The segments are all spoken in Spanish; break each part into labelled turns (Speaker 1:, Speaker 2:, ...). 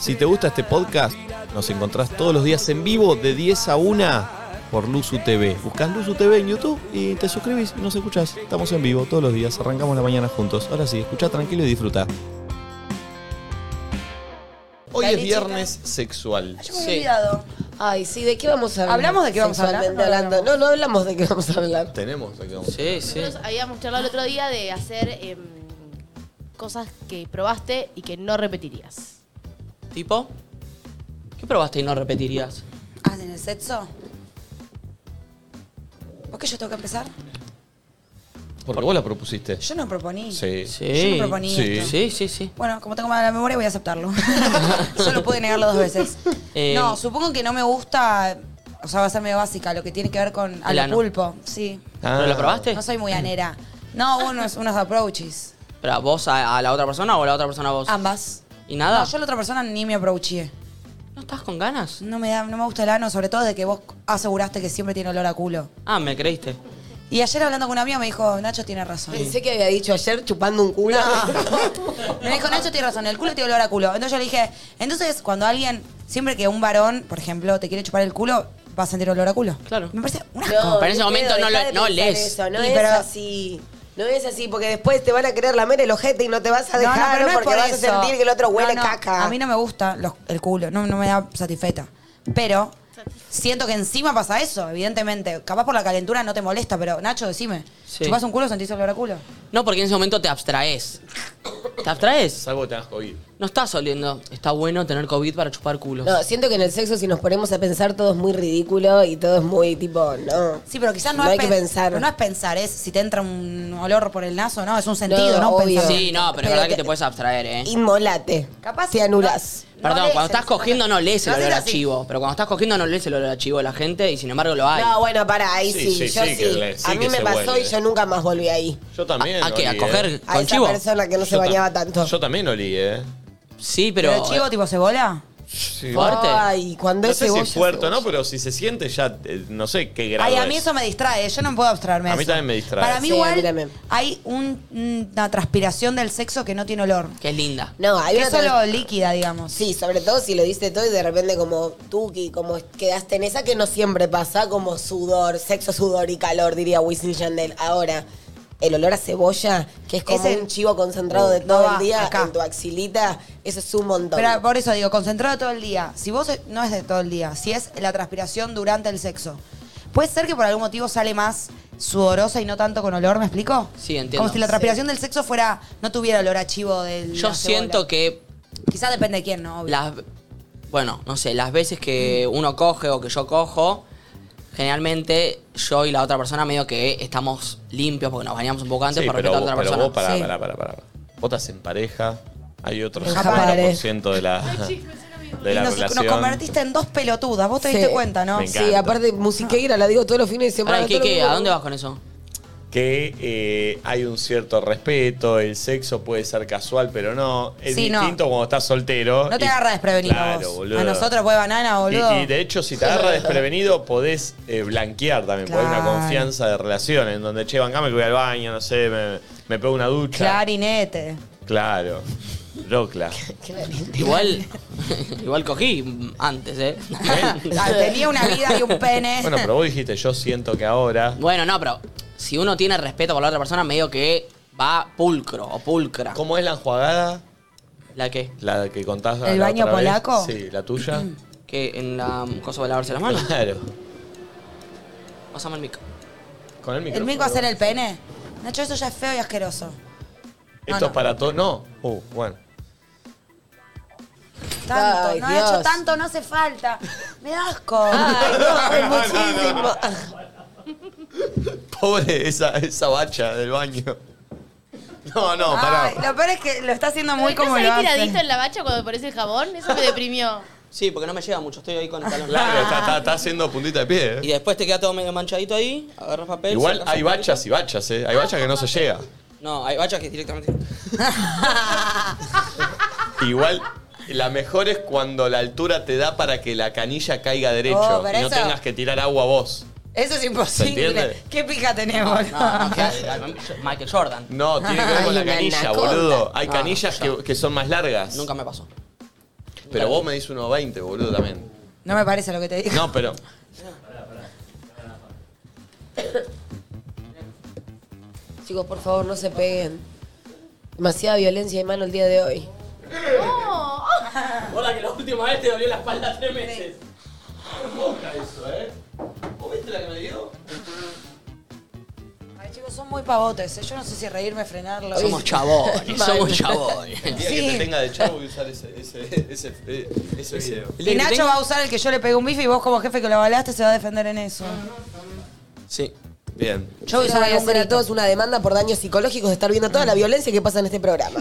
Speaker 1: Si te gusta este podcast, nos encontrás todos los días en vivo de 10 a 1 por Luzu TV. Buscás Luzu TV en YouTube y te suscribís y nos escuchás. Estamos en vivo todos los días, arrancamos la mañana juntos. Ahora sí, escucha tranquilo y disfruta. Hoy
Speaker 2: Dale,
Speaker 1: es viernes sexual.
Speaker 2: Yo me he olvidado.
Speaker 3: Ay, sí, ¿de qué vamos a hablar?
Speaker 2: ¿Hablamos de qué vamos a hablar?
Speaker 3: Sexualmente hablando. No, no hablamos de qué vamos a hablar.
Speaker 1: Tenemos acá un-
Speaker 4: Sí, sí.
Speaker 5: Nosotros habíamos charlado el otro día de hacer em, cosas que probaste y que no repetirías.
Speaker 4: ¿Tipo? ¿Qué probaste y no repetirías?
Speaker 2: ¿Hacen Ah, el sexo? ¿Por qué yo tengo que empezar?
Speaker 1: Porque vos la propusiste.
Speaker 2: Yo no proponí.
Speaker 1: Sí.
Speaker 2: Yo
Speaker 4: Sí.
Speaker 2: no proponí
Speaker 1: Sí.
Speaker 2: esto.
Speaker 4: Sí, sí, sí.
Speaker 2: Bueno, como tengo mala memoria, voy a aceptarlo. Solo pude negarlo dos veces.
Speaker 4: Eh,
Speaker 2: no, supongo que no me gusta. O sea, va a ser medio básica, lo que tiene que ver con
Speaker 4: El
Speaker 2: al
Speaker 4: ano.
Speaker 2: pulpo. Sí.
Speaker 1: Ah.
Speaker 4: ¿Pero la probaste?
Speaker 2: No soy muy anera. No, unos, unos approaches.
Speaker 4: ¿Pero vos a, a la otra persona o la otra persona a vos?
Speaker 2: Ambas.
Speaker 4: ¿Y nada?
Speaker 2: No, yo a la otra persona ni me approaché.
Speaker 4: ¿No estás con ganas?
Speaker 2: No me, da, no me gusta el ano, sobre todo de que vos aseguraste que siempre tiene olor a culo.
Speaker 4: Ah, me creíste.
Speaker 2: Y ayer hablando con un amigo me dijo, Nacho tiene razón.
Speaker 3: Pensé que había dicho ayer chupando un culo.
Speaker 2: Me dijo, Nacho, tiene razón, el culo tiene olor a culo. Entonces yo le dije, entonces cuando alguien, siempre que un varón, por ejemplo, te quiere chupar el culo, va a sentir olor a culo.
Speaker 4: Claro.
Speaker 2: Me parece un asco.
Speaker 3: No,
Speaker 4: Pero en ese
Speaker 3: Alfredo,
Speaker 4: momento no
Speaker 3: dejá
Speaker 4: lo-
Speaker 3: de
Speaker 4: no
Speaker 3: pensar
Speaker 4: lees.
Speaker 3: Eso, no
Speaker 2: Y
Speaker 3: es
Speaker 2: pero-
Speaker 3: así. No es así, porque después te van a querer lamer el ojete y no te vas a
Speaker 2: No, no,
Speaker 3: dejar
Speaker 2: pero no es
Speaker 3: porque
Speaker 2: por
Speaker 3: vas
Speaker 2: eso.
Speaker 3: a sentir que el otro huele
Speaker 2: No, no,
Speaker 3: caca.
Speaker 2: A mí no me gusta los- el culo, no, no me da satisfecha. Pero siento que encima pasa eso, evidentemente. Capaz por la calentura no te molesta, pero Nacho, decime,
Speaker 4: Sí.
Speaker 2: ¿chupas un culo sentís olor a culo?
Speaker 4: No, porque en ese momento te abstraes. ¿Te abstraes?
Speaker 1: Salvo que tengas COVID.
Speaker 4: No estás oliendo. Está bueno tener COVID para chupar culos.
Speaker 3: No, siento que en el sexo si nos ponemos a pensar todo es muy ridículo y todo es muy tipo, no.
Speaker 2: Sí, pero quizás no,
Speaker 3: No
Speaker 2: es
Speaker 3: hay que
Speaker 2: pen-
Speaker 3: pensar.
Speaker 2: pero No es pensar, es si te entra un olor por el naso, no, es un sentido, no,
Speaker 3: obvio.
Speaker 2: pensar.
Speaker 4: sí, no, pero,
Speaker 3: Pero
Speaker 4: es verdad que
Speaker 3: que-
Speaker 4: te puedes abstraer, ¿eh?
Speaker 3: Inmolate.
Speaker 2: Capaz
Speaker 3: te anulás.
Speaker 2: no- no
Speaker 4: Perdón,
Speaker 2: lees
Speaker 4: cuando
Speaker 2: el-
Speaker 4: estás cogiendo no lees el
Speaker 2: No haces
Speaker 4: olor a
Speaker 2: así.
Speaker 4: chivo. Pero cuando estás cogiendo no lees el olor a chivo de la gente y sin embargo lo hay.
Speaker 3: No, bueno, pará, ahí
Speaker 1: Sí,
Speaker 3: sí,
Speaker 1: sí,
Speaker 3: yo
Speaker 1: sí
Speaker 3: sí.
Speaker 1: que le- sí
Speaker 3: a mí
Speaker 1: que
Speaker 3: me
Speaker 1: se
Speaker 3: pasó
Speaker 1: huele.
Speaker 3: y yo nunca más volví ahí.
Speaker 1: Yo también.
Speaker 4: ¿A, a Ah, qué? ¿A
Speaker 1: olí, eh.
Speaker 4: coger
Speaker 3: A
Speaker 4: con
Speaker 3: esa
Speaker 4: chivo?
Speaker 3: persona que no se
Speaker 1: Yo ta-
Speaker 3: bañaba tanto.
Speaker 1: Yo también olí, ¿eh?
Speaker 4: Sí, pero.
Speaker 2: Pero, chivo tipo cebola.
Speaker 1: Sí.
Speaker 4: Fuerte.
Speaker 3: Ay, cuando
Speaker 1: No
Speaker 3: es
Speaker 1: sé si
Speaker 3: cebolla,
Speaker 1: es fuerte o
Speaker 3: cebolla.
Speaker 1: no, pero si se siente ya, eh, no sé qué grado
Speaker 2: Ay, a mí
Speaker 1: es.
Speaker 2: eso me distrae, yo no puedo abstraerme
Speaker 1: A
Speaker 2: de
Speaker 1: mí
Speaker 2: eso.
Speaker 1: también me distrae.
Speaker 2: Para mí
Speaker 3: Sí, a mí
Speaker 2: igual
Speaker 3: también.
Speaker 2: hay un- una transpiración del sexo que no tiene olor.
Speaker 4: Que es linda.
Speaker 3: Ah, No, hay
Speaker 2: Que
Speaker 3: una
Speaker 2: es solo líquida, digamos.
Speaker 3: Sí, sobre todo si lo diste todo y de repente como tuki, como quedaste en esa que no siempre pasa, como sudor, sexo, sudor y calor, diría Wisin Yandel. Ahora, el olor a cebolla, que es como
Speaker 2: Ese-
Speaker 3: un chivo concentrado de
Speaker 2: No
Speaker 3: todo
Speaker 2: va,
Speaker 3: el día
Speaker 2: acá.
Speaker 3: en tu axilita, eso es un montón.
Speaker 2: Pero por eso digo, concentrado todo el día. Si vos no es de todo el día, si es la transpiración durante el sexo. Puede ser que por algún motivo sale más sudorosa y no tanto con olor, ¿me explico?
Speaker 4: Sí, entiendo.
Speaker 2: Como si la transpiración del sexo fuera, no tuviera olor a chivo del.
Speaker 4: Yo siento que
Speaker 2: Quizás depende de quién, ¿no? Obvio.
Speaker 4: las bueno, no sé, las veces que uno coge o que yo cojo, generalmente yo y la otra persona medio que estamos limpios porque nos bañamos un poco antes
Speaker 1: Sí,
Speaker 4: para
Speaker 1: pero,
Speaker 4: respetar a
Speaker 1: vos-
Speaker 4: la
Speaker 1: pero
Speaker 4: otra persona.
Speaker 1: vos, pará,
Speaker 2: Sí.
Speaker 1: pará, pará, pará. Vos estás en pareja, hay otro
Speaker 3: En Japare.
Speaker 1: 50% de la, de
Speaker 2: Y
Speaker 1: la
Speaker 2: nos, nos
Speaker 1: relación.
Speaker 2: convertiste en dos pelotudas, vos te
Speaker 3: Sí.
Speaker 2: diste cuenta, ¿no?
Speaker 1: Me encanta.
Speaker 3: Sí, aparte, musiqueira, la digo todos los fines de semana.
Speaker 4: Pará, ¿y qué,
Speaker 3: todo el
Speaker 4: qué?
Speaker 3: mundo.
Speaker 4: ¿A dónde vas con eso?
Speaker 1: Que eh, hay un cierto respeto, el sexo puede ser casual, pero no. Es
Speaker 2: Sí, no.
Speaker 1: distinto cuando estás soltero.
Speaker 2: No te
Speaker 1: y-
Speaker 2: agarra desprevenido
Speaker 1: Claro,
Speaker 2: vos.
Speaker 1: boludo.
Speaker 2: A nosotros fue banana,
Speaker 1: Y,
Speaker 2: boludo.
Speaker 1: y de hecho, si te agarra desprevenido, podés eh, blanquear también, podés una
Speaker 2: Claro.
Speaker 1: confianza de relación, en donde, che, bancame que voy al baño, no sé, me, me pego una ducha.
Speaker 2: Clarinete.
Speaker 1: Claro. Rocla.
Speaker 4: Igual, igual cogí antes, ¿eh?
Speaker 2: Ah, Tenía una vida y un pene.
Speaker 1: Bueno, pero vos dijiste, yo siento que ahora.
Speaker 4: bueno, no, pero si uno tiene respeto por la otra persona, medio que va pulcro o pulcra.
Speaker 1: ¿Cómo es la enjuagada?
Speaker 4: ¿La qué?
Speaker 1: La que contás.
Speaker 2: ¿El
Speaker 1: la
Speaker 2: baño
Speaker 1: otra vez.
Speaker 2: polaco?
Speaker 1: Sí, la tuya.
Speaker 4: ¿Que en la um, cosa de lavarse las manos?
Speaker 1: claro.
Speaker 4: Pásame el mic.
Speaker 1: Con el
Speaker 2: ¿El
Speaker 1: micrófono.
Speaker 2: mico hacer el pene? Nacho, eso ya es feo y asqueroso.
Speaker 1: Esto
Speaker 2: Ah, no.
Speaker 1: es para todo. No. Uh, bueno.
Speaker 2: Tanto,
Speaker 3: Ay,
Speaker 2: no
Speaker 3: Dios.
Speaker 2: Nacho, tanto, no hace falta. Me da asco.
Speaker 3: Ay, no, es muchísimo.
Speaker 1: Pobre esa, esa bacha del baño. No, no, pará.
Speaker 2: Ay, lo peor es que lo está haciendo
Speaker 5: Pero
Speaker 2: muy
Speaker 5: estás
Speaker 2: como
Speaker 5: ahí
Speaker 2: lo
Speaker 5: tiradito
Speaker 2: hace.
Speaker 5: en la bacha cuando aparece el jabón? Eso me deprimió.
Speaker 4: Sí, porque no me llega mucho, estoy ahí con el talón.
Speaker 1: Claro, está, está- está haciendo puntita de pie.
Speaker 4: Y
Speaker 1: eh.
Speaker 4: después te queda todo medio manchadito ahí, agarras papel.
Speaker 1: Igual
Speaker 4: sacás
Speaker 1: hay
Speaker 4: papel.
Speaker 1: bachas y bachas, ¿eh? Hay bachas que no se llega.
Speaker 4: No, hay bachas que directamente.
Speaker 1: Igual, la mejor es cuando la altura te da para que la canilla caiga derecho
Speaker 2: Oh, pero
Speaker 1: y no
Speaker 2: eso-
Speaker 1: tengas que tirar agua vos.
Speaker 2: Eso es
Speaker 1: ¿Se entiende?
Speaker 2: imposible. ¿Qué pija tenemos?
Speaker 4: No, no, que hace Michael Jordan.
Speaker 1: No, tiene que ver con la
Speaker 3: Ay, una
Speaker 1: canilla,
Speaker 3: anaconda.
Speaker 1: boludo. Hay
Speaker 4: Ah,
Speaker 1: canillas que, que son más largas.
Speaker 4: Nunca me pasó.
Speaker 1: Pero vos me dices 1.20, boludo, también.
Speaker 2: No me parece lo que te digo.
Speaker 1: No, pero.
Speaker 3: Chicos, por favor, no se peguen. Demasiada violencia de mano el día de hoy.
Speaker 5: No.
Speaker 6: Hola, que la última vez te dolió la espalda tres meses. eh.
Speaker 2: Ay, chicos, son muy pavotes. eh. Yo no sé si reírme, frenarlo.
Speaker 4: Somos chabones,
Speaker 3: Mal.
Speaker 4: somos chabones.
Speaker 1: El día
Speaker 2: Sí.
Speaker 1: que te tenga de chavo voy a usar ese, ese, ese, eh, ese video.
Speaker 2: Y Nacho va a usar el que yo le pegué un bife y vos como jefe que lo avalaste se va a defender en eso.
Speaker 4: Sí.
Speaker 1: Bien.
Speaker 2: Yo voy a usar
Speaker 3: Yo voy a
Speaker 2: algún
Speaker 3: hacer a
Speaker 2: grito. Mm.
Speaker 3: todos una demanda por daños psicológicos de estar viendo toda la violencia que pasa en este programa.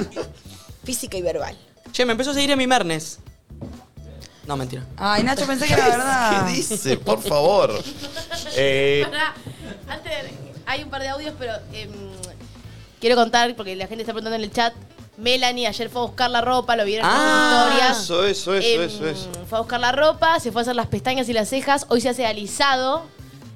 Speaker 3: Física y verbal.
Speaker 4: Che, me empezó a seguir mi Mernes. No, mentira.
Speaker 2: Ay, Nacho, pensé que era verdad.
Speaker 1: ¿Qué dice? Por favor. Eh,
Speaker 5: Pará, antes hay un par de audios, pero em, quiero contar, porque la gente está preguntando en el chat. Melanie ayer fue a buscar la ropa, lo vieron
Speaker 4: Ah,
Speaker 5: en su historia.
Speaker 1: eso, eso, eso,
Speaker 5: Em,
Speaker 1: eso, eso.
Speaker 5: Fue a buscar la ropa, se fue a hacer las pestañas y las cejas, hoy se hace alisado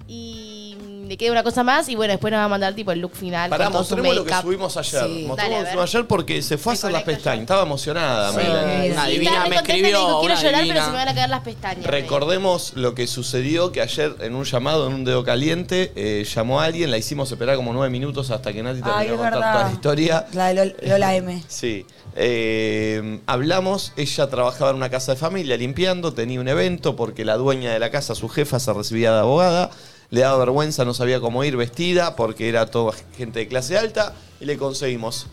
Speaker 5: y mm, le queda una cosa más y bueno, después nos va a mandar tipo el look final.
Speaker 1: Pará,
Speaker 5: con todo su
Speaker 1: mostremos lo que
Speaker 5: make-up.
Speaker 1: subimos ayer.
Speaker 3: Sí.
Speaker 1: Mostremos
Speaker 5: Dale,
Speaker 1: lo
Speaker 5: a
Speaker 1: que
Speaker 5: ver.
Speaker 1: subimos ayer porque se fue a
Speaker 5: Me
Speaker 1: hacer las
Speaker 5: conecto yo.
Speaker 1: pestañas. Estaba emocionada, Melanie.
Speaker 4: Una
Speaker 5: Sí,
Speaker 4: divina me
Speaker 5: estaba re contenta y Ah, me
Speaker 4: escribió.
Speaker 5: dijo, quiero
Speaker 4: una
Speaker 5: llorar,
Speaker 4: divina.
Speaker 5: pero se me van a caer las pestañas.
Speaker 1: Recordemos lo que sucedió que ayer en un llamado, en un dedo caliente, eh, llamó a alguien, la hicimos esperar como nueve minutos hasta que Nati terminó
Speaker 2: Ay,
Speaker 1: de
Speaker 2: es
Speaker 1: contar toda
Speaker 2: verdad.
Speaker 1: la historia.
Speaker 2: La de Lol- Lola M.
Speaker 1: Sí. Eh, hablamos, ella trabajaba en una casa de familia limpiando, tenía un evento porque la dueña de la casa, su jefa, se recibía de abogada, le daba vergüenza, no sabía cómo ir vestida porque era toda gente de clase alta y le conseguimos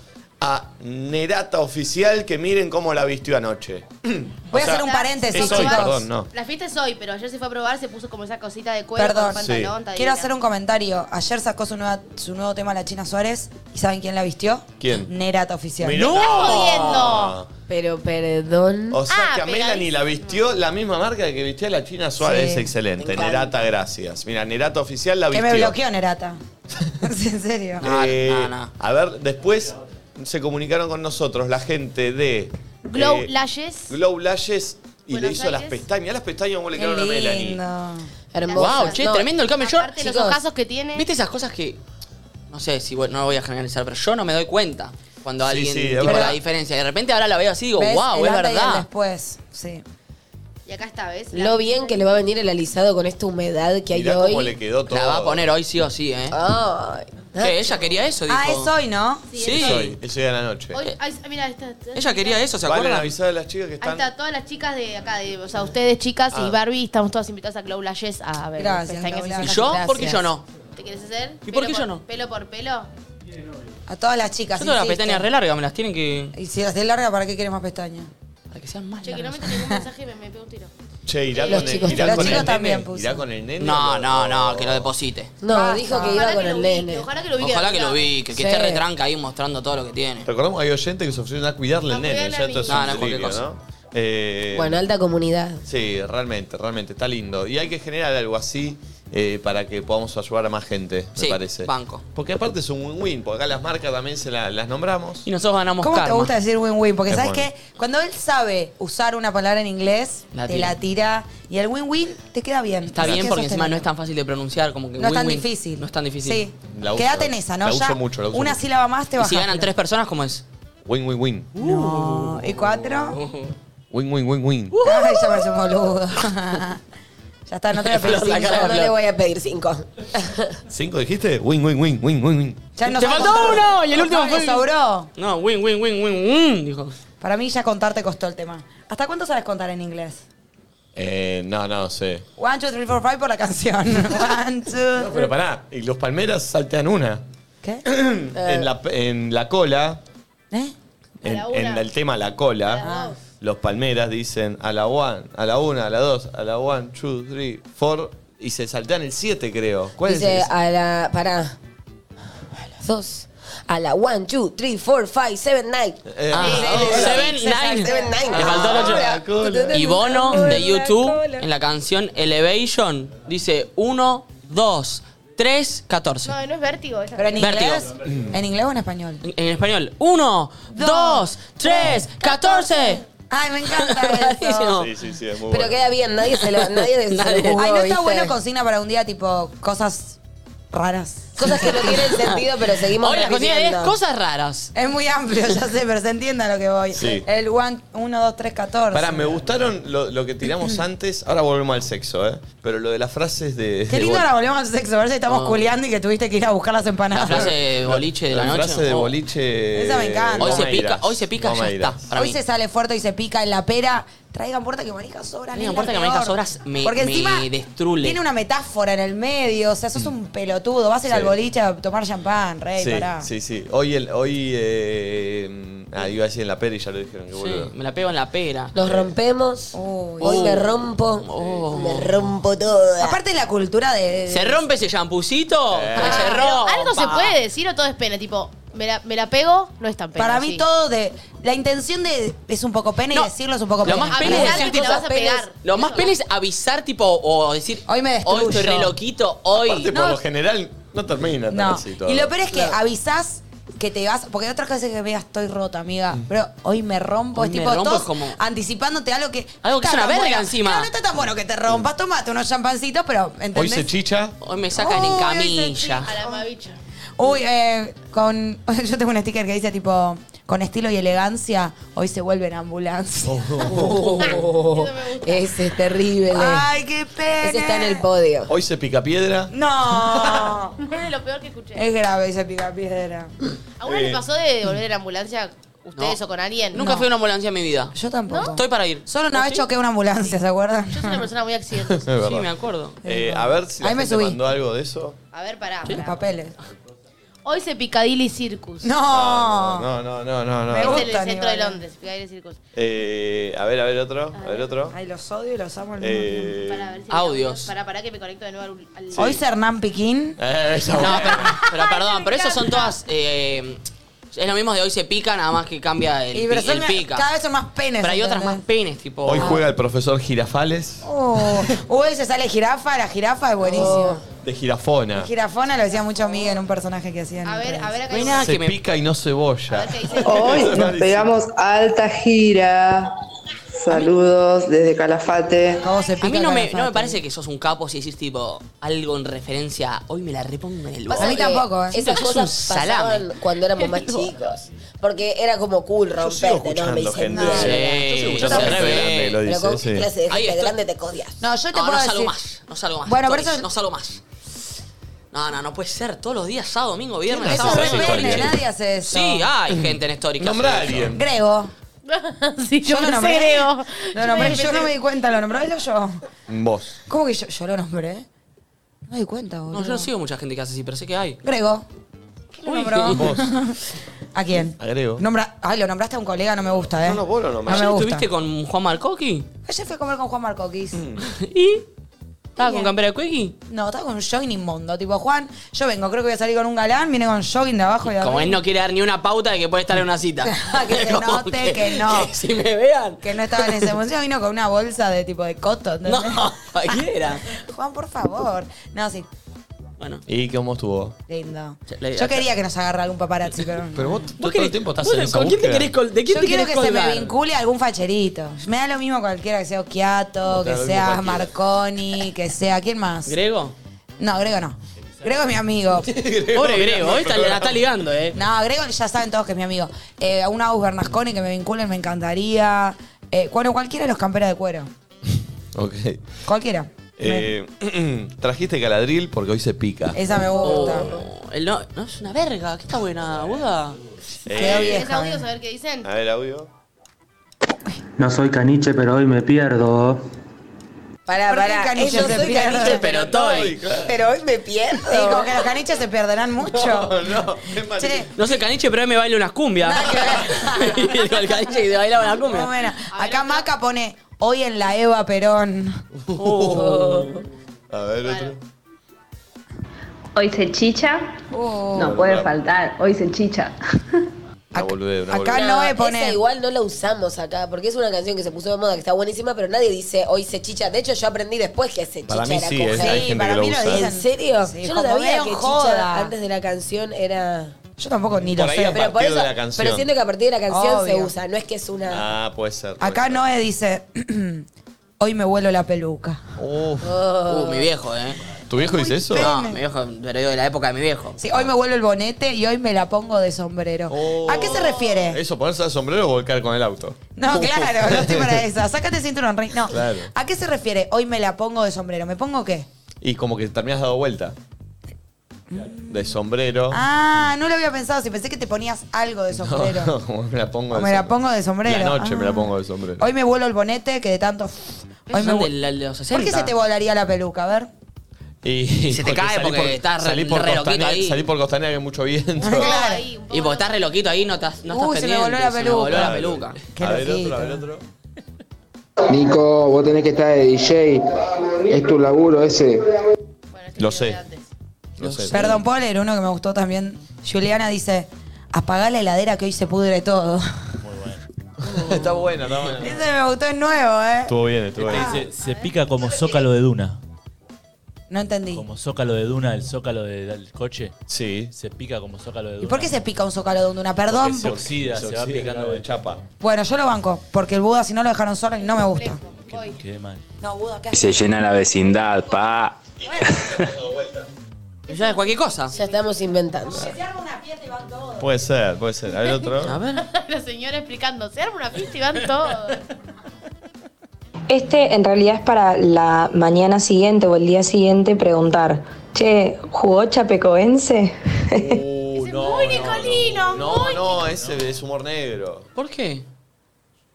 Speaker 1: a Nerata Oficial que miren cómo la vistió anoche.
Speaker 2: Voy
Speaker 1: O
Speaker 2: a
Speaker 1: sea,
Speaker 2: hacer un paréntesis,
Speaker 1: es hoy,
Speaker 2: chicos.
Speaker 1: perdón, no.
Speaker 5: La fiesta es hoy, pero ayer se fue a probar, se puso como esa cosita de cuero
Speaker 2: Perdón.
Speaker 5: con pantalón. está
Speaker 2: Quiero
Speaker 5: divina.
Speaker 2: hacer un comentario. Ayer sacó su, nueva, su nuevo tema la China Suárez. ¿Y saben quién la vistió?
Speaker 1: ¿Quién?
Speaker 2: Nerata Oficial.
Speaker 1: Mirá.
Speaker 5: ¡No! ¡Estás jodiendo!
Speaker 3: Pero perdón.
Speaker 1: O sea
Speaker 5: Ah,
Speaker 1: que a
Speaker 5: pegadísimo.
Speaker 1: Melanie la vistió la misma marca que vistía la China Suárez.
Speaker 2: Sí.
Speaker 1: Es excelente.
Speaker 3: Me encanta.
Speaker 1: Nerata, gracias. Mira, Nerata Oficial la
Speaker 2: que
Speaker 1: vistió.
Speaker 2: me bloqueó Nerata. Sí, en serio.
Speaker 4: No,
Speaker 1: Eh,
Speaker 4: no, no.
Speaker 1: A ver, después se comunicaron con nosotros la gente de
Speaker 5: Glow
Speaker 1: eh,
Speaker 5: Lashes.
Speaker 1: Glow Lashes y le
Speaker 5: Buenos
Speaker 1: hizo las
Speaker 5: Aires.
Speaker 1: pestañas. Las pestañas como le
Speaker 2: Qué
Speaker 1: quedaron a Melanie.
Speaker 2: lindo.
Speaker 4: Wow, che,
Speaker 3: No,
Speaker 4: tremendo el cambio. Yo,
Speaker 5: Aparte los
Speaker 3: chicos,
Speaker 5: ojazos que tiene.
Speaker 4: ¿Viste esas cosas que.? No sé si bueno, no lo voy a generalizar, pero yo no me doy cuenta cuando
Speaker 1: Sí,
Speaker 4: alguien.
Speaker 1: sí, es
Speaker 4: tipo,
Speaker 1: verdad.
Speaker 4: la diferencia. De repente ahora la veo así y digo,
Speaker 2: ¿Ves?
Speaker 4: wow,
Speaker 2: El
Speaker 4: es
Speaker 2: antes y el
Speaker 4: verdad.
Speaker 2: después, sí.
Speaker 5: Y acá está, ¿ves? La-
Speaker 3: Lo bien que le va a venir el alisado con esta humedad que hay
Speaker 1: Mirá
Speaker 3: hoy.
Speaker 1: cómo le quedó todo.
Speaker 4: La va a poner hoy sí o sí, ¿eh?
Speaker 3: Ay.
Speaker 4: Que ella quería eso, dijo.
Speaker 2: Ah, es hoy, ¿no?
Speaker 5: Sí,
Speaker 4: Sí. Eh,
Speaker 5: es hoy.
Speaker 1: Hoy, ese día de la noche.
Speaker 5: Hoy- ay, mira, ahí está, está-
Speaker 4: Ella quería eso, ¿se
Speaker 1: Valen
Speaker 4: acuerdan?
Speaker 1: avisar a las chicas que
Speaker 5: Ahí
Speaker 1: están.
Speaker 5: está, todas las chicas de acá, de, o sea, ustedes chicas
Speaker 1: Ah.
Speaker 5: y Barbie, estamos todas invitadas a Glow Lashes a ver este
Speaker 2: Gracias,
Speaker 5: pestañas
Speaker 2: Glow
Speaker 5: y
Speaker 4: ¿Y
Speaker 2: Lashes.
Speaker 5: cejas.
Speaker 4: yo? ¿Por qué
Speaker 2: Gracias.
Speaker 4: yo no?
Speaker 5: ¿Te quieres hacer?
Speaker 4: ¿Y
Speaker 5: ¿Pelo
Speaker 4: por qué yo no?
Speaker 5: ¿Pelo por pelo?
Speaker 2: A todas las chicas.
Speaker 4: Yo tengo las
Speaker 2: insisto.
Speaker 4: pestañas re largas, me las tienen que.
Speaker 2: Y si las de larga, ¿para qué quieres más pestañas?
Speaker 4: Para que sean más
Speaker 5: Che, que no
Speaker 4: largas.
Speaker 5: mete ningún mensaje y me, me pego un tiro.
Speaker 1: Che, irá
Speaker 3: Los
Speaker 1: con
Speaker 3: chicos
Speaker 1: el, irá
Speaker 2: también.
Speaker 1: con
Speaker 2: Los
Speaker 1: el
Speaker 2: chicos también
Speaker 1: nene.
Speaker 2: puso.
Speaker 1: Irá con el nene.
Speaker 4: No,
Speaker 1: o-
Speaker 4: no, no, que lo deposite.
Speaker 3: No,
Speaker 2: Basta.
Speaker 3: dijo que iba con
Speaker 5: que lo
Speaker 3: el
Speaker 5: ubique,
Speaker 3: nene.
Speaker 5: Ojalá que lo ubique.
Speaker 4: Ojalá que
Speaker 5: la
Speaker 4: lo
Speaker 5: verdad.
Speaker 4: vi, que, que
Speaker 3: Sí.
Speaker 4: esté retranca ahí mostrando todo lo que tiene.
Speaker 1: Recordemos que hay oyentes que se ofrecieron a cuidarle
Speaker 5: A
Speaker 1: al nene.
Speaker 5: cuidarle
Speaker 1: ya
Speaker 5: al
Speaker 1: esto es
Speaker 4: niño.
Speaker 1: un
Speaker 4: No, no, cualquier
Speaker 1: delirio,
Speaker 4: cosa.
Speaker 1: ¿no? Eh,
Speaker 3: Bueno, alta comunidad.
Speaker 1: Sí, realmente, realmente, está lindo. Y hay que generar algo así eh, para que podamos ayudar a más gente,
Speaker 4: Sí,
Speaker 1: me parece.
Speaker 4: banco.
Speaker 1: Porque aparte es un win-win, porque acá las marcas también se la- las nombramos.
Speaker 4: Y nosotros ganamos
Speaker 2: ¿Cómo te
Speaker 4: karma.
Speaker 2: gusta decir win-win? Porque
Speaker 1: Es
Speaker 2: sabes
Speaker 1: bueno.
Speaker 2: que cuando él sabe usar una palabra en inglés,
Speaker 4: La
Speaker 2: te
Speaker 4: tira.
Speaker 2: la tira y el win-win te queda bien.
Speaker 4: Está
Speaker 2: Así
Speaker 4: bien
Speaker 2: que
Speaker 4: porque
Speaker 2: eso
Speaker 4: encima no es
Speaker 2: lindo.
Speaker 4: tan fácil de pronunciar, como que
Speaker 2: No es tan
Speaker 4: win-win.
Speaker 2: difícil.
Speaker 4: No es tan difícil.
Speaker 2: Sí.
Speaker 1: La uso,
Speaker 2: Quédate en esa, ¿no?
Speaker 1: la
Speaker 2: Ya
Speaker 1: uso mucho, la uso
Speaker 2: una
Speaker 1: mucho.
Speaker 2: sílaba más te
Speaker 4: Y
Speaker 2: bajas.
Speaker 4: si ganan tres personas, ¿cómo es?
Speaker 1: Win-win-win.
Speaker 2: No. ¿Y cuatro?
Speaker 1: Win-win-win-win.
Speaker 2: Ay, ya parece un boludo. ya está, no te voy a pedir
Speaker 3: Flor, la
Speaker 2: cinco.
Speaker 3: cara de
Speaker 2: no le
Speaker 3: Flor.
Speaker 2: voy-
Speaker 3: voy a pedir cinco.
Speaker 1: ¿Cinco dijiste? Win-win-win-win-win-win.
Speaker 2: Ya nos
Speaker 4: ¡Te
Speaker 2: han
Speaker 4: faltó
Speaker 2: contado.
Speaker 4: uno! Y el
Speaker 2: Nos
Speaker 4: último
Speaker 2: han-
Speaker 4: fue-
Speaker 2: sobró.
Speaker 4: No, win, win, win, win, win, dijo.
Speaker 2: Para mí ya contarte costó el tema. ¿Hasta cuánto sabes contar en inglés?
Speaker 1: Eh, no, no, sé.
Speaker 2: One, two, three, four, five por la canción. One, two.
Speaker 1: Pero pará, y los palmeras saltean una.
Speaker 2: Eh. ¿Qué?
Speaker 4: Eh,
Speaker 1: en, la, en la cola,
Speaker 2: ¿Eh?
Speaker 1: en,
Speaker 5: la una.
Speaker 1: en el tema la
Speaker 2: Ah.
Speaker 1: cola, los palmeras dicen a la one, a la una, a la dos, a la one, two, three, four, y se saltean el siete, creo. ¿Cuál es el
Speaker 3: Dice
Speaker 1: que se-
Speaker 3: a la. Para. A las dos. A la one, two, three, four, five, seven, nine.
Speaker 1: Eh,
Speaker 4: Ah, Seven, nine.
Speaker 3: Seven, nine. Ah,
Speaker 4: Le faltó el ocho.
Speaker 1: la cola.
Speaker 4: Y Bono
Speaker 3: Hola,
Speaker 4: de YouTube
Speaker 3: hola.
Speaker 4: en la canción Elevation dice 1, 2, 3, 14.
Speaker 5: No, no es vértigo. esa-
Speaker 2: ¿Pero en
Speaker 4: Vértigo.
Speaker 2: inglés? ¿En inglés o en español?
Speaker 4: En, en español, 1,
Speaker 2: Dos,
Speaker 4: 2, 3, 14.
Speaker 2: Ay, me encanta eso.
Speaker 4: Rarísimo.
Speaker 1: Sí, sí, sí, es muy
Speaker 3: Pero
Speaker 1: bueno.
Speaker 3: queda bien, nadie se lo. Nadie se lo
Speaker 4: Nadie.
Speaker 3: jugó,
Speaker 2: Ay, no está
Speaker 3: ¿viste?
Speaker 2: bueno consigna para un día tipo cosas raras.
Speaker 3: Cosas que no tienen sentido, pero seguimos
Speaker 4: Hoy la cocina es
Speaker 3: repitiendo.
Speaker 4: cosas raras.
Speaker 2: Es muy amplio, ya sé, pero se entienda lo que voy.
Speaker 1: Sí.
Speaker 2: El 1, 2, 3, 14.
Speaker 1: Pará, me gustaron lo, lo que tiramos antes. Ahora volvemos al sexo, ¿eh? Pero lo de las frases de.
Speaker 2: Qué
Speaker 1: de
Speaker 2: lindo
Speaker 1: bol-
Speaker 2: ahora volvemos al sexo, a ver si estamos
Speaker 4: Ah.
Speaker 2: culeando y que tuviste que ir a buscar las empanadas.
Speaker 4: La frase de boliche de la, noche.
Speaker 1: frase de
Speaker 4: oh.
Speaker 1: boliche.
Speaker 2: Esa me encanta.
Speaker 4: Hoy se
Speaker 1: Mameiras.
Speaker 4: pica, hoy se pica, ya
Speaker 1: Mameiras.
Speaker 4: está. para
Speaker 2: Hoy
Speaker 4: mí.
Speaker 2: se sale fuerte y se pica en la pera. Traigan puerta que maneja sobras.
Speaker 4: Traigan
Speaker 2: es la
Speaker 4: puerta que
Speaker 2: peor.
Speaker 4: maneja sobras, me-
Speaker 2: Porque
Speaker 4: me
Speaker 2: encima
Speaker 4: destrule.
Speaker 2: Tiene una metáfora en el medio. O sea, sos un pelotudo. Vas a ir
Speaker 1: Sí.
Speaker 2: al boliche a tomar champán, rey,
Speaker 1: Sí,
Speaker 2: pará.
Speaker 1: sí, sí. Hoy, el, hoy eh, ah, iba a decir en la peli y ya lo dijeron, qué
Speaker 4: Sí,
Speaker 1: boludo.
Speaker 4: me la pego en la pera.
Speaker 3: Nos rompemos.
Speaker 2: Uy.
Speaker 3: Hoy me
Speaker 4: Oh.
Speaker 3: rompo.
Speaker 4: Oh.
Speaker 3: Me rompo toda.
Speaker 2: Aparte la cultura de.
Speaker 4: ¿Se rompe ese champucito?
Speaker 2: Eh.
Speaker 5: Ah,
Speaker 4: Se
Speaker 5: pero
Speaker 4: rompa.
Speaker 5: Algo se puede decir o todo es pena. Tipo, me la, me la pego, no es tan pena.
Speaker 2: Para mí
Speaker 5: sí.
Speaker 2: todo de. La intención de. Es un poco pena
Speaker 4: No.
Speaker 2: y decirlo es un poco
Speaker 4: Lo
Speaker 2: pena.
Speaker 4: más
Speaker 5: A
Speaker 4: pena es
Speaker 5: pesar
Speaker 4: decir
Speaker 5: de que la
Speaker 4: cosas
Speaker 5: vas a
Speaker 4: penes.
Speaker 5: pegar.
Speaker 4: Lo más pena es avisar, tipo, o decir.
Speaker 2: Hoy me destruyo.
Speaker 4: estoy re loquito, hoy.
Speaker 1: Aparte, por lo general, no termina tan
Speaker 2: No.
Speaker 1: así todo.
Speaker 2: Y lo peor es que avisás que te vas. Porque otras cosas que me digas, estoy rota, amiga.
Speaker 1: Mm.
Speaker 2: Pero hoy me rompo.
Speaker 4: Hoy
Speaker 2: es
Speaker 4: me
Speaker 2: tipo
Speaker 4: rompo,
Speaker 2: todos
Speaker 4: es como-
Speaker 2: anticipándote algo que.
Speaker 4: Algo que es
Speaker 2: está
Speaker 4: una
Speaker 2: tan
Speaker 4: verga
Speaker 2: bueno.
Speaker 4: encima.
Speaker 2: Claro, no está tan bueno que te rompas. Tomate unos champancitos, pero. ¿entendés?
Speaker 1: Hoy se chicha.
Speaker 4: Hoy me sacan en
Speaker 2: Uy, hoy se
Speaker 4: camilla.
Speaker 5: A la mabicha.
Speaker 2: Uy, eh, con. Yo tengo un sticker que dice tipo. Con estilo y elegancia, hoy se vuelve en ambulancia.
Speaker 3: Oh,
Speaker 5: Eso me gusta.
Speaker 3: ese es terrible.
Speaker 2: Ay, qué pena.
Speaker 3: ese está en el podio.
Speaker 1: Hoy se pica piedra.
Speaker 2: No.
Speaker 5: Es lo peor que escuché.
Speaker 2: es grave ese pica piedra.
Speaker 5: ¿A uno les pasó de volver a la ambulancia ustedes
Speaker 4: No.
Speaker 5: o con alguien?
Speaker 4: Nunca
Speaker 5: No.
Speaker 4: fui a una ambulancia en mi vida.
Speaker 2: Yo tampoco.
Speaker 4: Estoy para ir.
Speaker 2: Solo una vez choqué una ambulancia, ¿se acuerdan?
Speaker 5: Yo soy una persona muy
Speaker 1: Es
Speaker 5: accidentosa.
Speaker 1: verdad.
Speaker 4: Sí, me acuerdo.
Speaker 1: Eh, a ver si la
Speaker 2: Ahí me
Speaker 1: gente
Speaker 2: subí.
Speaker 1: mandó algo de eso.
Speaker 5: A ver, pará.
Speaker 2: Los
Speaker 5: pará.
Speaker 2: papeles.
Speaker 5: Hoy se Piccadilly Circus.
Speaker 2: No.
Speaker 1: No, no, no, no,
Speaker 2: Me
Speaker 5: Es
Speaker 1: no.
Speaker 2: gusta.
Speaker 5: el centro de
Speaker 2: Aníbal.
Speaker 5: Londres, Piccadilly Circus.
Speaker 1: Eh, a ver, a ver otro. A ver otro.
Speaker 2: Ay, los odio y los amo al mismo tiempo.
Speaker 1: Eh,
Speaker 5: Para ver si
Speaker 4: Audios.
Speaker 5: Para, para que me conecto de nuevo al. al-
Speaker 2: Hoy Hernán Piquín.
Speaker 1: eh, esa
Speaker 4: No,
Speaker 1: buena.
Speaker 4: pero, pero perdón, pero eso son todas. eh, es lo mismo de hoy se pica, nada más que cambia el,
Speaker 2: y pero
Speaker 4: pi-
Speaker 2: son-
Speaker 4: el pica.
Speaker 2: cada vez son más penes.
Speaker 4: pero hay otras más
Speaker 2: ¿entendés?
Speaker 4: penes, tipo.
Speaker 1: Hoy juega el profesor Girafales
Speaker 2: Oh, Uy, se sale jirafa, la jirafa es buenísima.
Speaker 5: Oh.
Speaker 1: de Girafona.
Speaker 2: La Jirafona lo decía mucho Miguel en un personaje que hacía. en
Speaker 5: A ver, a ver acá.
Speaker 4: Buena.
Speaker 1: Se
Speaker 4: que me-
Speaker 1: pica y no
Speaker 5: A ver
Speaker 1: cebolla.
Speaker 5: qué dice.
Speaker 7: Hoy nos pegamos alta gira. Saludos desde Calafate.
Speaker 2: Cabo se pica
Speaker 4: A mí no me,
Speaker 2: Calafate.
Speaker 4: no me parece que sos un capo si decís tipo algo en referencia a hoy me la repongo en el
Speaker 2: Pasa A mí
Speaker 4: bote.
Speaker 3: que
Speaker 2: tampoco, ¿eh?
Speaker 3: Esas
Speaker 4: Sos un
Speaker 3: cosas pasaban
Speaker 4: salame.
Speaker 3: cuando éramos más chicos. Porque era como cool
Speaker 1: Yo sigo
Speaker 3: romperte, ¿no? Me
Speaker 1: escuchando
Speaker 3: dicen,
Speaker 1: gente. Yo
Speaker 4: Sí,
Speaker 3: no,
Speaker 1: sigo
Speaker 4: yo
Speaker 1: escuchando gente
Speaker 4: también.
Speaker 1: grande que lo
Speaker 3: Pero
Speaker 1: dice.
Speaker 3: con
Speaker 1: sí.
Speaker 3: qué clase de
Speaker 4: Ahí
Speaker 3: gente
Speaker 4: estoy.
Speaker 3: grande te codias.
Speaker 2: No, yo te
Speaker 4: no,
Speaker 2: puedo
Speaker 4: no
Speaker 2: decir.
Speaker 4: salgo más, no salgo más.
Speaker 2: Bueno, pero
Speaker 4: Toris,
Speaker 2: eso-
Speaker 4: No salgo más. No, no, no puede ser. Todos los días, sábado, domingo, viernes,
Speaker 1: Eso
Speaker 4: sábado.
Speaker 1: es
Speaker 2: re
Speaker 1: Story,
Speaker 4: domingo.
Speaker 2: pene,
Speaker 1: sí.
Speaker 2: nadie hace eso.
Speaker 4: Sí, hay gente en Story que
Speaker 1: Nombra a
Speaker 4: hace eso.
Speaker 1: alguien.
Speaker 2: Grego.
Speaker 5: sí, yo,
Speaker 2: lo
Speaker 5: no
Speaker 2: nombré.
Speaker 5: creo.
Speaker 2: Lo nombré, yo no me di cuenta, lo nombré él o yo.
Speaker 1: Vos.
Speaker 2: ¿Cómo que yo, yo lo nombré? No me di cuenta, boludo.
Speaker 4: No, yo no sigo mucha gente que hace así, pero sé que hay.
Speaker 2: Grego. ¿Quién lo nombró?
Speaker 1: Vos.
Speaker 2: ¿A quién?
Speaker 1: A Grego.
Speaker 2: Nombra- Ay, lo nombraste a un colega, no me gusta, ¿eh?
Speaker 1: No, no, vos lo nombraste.
Speaker 2: No me
Speaker 4: ¿Ayer
Speaker 2: gusta.
Speaker 4: estuviste con Juan Marcoqui?
Speaker 2: Ayer fui a comer con Juan Marcoquis.
Speaker 1: Mm,
Speaker 4: ¿Y? ¿Estaba
Speaker 2: Bien.
Speaker 4: con campera de Cuequi?
Speaker 2: No, estaba con un jogging inmundo. Tipo, Juan, yo vengo, creo que voy a salir con un galán, viene con jogging de abajo y de
Speaker 4: Como
Speaker 2: arriba.
Speaker 4: él no quiere dar ni una pauta de que puede estar en una cita.
Speaker 2: Que se
Speaker 4: Como
Speaker 2: note que no.
Speaker 4: que si me vean.
Speaker 2: Que no estaba en ese museo, vino con una bolsa de tipo de coto. ¿entendés?
Speaker 4: No, cualquiera.
Speaker 2: Juan, por favor. No, sí,
Speaker 4: Bueno.
Speaker 1: ¿Y cómo estuvo?
Speaker 2: lindo.
Speaker 4: Sí, la idea
Speaker 2: Yo
Speaker 4: está-
Speaker 2: quería que nos agarra algún paparazzi, pero...
Speaker 1: Eh, Pero vos, todo
Speaker 4: querés-
Speaker 1: el tiempo estás
Speaker 4: vos
Speaker 1: en esa
Speaker 4: ¿Con quién te
Speaker 1: búsqueda.
Speaker 4: querés col- ¿De quién
Speaker 2: Yo
Speaker 4: te
Speaker 2: quiero
Speaker 4: querés
Speaker 2: que se
Speaker 4: colgar?
Speaker 2: me vincule algún facherito. Me da lo mismo cualquiera, que sea Occhiato,
Speaker 1: No, te da lo
Speaker 2: que
Speaker 1: mismo
Speaker 2: sea
Speaker 1: cualquiera.
Speaker 2: Marconi, que sea... ¿Quién más?
Speaker 4: ¿Grego?
Speaker 2: no, Grego no. Grego es mi amigo.
Speaker 4: Pobre Grego, hoy está- la está ligando, ¿eh?
Speaker 2: No, Grego ya saben todos que es mi amigo. Eh, a un Agus Bernasconi que me vinculen me encantaría. Eh, bueno, cualquiera de los camperos de cuero.
Speaker 1: Ok.
Speaker 2: Cualquiera.
Speaker 1: Eh, trajiste caladril porque hoy se pica.
Speaker 2: Me- esa me gusta.
Speaker 4: Oh, el no, no es una verga, que está buena, Buda.
Speaker 2: Quedó
Speaker 1: Eh,
Speaker 5: Es
Speaker 2: vieja.
Speaker 5: audio,
Speaker 2: eh.
Speaker 5: a ver qué dicen.
Speaker 1: A ver, audio.
Speaker 8: No soy caniche, pero hoy me pierdo.
Speaker 3: Pará,
Speaker 2: ¿Por qué
Speaker 3: pará.
Speaker 2: caniche
Speaker 3: Yo
Speaker 2: se
Speaker 3: soy
Speaker 2: pierde?
Speaker 3: caniche, pero,
Speaker 4: Pero estoy.
Speaker 3: pero hoy me
Speaker 2: Sí, como
Speaker 3: pierdo.
Speaker 2: que los caniches se perderán mucho.
Speaker 1: no, es
Speaker 2: Che,
Speaker 4: No sé caniche, pero hoy me baila unas cumbias. el caniche que te baila una
Speaker 2: muy
Speaker 4: cumbia.
Speaker 2: buena. Acá Maca pone hoy en la Eva Perón.
Speaker 1: A ver, otro.
Speaker 9: Hoy se chicha.
Speaker 2: Oh.
Speaker 9: No puede faltar, hoy se chicha.
Speaker 1: Una boludez, una
Speaker 2: acá
Speaker 1: boludez.
Speaker 2: no
Speaker 3: esa
Speaker 2: es poner.
Speaker 3: igual no la usamos acá, porque es una canción que se puso de moda, que está buenísima, pero nadie dice hoy se chicha. De hecho, yo aprendí después que se
Speaker 1: Para
Speaker 3: chicha
Speaker 1: mí
Speaker 3: era
Speaker 1: sí,
Speaker 3: coger.
Speaker 1: es- hay gente
Speaker 2: para
Speaker 1: que lo
Speaker 2: mí lo
Speaker 1: usa.
Speaker 2: dicen.
Speaker 3: ¿En serio?
Speaker 2: Sí,
Speaker 3: yo no
Speaker 2: como
Speaker 3: sabía
Speaker 2: medio
Speaker 3: que
Speaker 2: en
Speaker 3: chicha
Speaker 2: joda.
Speaker 3: antes de la canción era...
Speaker 2: Yo tampoco ni
Speaker 1: Por
Speaker 2: lo
Speaker 1: ahí
Speaker 2: sé.
Speaker 1: a
Speaker 2: pero-
Speaker 1: partir de la canción.
Speaker 3: pero siento que a partir de la canción se
Speaker 2: Obvio.
Speaker 3: usa, no es que es una...
Speaker 1: Ah, puede ser. puede
Speaker 2: acá
Speaker 1: ser.
Speaker 2: Noé dice hoy me vuelo la peluca.
Speaker 1: Uf,
Speaker 2: Ah.
Speaker 4: Uh, mi viejo, ¿eh?
Speaker 1: ¿Tu Uh, viejo dice eso?
Speaker 4: No, mi viejo, pero digo de la época de mi viejo.
Speaker 2: Sí, oh, hoy me vuelvo el bonete y hoy me la pongo de sombrero.
Speaker 1: Oh.
Speaker 2: ¿A qué se refiere?
Speaker 1: Eso, ponerse el sombrero o volcar con el auto.
Speaker 2: No, claro, no estoy para esa. Sácate el cinturón, Rey. No.
Speaker 1: Uh. Claro.
Speaker 2: ¿A qué se refiere? Hoy me la pongo de sombrero. ¿Me pongo qué?
Speaker 1: Y como que terminas dado vuelta. De sombrero.
Speaker 2: Ah, no lo había pensado. Si pensé que te ponías algo de sombrero.
Speaker 1: No, como me la pongo
Speaker 2: O
Speaker 1: de
Speaker 2: me la
Speaker 1: sombrero.
Speaker 2: pongo de sombrero.
Speaker 1: La noche me la
Speaker 2: Ah.
Speaker 1: pongo de sombrero.
Speaker 2: Hoy me vuelo el bonete que de tanto. Hoy
Speaker 4: Esos
Speaker 2: me
Speaker 4: son
Speaker 2: vu-
Speaker 4: de la- de los
Speaker 2: ¿Por qué
Speaker 4: 60.
Speaker 2: se te volaría la peluca? A ver.
Speaker 1: y
Speaker 4: se te cae
Speaker 1: salí
Speaker 4: porque estás re-
Speaker 1: salí por
Speaker 4: re loquito
Speaker 1: costanera,
Speaker 4: ahí.
Speaker 1: Salí por costanera que hay mucho viento.
Speaker 2: Claro.
Speaker 5: Ahí, un poco
Speaker 4: Y porque estás re loquito ahí, no estás, no estás
Speaker 2: Uy, se me
Speaker 4: pendiente,
Speaker 2: voló la
Speaker 4: se me
Speaker 2: peluca.
Speaker 4: voló la peluca.
Speaker 2: Qué
Speaker 1: a ver
Speaker 2: loquito.
Speaker 1: otro, a ver otro.
Speaker 8: Nico, vos tenés que estar de DJ. Es tu laburo ese.
Speaker 5: Bueno, este
Speaker 1: Lo
Speaker 5: video de
Speaker 1: sé.
Speaker 5: antes.
Speaker 1: No sé.
Speaker 2: Perdón, ¿puedo leer uno que me gustó también? Juliana dice: Apagá la heladera que hoy se pudre todo.
Speaker 1: está bueno, está bueno.
Speaker 2: Ese me gustó, es nuevo, ¿eh?
Speaker 1: Estuvo bien, estuvo
Speaker 10: Se,
Speaker 1: bien.
Speaker 10: se pica como zócalo de duna.
Speaker 2: No entendí.
Speaker 10: Como zócalo de duna, el zócalo de- del coche.
Speaker 1: Sí.
Speaker 10: Se pica como zócalo de duna.
Speaker 2: ¿Y por qué se pica un zócalo de un duna? Perdón.
Speaker 10: Porque se oxida, se, va picando
Speaker 1: de
Speaker 10: de
Speaker 1: chapa.
Speaker 2: Bueno, yo lo banco, porque el Buda si no lo dejaron solo y no me gusta.
Speaker 5: Voy.
Speaker 10: Qué mal.
Speaker 2: No, Buda, ¿qué
Speaker 8: Se llena la vecindad, pa.
Speaker 4: Y ya es cualquier cosa.
Speaker 3: Ya estamos inventando.
Speaker 1: Puede ser, puede ser. A ver
Speaker 4: A
Speaker 1: otro.
Speaker 4: ver.
Speaker 5: La señora explicando, se arma una fiesta y van todos.
Speaker 9: Este en realidad es para la mañana siguiente o el día siguiente preguntar, che, ¿jugó Chapecoense?
Speaker 1: Uh,
Speaker 5: Ese muy nicolino,
Speaker 1: no,
Speaker 5: muy
Speaker 1: no, ese es humor negro.
Speaker 4: ¿Por qué?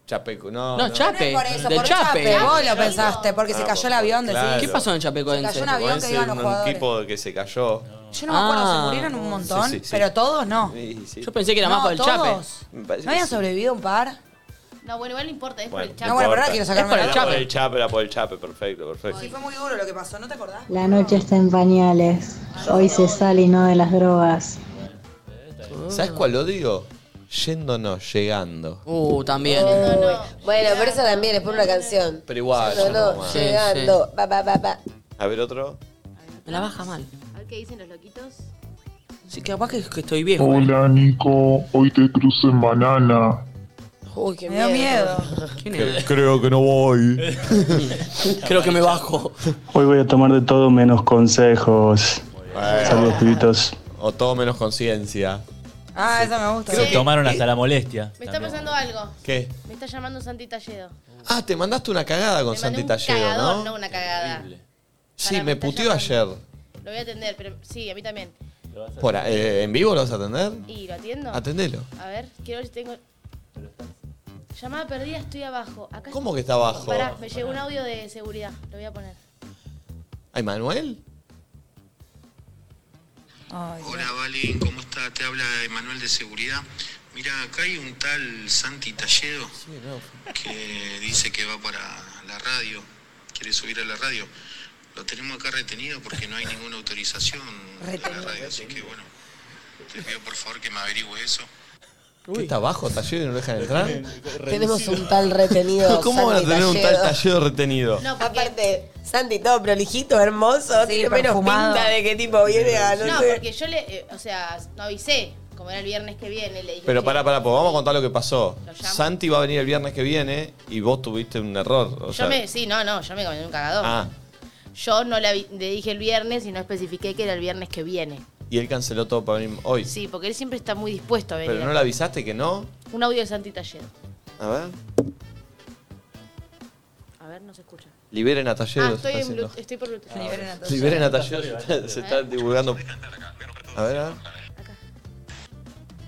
Speaker 1: Chapeco, no.
Speaker 4: No,
Speaker 2: No es
Speaker 4: Chape.
Speaker 2: por eso,
Speaker 4: del
Speaker 2: por Chape.
Speaker 4: Chape.
Speaker 2: Vos lo pensaste, porque se
Speaker 1: Ah,
Speaker 2: cayó el avión, decís.
Speaker 1: claro.
Speaker 4: ¿Qué pasó en Chapecoense?
Speaker 2: Se cayó un avión.
Speaker 1: Chapecoense,
Speaker 2: que iban los
Speaker 1: un,
Speaker 2: jugadores.
Speaker 1: tipo que se cayó.
Speaker 2: Yo no me acuerdo, se
Speaker 4: Ah.
Speaker 2: murieron un montón,
Speaker 1: Sí, sí, sí.
Speaker 2: pero todos no.
Speaker 1: Sí, sí.
Speaker 4: Yo pensé que era
Speaker 2: no,
Speaker 4: más por el Chape.
Speaker 2: todos.
Speaker 1: Me parece
Speaker 2: ¿No habían
Speaker 1: que sí.
Speaker 2: sobrevivido un par?
Speaker 5: No, bueno, igual no importa, es
Speaker 1: Bueno,
Speaker 5: por el
Speaker 2: no,
Speaker 5: chat.
Speaker 2: bueno, pero
Speaker 1: importa.
Speaker 2: ahora quiero
Speaker 4: Es por
Speaker 2: sacarme
Speaker 4: el
Speaker 2: la-
Speaker 1: Era
Speaker 4: Chape.
Speaker 1: por el chape, era por el chape, perfecto, perfecto.
Speaker 2: Sí, fue muy duro lo que pasó, ¿no te acordás?
Speaker 9: La noche está en pañales. Hoy se sale y no de las drogas.
Speaker 1: ¿Sabes cuál odio? Yéndonos, llegando.
Speaker 4: Uh, también.
Speaker 3: Bueno, pero eso también es por una canción.
Speaker 1: Pero igual,
Speaker 3: No,
Speaker 1: yo no,
Speaker 3: no,
Speaker 1: más.
Speaker 4: Sí,
Speaker 3: llegando. Va, va, va, va.
Speaker 1: A ver otro.
Speaker 4: Me la baja mal.
Speaker 5: A ver qué dicen los loquitos.
Speaker 4: Sí, capaz que, que estoy viejo. eh.
Speaker 8: Hola, Nico. Hoy te cruzo en banana.
Speaker 3: Uy, qué
Speaker 2: Me dio
Speaker 3: miedo.
Speaker 2: miedo.
Speaker 4: ¿Quién es?
Speaker 1: Creo que no voy.
Speaker 4: Creo que me bajo.
Speaker 8: Hoy voy a tomar de todo menos consejos. Saludos, pibitos.
Speaker 1: O todo menos conciencia.
Speaker 2: Ah, eso me gusta.
Speaker 10: Se tomaron
Speaker 5: eh,
Speaker 10: hasta la molestia.
Speaker 5: Me está
Speaker 10: también.
Speaker 5: pasando algo.
Speaker 1: ¿Qué?
Speaker 5: Me está llamando Santi Talledo.
Speaker 1: Ah, te mandaste una cagada con
Speaker 5: Me mandé
Speaker 1: Santi
Speaker 5: un
Speaker 1: Talledo,
Speaker 5: cagador,
Speaker 1: ¿no?
Speaker 5: no una cagada.
Speaker 1: Sí,
Speaker 5: Pará,
Speaker 1: me
Speaker 5: está
Speaker 1: puteó ayer.
Speaker 5: llamando. Lo voy a atender, pero sí, a mí también.
Speaker 1: Por, eh, ¿En vivo lo vas a atender?
Speaker 5: ¿Y lo atiendo?
Speaker 1: Atendelo.
Speaker 5: A ver, quiero ver si tengo. Llamada perdida, estoy abajo. Acá
Speaker 1: ¿Cómo que está abajo?
Speaker 5: Pará, me llegó un audio de seguridad. Lo voy a poner.
Speaker 1: ¿Ay, Manuel?
Speaker 2: Ay,
Speaker 8: Hola, Valen, ¿cómo está? Te habla Emanuel de Seguridad. Mira, acá hay un tal Santi Talledo que dice que va para la radio, quiere subir a la radio. Lo tenemos acá retenido porque no hay ninguna autorización de la radio, así que bueno, te pido por favor que me averigüe eso.
Speaker 1: ¿Qué está abajo, Talledo, y no lo dejan entrar?
Speaker 3: Tenemos un tal retenido.
Speaker 1: ¿Cómo van a
Speaker 3: Santi
Speaker 1: tener un tal
Speaker 3: Talledo.
Speaker 1: Talledo retenido?
Speaker 5: No, porque,
Speaker 3: Aparte, Santi todo prolijito, hermoso,
Speaker 2: Sí,
Speaker 3: tiene menos
Speaker 2: perfumado.
Speaker 3: pinta de que tipo viene a no,
Speaker 5: no,
Speaker 3: sé.
Speaker 5: porque yo le. eh, o sea, no avisé. Como era el viernes que viene, le dije.
Speaker 1: Pero
Speaker 5: che,
Speaker 1: pará, pará, pues vamos a contar lo que pasó.
Speaker 5: Lo llamo.
Speaker 1: Santi va a venir el viernes que viene y vos tuviste un error. o
Speaker 5: Yo
Speaker 1: sea-
Speaker 5: me. Sí, no, no, yo me comí un cagador.
Speaker 1: Ah,
Speaker 5: Yo no le, avi- le dije el viernes y no especifiqué que era el viernes que viene.
Speaker 1: y él canceló todo para venir hoy.
Speaker 5: Sí, porque él siempre está muy dispuesto a venir.
Speaker 1: Pero no le avisaste que no.
Speaker 5: Un audio de Santi Talledo.
Speaker 1: A ver.
Speaker 5: A ver, no se escucha.
Speaker 1: Liberen a Talledo.
Speaker 5: ah,
Speaker 1: se está
Speaker 5: estoy, en
Speaker 1: haciendo.
Speaker 5: Bluetooth, estoy por Bluetooth.
Speaker 1: Liberen a Talledo. se está- Se está divulgando. A ver, ah, a ver.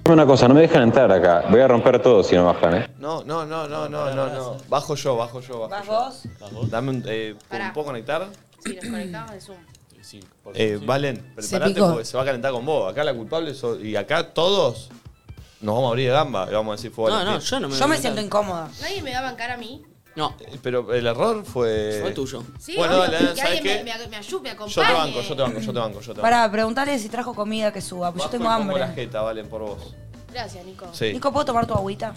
Speaker 8: Una cosa, no me dejan entrar acá. Voy a romper todo si no bajan, ¿eh?
Speaker 1: No, no, no, no, no, no, no. Bajo yo, bajo yo, bajo.
Speaker 2: ¿Vas vos? Eh,
Speaker 1: yo. Dame un. Eh,
Speaker 5: Pará.
Speaker 1: ¿Puedo conectar?
Speaker 5: Sí, nos conectamos de Zoom.
Speaker 1: Eh, Valen, preparate
Speaker 2: picó.
Speaker 1: porque se va a calentar con vos. Acá la culpable sos- y acá todos nos vamos a abrir de gamba y vamos a decir fue
Speaker 4: No, no,
Speaker 1: Valentín.
Speaker 4: yo no me
Speaker 2: Yo me
Speaker 4: voy a
Speaker 2: siento
Speaker 4: meter.
Speaker 2: incómoda.
Speaker 5: ¿Nadie me va a bancar a mí?
Speaker 4: No,
Speaker 1: Eh, Pero el error fue.
Speaker 4: fue tuyo.
Speaker 5: Sí,
Speaker 1: Bueno,
Speaker 5: obvio,
Speaker 1: dale,
Speaker 5: que
Speaker 1: dale, ¿sabes
Speaker 5: alguien me,
Speaker 1: qué?
Speaker 5: me- me ayude, me acompañe.
Speaker 1: Yo te banco, yo te banco, yo te banco, yo te banco.
Speaker 2: Para preguntarle si trajo comida que suba, pues
Speaker 1: Bajo
Speaker 2: yo
Speaker 1: y
Speaker 2: tengo
Speaker 1: pongo
Speaker 2: hambre.
Speaker 1: la jeta, Valen, por vos.
Speaker 5: Gracias, Nico.
Speaker 1: Sí.
Speaker 2: Nico, ¿puedo tomar tu agüita?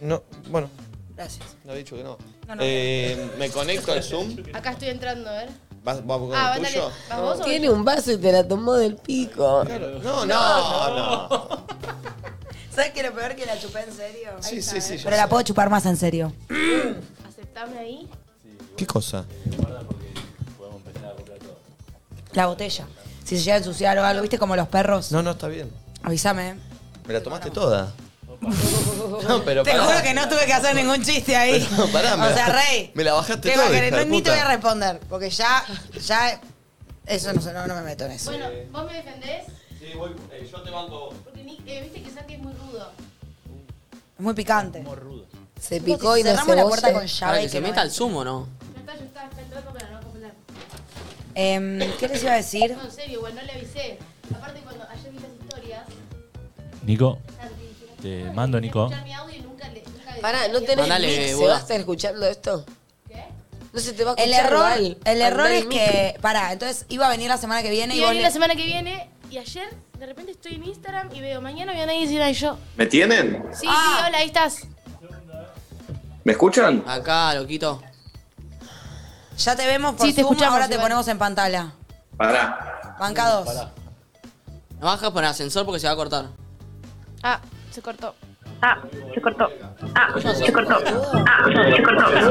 Speaker 1: No, bueno,
Speaker 2: Gracias.
Speaker 1: no he dicho que no.
Speaker 2: No, no.
Speaker 1: Eh, me conecto al Zoom.
Speaker 5: Acá estoy entrando, a ver.
Speaker 1: ¿Vas, vas con
Speaker 5: Ah, va,
Speaker 1: el
Speaker 5: dale.
Speaker 1: tuyo?
Speaker 5: ¿Vas vos o
Speaker 3: Tiene un vaso y te la tomó del pico.
Speaker 1: No, no, no.
Speaker 2: ¿Sabes qué lo peor que la chupé en serio? eh.
Speaker 1: Sí, sí, sí. ya
Speaker 2: Pero la puedo chupar más en serio.
Speaker 5: aceptame ahí?
Speaker 1: sé. ¿Qué cosa?
Speaker 2: La botella. Si se llega a ensuciar o algo, ¿viste? Como los perros.
Speaker 11: No, no, está bien.
Speaker 2: Avísame. ¿eh?
Speaker 11: Me la tomaste toda. No, pero
Speaker 2: Te
Speaker 11: pará.
Speaker 2: juro que no tuve que hacer ningún chiste ahí.
Speaker 11: Pero pará, me
Speaker 2: o sea,
Speaker 11: la-
Speaker 2: rey.
Speaker 11: Me la bajaste
Speaker 2: Te
Speaker 11: toda.
Speaker 2: que
Speaker 11: hija
Speaker 2: no,
Speaker 11: de
Speaker 2: ni te voy
Speaker 11: puta.
Speaker 2: a responder, porque ya, ya, eso no, sé, no, no me meto en eso.
Speaker 5: Bueno, ¿vos me defendés?
Speaker 12: Sí, voy, eh, yo te banco vos.
Speaker 5: Porque ni- eh, viste que Santi es muy rudo.
Speaker 2: Es muy picante.
Speaker 3: Se
Speaker 2: Tipo,
Speaker 3: picó
Speaker 2: si
Speaker 3: y no
Speaker 2: cerramos la
Speaker 3: cebolle.
Speaker 2: puerta con llave
Speaker 4: Para
Speaker 2: y
Speaker 4: que
Speaker 2: que
Speaker 4: se
Speaker 2: no
Speaker 4: meta
Speaker 2: es.
Speaker 4: el zumo, ¿no?
Speaker 5: Ya está, ya está, está el trato, pero no vamos a hablar.
Speaker 2: Em, ¿Qué les iba a decir?
Speaker 5: No, en serio, igual no le avisé. Aparte, cuando ayer vi las historias,
Speaker 13: Nico,
Speaker 5: Santi dije,
Speaker 13: te mando, Nico.
Speaker 5: escuchar mi audio y nunca le... Nunca le-
Speaker 3: Pará, ¿no tenés
Speaker 4: Mandale,
Speaker 3: mix? ¿Se
Speaker 4: Buda.
Speaker 3: va a estar escuchando esto?
Speaker 5: ¿Qué?
Speaker 3: No se te va a
Speaker 2: El
Speaker 3: escuchar
Speaker 2: error,
Speaker 3: mal.
Speaker 2: el error
Speaker 3: Andá
Speaker 2: es
Speaker 3: el
Speaker 2: que, pará, entonces iba a venir la semana que viene y,
Speaker 5: Y
Speaker 2: vos
Speaker 5: hoy
Speaker 2: le-
Speaker 5: la semana que viene, y ayer, de repente estoy en Instagram y veo, mañana viene a decir, y yo,
Speaker 1: ¿Me tienen?
Speaker 5: sí,
Speaker 2: Ah.
Speaker 5: sí, hola, ahí estás.
Speaker 1: ¿Me escuchan?
Speaker 4: Acá, loquito.
Speaker 2: ya te vemos por
Speaker 5: Sí, te
Speaker 2: Zoom,
Speaker 5: escuchamos,
Speaker 2: ahora te
Speaker 5: Iván.
Speaker 2: ponemos en pantalla.
Speaker 1: Pará.
Speaker 2: Banca dos.
Speaker 4: No bajas por el ascensor porque se va a cortar.
Speaker 5: Ah, se cortó.
Speaker 14: Ah, se cortó. Ah, se cortó. Ah, se cortó.
Speaker 4: ¿Qué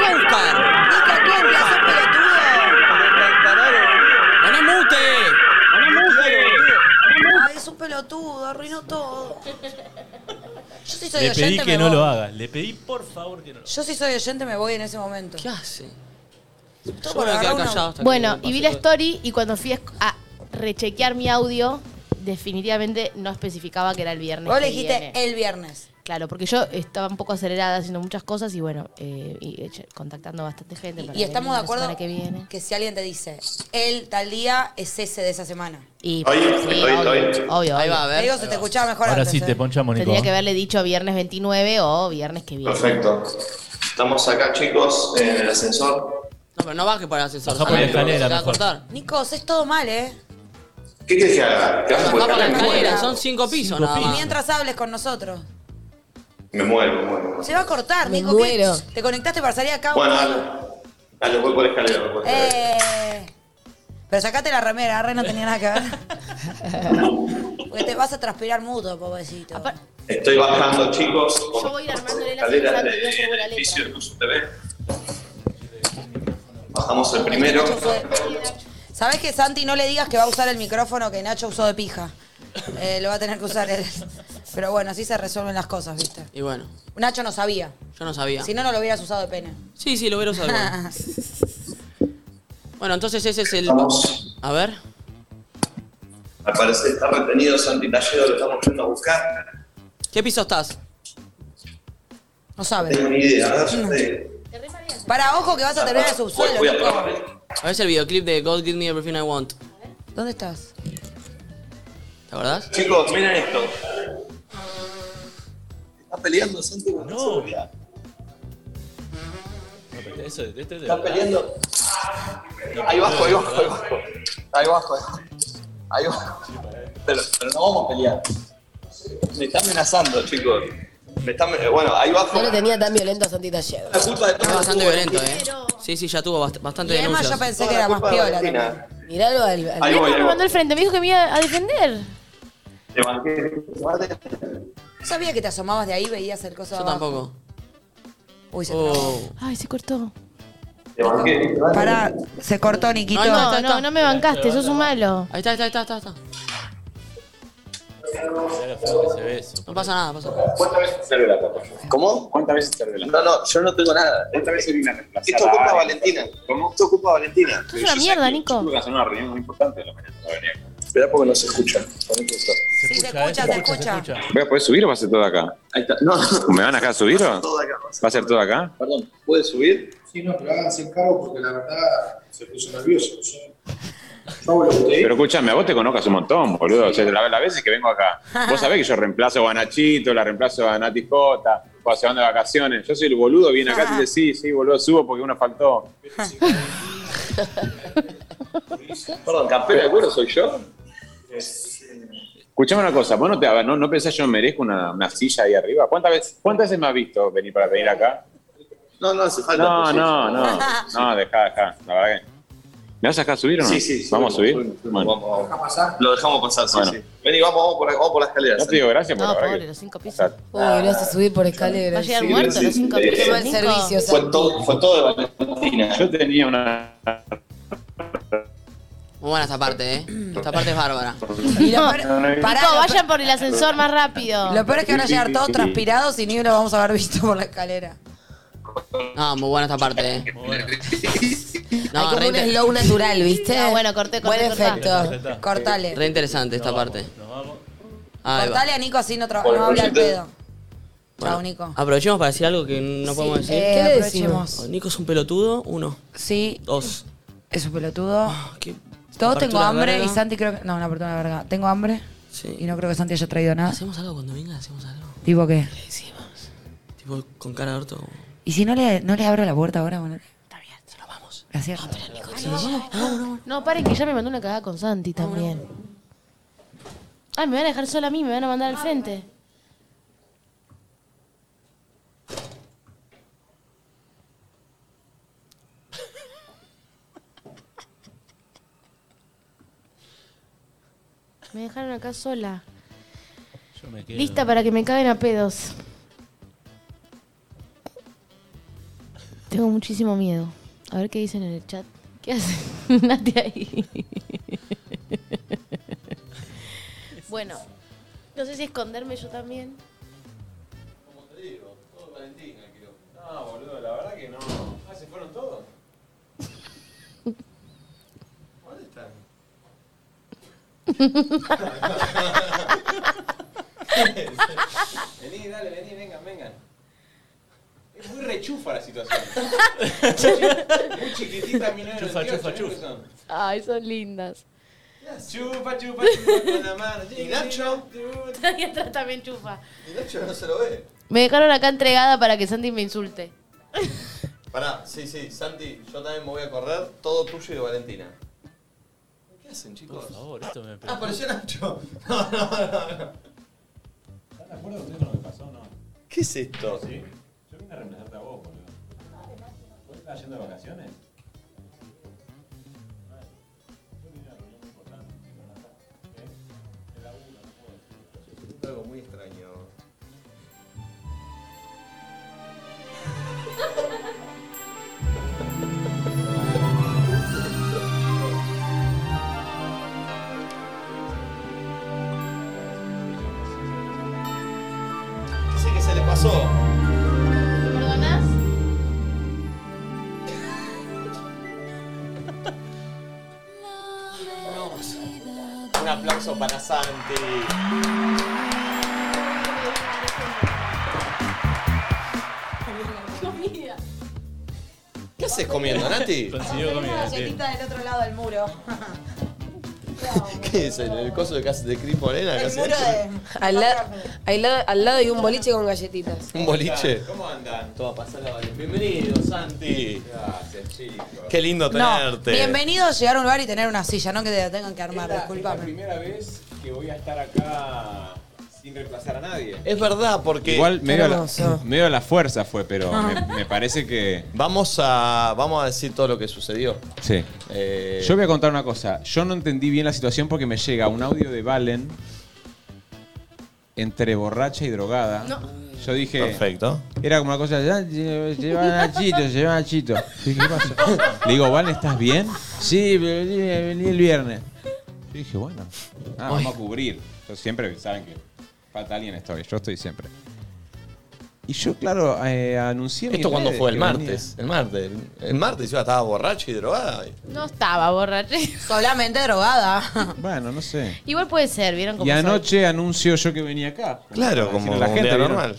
Speaker 4: va a buscar? ¡Poné mute!
Speaker 2: Ay, es un pelotudo, arruinó todo. Yo si soy
Speaker 13: Le pedí
Speaker 2: oyente me
Speaker 13: que no
Speaker 2: voy.
Speaker 13: lo haga. Le pedí, por favor, que no lo haga.
Speaker 2: Yo si soy oyente me voy en ese momento. ¿Qué
Speaker 4: hace?
Speaker 2: Todo
Speaker 4: Yo
Speaker 2: por
Speaker 4: me voy a
Speaker 2: agarrar
Speaker 4: quedar
Speaker 2: una-
Speaker 4: callado hasta que
Speaker 5: Bueno,
Speaker 4: pase
Speaker 5: y vi la
Speaker 4: todo.
Speaker 5: story y cuando fui a, esc- a rechequear mi audio, definitivamente no especificaba que era el viernes.
Speaker 2: Vos le
Speaker 5: que
Speaker 2: dijiste
Speaker 5: viene.
Speaker 2: el viernes.
Speaker 5: Claro, porque yo estaba un poco acelerada haciendo muchas cosas y bueno, eh, y, eh, che- contactando bastante gente. para
Speaker 2: Y estamos
Speaker 5: venir la
Speaker 2: de
Speaker 5: semana
Speaker 2: acuerdo
Speaker 5: que viene.
Speaker 2: que, si alguien te dice el tal día es ese de esa semana.
Speaker 5: Y,
Speaker 1: Oye,
Speaker 5: sí,
Speaker 1: oye,
Speaker 5: obvio,
Speaker 1: oye.
Speaker 5: obvio,
Speaker 4: Ahí
Speaker 5: obvio.
Speaker 4: va a ver.
Speaker 2: Te digo, se te escuchaba mejor
Speaker 13: Ahora
Speaker 2: antes.
Speaker 13: sí, te
Speaker 2: ¿eh?
Speaker 13: ponchamos, Nico.
Speaker 5: Tendría que haberle dicho viernes 29 o viernes que viene.
Speaker 1: Perfecto. Estamos acá, chicos, en el ascensor.
Speaker 4: No, pero no bajes por el ascensor.
Speaker 13: Bajá por la
Speaker 4: Santi, porque
Speaker 13: escalera
Speaker 4: Se va a
Speaker 13: mejor.
Speaker 4: cortar.
Speaker 2: Nicos, es todo mal, ¿eh?
Speaker 1: ¿Qué querés que haga? ¿Que baje por
Speaker 4: Bajá por la
Speaker 1: escalera?
Speaker 4: escalera, son cinco pisos nada
Speaker 2: Y
Speaker 4: más.
Speaker 2: mientras hables con nosotros.
Speaker 1: Me muero, me muero.
Speaker 2: Se va a cortar,
Speaker 3: Me
Speaker 2: Nico. ¿qué?
Speaker 3: muero.
Speaker 2: Te conectaste para salir acá.
Speaker 1: Bueno, dale. Dale, voy por la escalera. voy por la escalera.
Speaker 2: Eh, pero sacate la remera, Arre no tenía nada que ver. Porque te vas a transpirar mudo, pobrecito.
Speaker 1: Estoy bajando, chicos.
Speaker 5: Yo voy a ir armándole la
Speaker 1: escaleras
Speaker 5: semana, voy a hacer
Speaker 1: del
Speaker 5: buena letra.
Speaker 1: edificio de Luz TV. Bajamos el primero.
Speaker 2: Sabes que Santi no le digas que va a usar el micrófono que Nacho usó de pija? Eh, lo va a tener que usar él. Pero bueno, así se resuelven las cosas, ¿viste?
Speaker 4: Y bueno,
Speaker 2: Nacho no sabía.
Speaker 4: yo no sabía.
Speaker 2: Si no, no lo hubieras usado de pene.
Speaker 4: Sí, sí, lo hubiera usado. igual. Bueno, entonces ese es el.
Speaker 1: Vamos.
Speaker 4: A ver.
Speaker 1: Al parecer está retenido Santi Talledo, lo estamos yendo a buscar.
Speaker 4: ¿Qué piso estás?
Speaker 2: No
Speaker 1: No
Speaker 2: sabe.
Speaker 1: tengo ni idea. A ver, yo te-
Speaker 2: Para, ojo que vas a terminar el
Speaker 1: Voy,
Speaker 2: subsuelo.
Speaker 1: voy a
Speaker 2: Nico.
Speaker 1: probar.
Speaker 4: A ver si el videoclip de God Give Me Everything I Want. ¿Te
Speaker 2: ¿Dónde estás?
Speaker 4: acordás?
Speaker 1: Chicos, miren esto. Está peleando Santi con la seguridad.
Speaker 13: No, pero eso, este es de
Speaker 1: Está
Speaker 13: verdad.
Speaker 1: peleando. Ahí bajo, ahí bajo, ahí bajo. Ahí bajo, ahí bajo. Ahí bajo. Pero, pero no vamos a pelear. Me está amenazando, chicos. Me está amen- Bueno, ahí bajo.
Speaker 3: No lo tenía tan violento a Santi Talledo.
Speaker 1: La culpa de todo
Speaker 4: Es bastante
Speaker 1: estuvo
Speaker 4: violento, ¿eh? Sí, sí, ya tuvo bast- bastante
Speaker 2: Y además yo
Speaker 4: denuncias.
Speaker 2: pensé
Speaker 1: Toda
Speaker 2: que
Speaker 1: la
Speaker 2: era más
Speaker 1: culpa de
Speaker 2: piola.
Speaker 1: Valentina.
Speaker 2: también.
Speaker 3: Míralo al. al-
Speaker 1: Ahí voy,
Speaker 5: Ah, Me
Speaker 1: ahí
Speaker 5: mandó
Speaker 1: voy.
Speaker 5: al frente, me dijo que me iba a defender.
Speaker 1: Te banqué.
Speaker 2: No sabía que te asomabas de ahí y veías el coso de
Speaker 4: Yo
Speaker 2: abajo.
Speaker 4: tampoco.
Speaker 2: Uy, se
Speaker 4: Oh.
Speaker 5: Ay, se cortó.
Speaker 1: Te banqué.
Speaker 2: trabó. Pará, se cortó, Niquito.
Speaker 4: Ay,
Speaker 5: No,
Speaker 4: está.
Speaker 5: no, no me bancaste, sos un malo.
Speaker 4: Ahí está, ahí está, ahí está, ahí está.
Speaker 13: Se haga feo que se ve eso.
Speaker 4: No pasa nada, pasa nada.
Speaker 1: ¿Cuántas veces salió la tapa? ¿Cómo? ¿Cuántas veces salió la tapa? No, no, yo no tengo nada. ¿Cuántas veces vine a reemplazar? Esto ocupa a Valentina. ¿Cómo? Esto ocupa a Valentina.
Speaker 5: Sos una mierda, Nico.
Speaker 1: que hacer una reunión muy importante de la mañana. Espera porque no se escucha. Ponete esto.
Speaker 13: Se
Speaker 2: Sí, se
Speaker 13: escucha,
Speaker 2: escucha,
Speaker 13: eh,
Speaker 2: se escucha.
Speaker 15: ¿Voy a poder subir o va a ser todo acá?
Speaker 1: Ahí está. No, no.
Speaker 15: ¿Me van a dejar subir o
Speaker 1: Todo acá.
Speaker 15: va a ser todo acá?
Speaker 1: Perdón, ¿puedes subir?
Speaker 8: Sí, no, pero háganse cargo porque la verdad se puso nervioso. Yo, yo hago lo que te digo.
Speaker 15: Pero escúchame, a vos te conozcas un montón, boludo. O sea, la, la vez es que vengo acá. Vos sabés que yo reemplazo a Nachito, la reemplazo a Nati Jota, cuando se van de vacaciones. Yo soy el boludo, viene acá y dice, sí, sí, boludo, subo porque uno faltó.
Speaker 1: Perdón, campeón de cuero soy yo.
Speaker 15: Escuchame una cosa, vos no, te, a ver, no, no pensás yo merezco una, una silla ahí arriba. ¿Cuántas veces, ¿Cuántas veces me has visto venir para venir acá?
Speaker 1: No, no hace falta.
Speaker 15: No,
Speaker 1: pues, sí.
Speaker 15: no, no. No, dejá, dejá. La verdad que. ¿Me vas a dejar subir o no?
Speaker 16: Sí, sí,
Speaker 15: ¿Vamos a subir? Bueno.
Speaker 16: Vamos, vamos. Lo dejamos pasar, sí,
Speaker 15: Bueno.
Speaker 16: sí. Vení, vamos, vamos por, la- vamos por las escaleras.
Speaker 15: No te digo gracias,
Speaker 16: No,
Speaker 15: pero la verdad
Speaker 16: pobre,
Speaker 15: que-
Speaker 5: los cinco pisos.
Speaker 15: Exacto.
Speaker 2: Uy, lo hace subir por escaleras.
Speaker 5: Va a llegar muerto los cinco
Speaker 15: sí,
Speaker 5: pisos.
Speaker 15: sí.
Speaker 2: Qué mal servicio,
Speaker 16: Eh, Fue todo, fue todo de Valentina.
Speaker 15: Yo tenía una.
Speaker 4: Muy buena esta parte, ¿eh? Esta parte es bárbara.
Speaker 2: Pará,
Speaker 5: Nico,
Speaker 2: lo pe-
Speaker 5: vayan por el ascensor más rápido.
Speaker 2: Lo peor es que van a llegar todos
Speaker 4: Sí.
Speaker 2: transpirados y ni uno vamos a haber visto por la escalera.
Speaker 4: No, muy buena esta parte, ¿eh?
Speaker 2: Hay
Speaker 4: No,
Speaker 2: como
Speaker 4: re,
Speaker 2: un
Speaker 4: inter-
Speaker 2: slow natural, ¿viste?
Speaker 5: bueno, corté, corté,
Speaker 2: Buen
Speaker 5: cortá.
Speaker 2: efecto. Cortale.
Speaker 4: re interesante esta parte. Ahí va.
Speaker 2: Cortale a Nico así no, tra-
Speaker 4: Bueno,
Speaker 2: no habla al
Speaker 4: entonces-
Speaker 2: pedo. Chao, Nico.
Speaker 4: Aprovechemos para decir algo que no podemos decir.
Speaker 2: eh, ¿Qué le aprovechemos? decimos?
Speaker 4: Oh, Nico es un pelotudo, uno.
Speaker 2: Sí.
Speaker 4: Dos. Ah,
Speaker 2: Es un pelotudo.
Speaker 4: qué
Speaker 2: Todos
Speaker 4: apertura
Speaker 2: tengo hambre
Speaker 4: verga.
Speaker 2: y Santi creo que. No, una apertura de verga. Tengo hambre. Y no creo que Santi haya traído nada.
Speaker 4: Hacemos algo cuando venga, hacemos algo.
Speaker 2: ¿Tipo qué?
Speaker 4: Tipo, con cara de orto. como-
Speaker 2: ¿Y si no le, no le abro la puerta ahora? Bueno, está bien,
Speaker 4: Ah,
Speaker 2: se lo vamos. Gracias. Ah,
Speaker 5: Ah, No, Ah, paren que ya me mandó una cagada con Santi también. Ay, me van a dejar sola a mí, me van a mandar al frente. Me dejaron acá sola.
Speaker 13: Yo me quedo.
Speaker 5: Lista para que me caguen a pedos. Tengo muchísimo miedo. A ver qué dicen en el chat. ¿Qué hacen? Nati ahí. bueno, no sé si esconderme yo también.
Speaker 1: No, boludo, la verdad que no. Ah, ¿se fueron todos? ¿Dónde están? vení, dale, vení, vengan, vengan. Es muy rechufa la situación. muy chiquitita, mi novia.
Speaker 13: Chufa, chufa, chufa.
Speaker 5: Ay, son lindas.
Speaker 1: Chupa, chupa, chupa con la mano. ¿Y Nacho?
Speaker 5: Y atrás también chupa.
Speaker 1: ¿Y Nacho no se lo ve?
Speaker 5: Me dejaron acá entregada para que Santi me insulte.
Speaker 1: Pará, sí, sí, Santi, yo también me voy a correr. Todo tuyo y de Valentina. ¿Qué hacen, chicos?
Speaker 13: Por favor, esto me
Speaker 1: Ah, apareció Nacho. No, no, no, no.
Speaker 13: ¿Están de acuerdo ustedes con lo que pasó no?
Speaker 1: ¿Qué es esto?
Speaker 13: Sí. Yo vine a reemplazarte a vos, boludo. ¿Vos estás yendo de vacaciones?
Speaker 1: algo muy extraño. Dice que se le pasó.
Speaker 5: ¿Me perdonás?
Speaker 1: Un aplauso para Santi.
Speaker 5: Comida.
Speaker 1: ¿Qué haces comiendo, Nati?
Speaker 13: Consiguió
Speaker 2: Una galletita del otro lado del muro.
Speaker 1: ¿Qué es? ¿El, el coso de, casa de Cris Morena?
Speaker 2: El
Speaker 1: casi?
Speaker 2: muro de.
Speaker 3: Al, la- al lado, al lado hay un boliche con galletitas.
Speaker 1: ¿Un boliche? ¿Cómo andan? Todo a pasar la Valentina. Bienvenido, Santi. Gracias, chicos. Qué lindo
Speaker 2: No,
Speaker 1: tenerte.
Speaker 2: bienvenido a llegar a un lugar y tener una silla, no que te la tengan que armar,
Speaker 17: Es la- Es la
Speaker 2: disculpame.
Speaker 17: primera vez que voy a estar
Speaker 15: Ah,
Speaker 17: acá sin reemplazar a nadie.
Speaker 1: Es verdad, porque.
Speaker 17: Igual medio a la- Hermoso.
Speaker 15: Medio a la fuerza fue, pero
Speaker 17: me-
Speaker 15: parece que.
Speaker 1: Vamos a, vamos a decir todo lo que sucedió.
Speaker 15: Sí.
Speaker 1: Eh,
Speaker 15: Yo voy a contar una cosa. Yo no entendí bien la situación porque me llega un audio de Valen entre borracha y drogada. Yo dije.
Speaker 1: Perfecto.
Speaker 15: Era como una cosa. "Ah, lle- Lleva a Nachito, lleva a Nachito. Dije, ¿qué pasó? Le digo, Valen, ¿estás bien? Sí, pero vení, vení el viernes. Yo dije, bueno. Ah,
Speaker 13: Ay.
Speaker 15: vamos a cubrir. Yo siempre, saben que falta alguien estoy. Yo estoy siempre. Y yo, claro, eh, anuncié. en
Speaker 1: ¿Esto
Speaker 15: mis
Speaker 1: cuando
Speaker 15: redes
Speaker 1: fue? El
Speaker 15: que venía.
Speaker 1: martes. El martes. El martes yo estaba borracho y drogada.
Speaker 5: No estaba borracha.
Speaker 2: Solamente drogada.
Speaker 15: Bueno, no sé.
Speaker 5: Igual puede ser, ¿vieron
Speaker 15: Y
Speaker 5: cómo soy?
Speaker 15: anoche anuncio yo que venía acá.
Speaker 1: Claro,
Speaker 15: Para
Speaker 1: como
Speaker 15: decirle a
Speaker 1: un día
Speaker 15: ¿vieron?
Speaker 1: normal.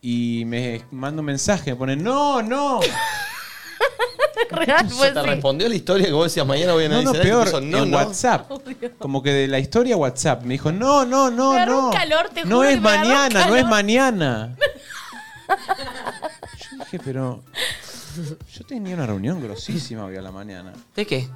Speaker 15: Y me manda un mensaje, me pone, no, no.
Speaker 5: Real,
Speaker 1: ¿Se te respondió la historia que vos decías mañana voy a
Speaker 15: No, no,
Speaker 1: analizar? y te
Speaker 15: peor,
Speaker 1: puso,
Speaker 15: en WhatsApp. Como que de la historia WhatsApp. Me dijo, no, no, no,
Speaker 5: Me agarró
Speaker 15: no.
Speaker 5: un calor, te
Speaker 15: no
Speaker 5: juro
Speaker 15: es
Speaker 5: que me agarró un
Speaker 15: mañana, no
Speaker 5: calor.
Speaker 15: es mañana. Yo dije, pero yo tenía una reunión grosísima hoy a la mañana.
Speaker 4: ¿De qué?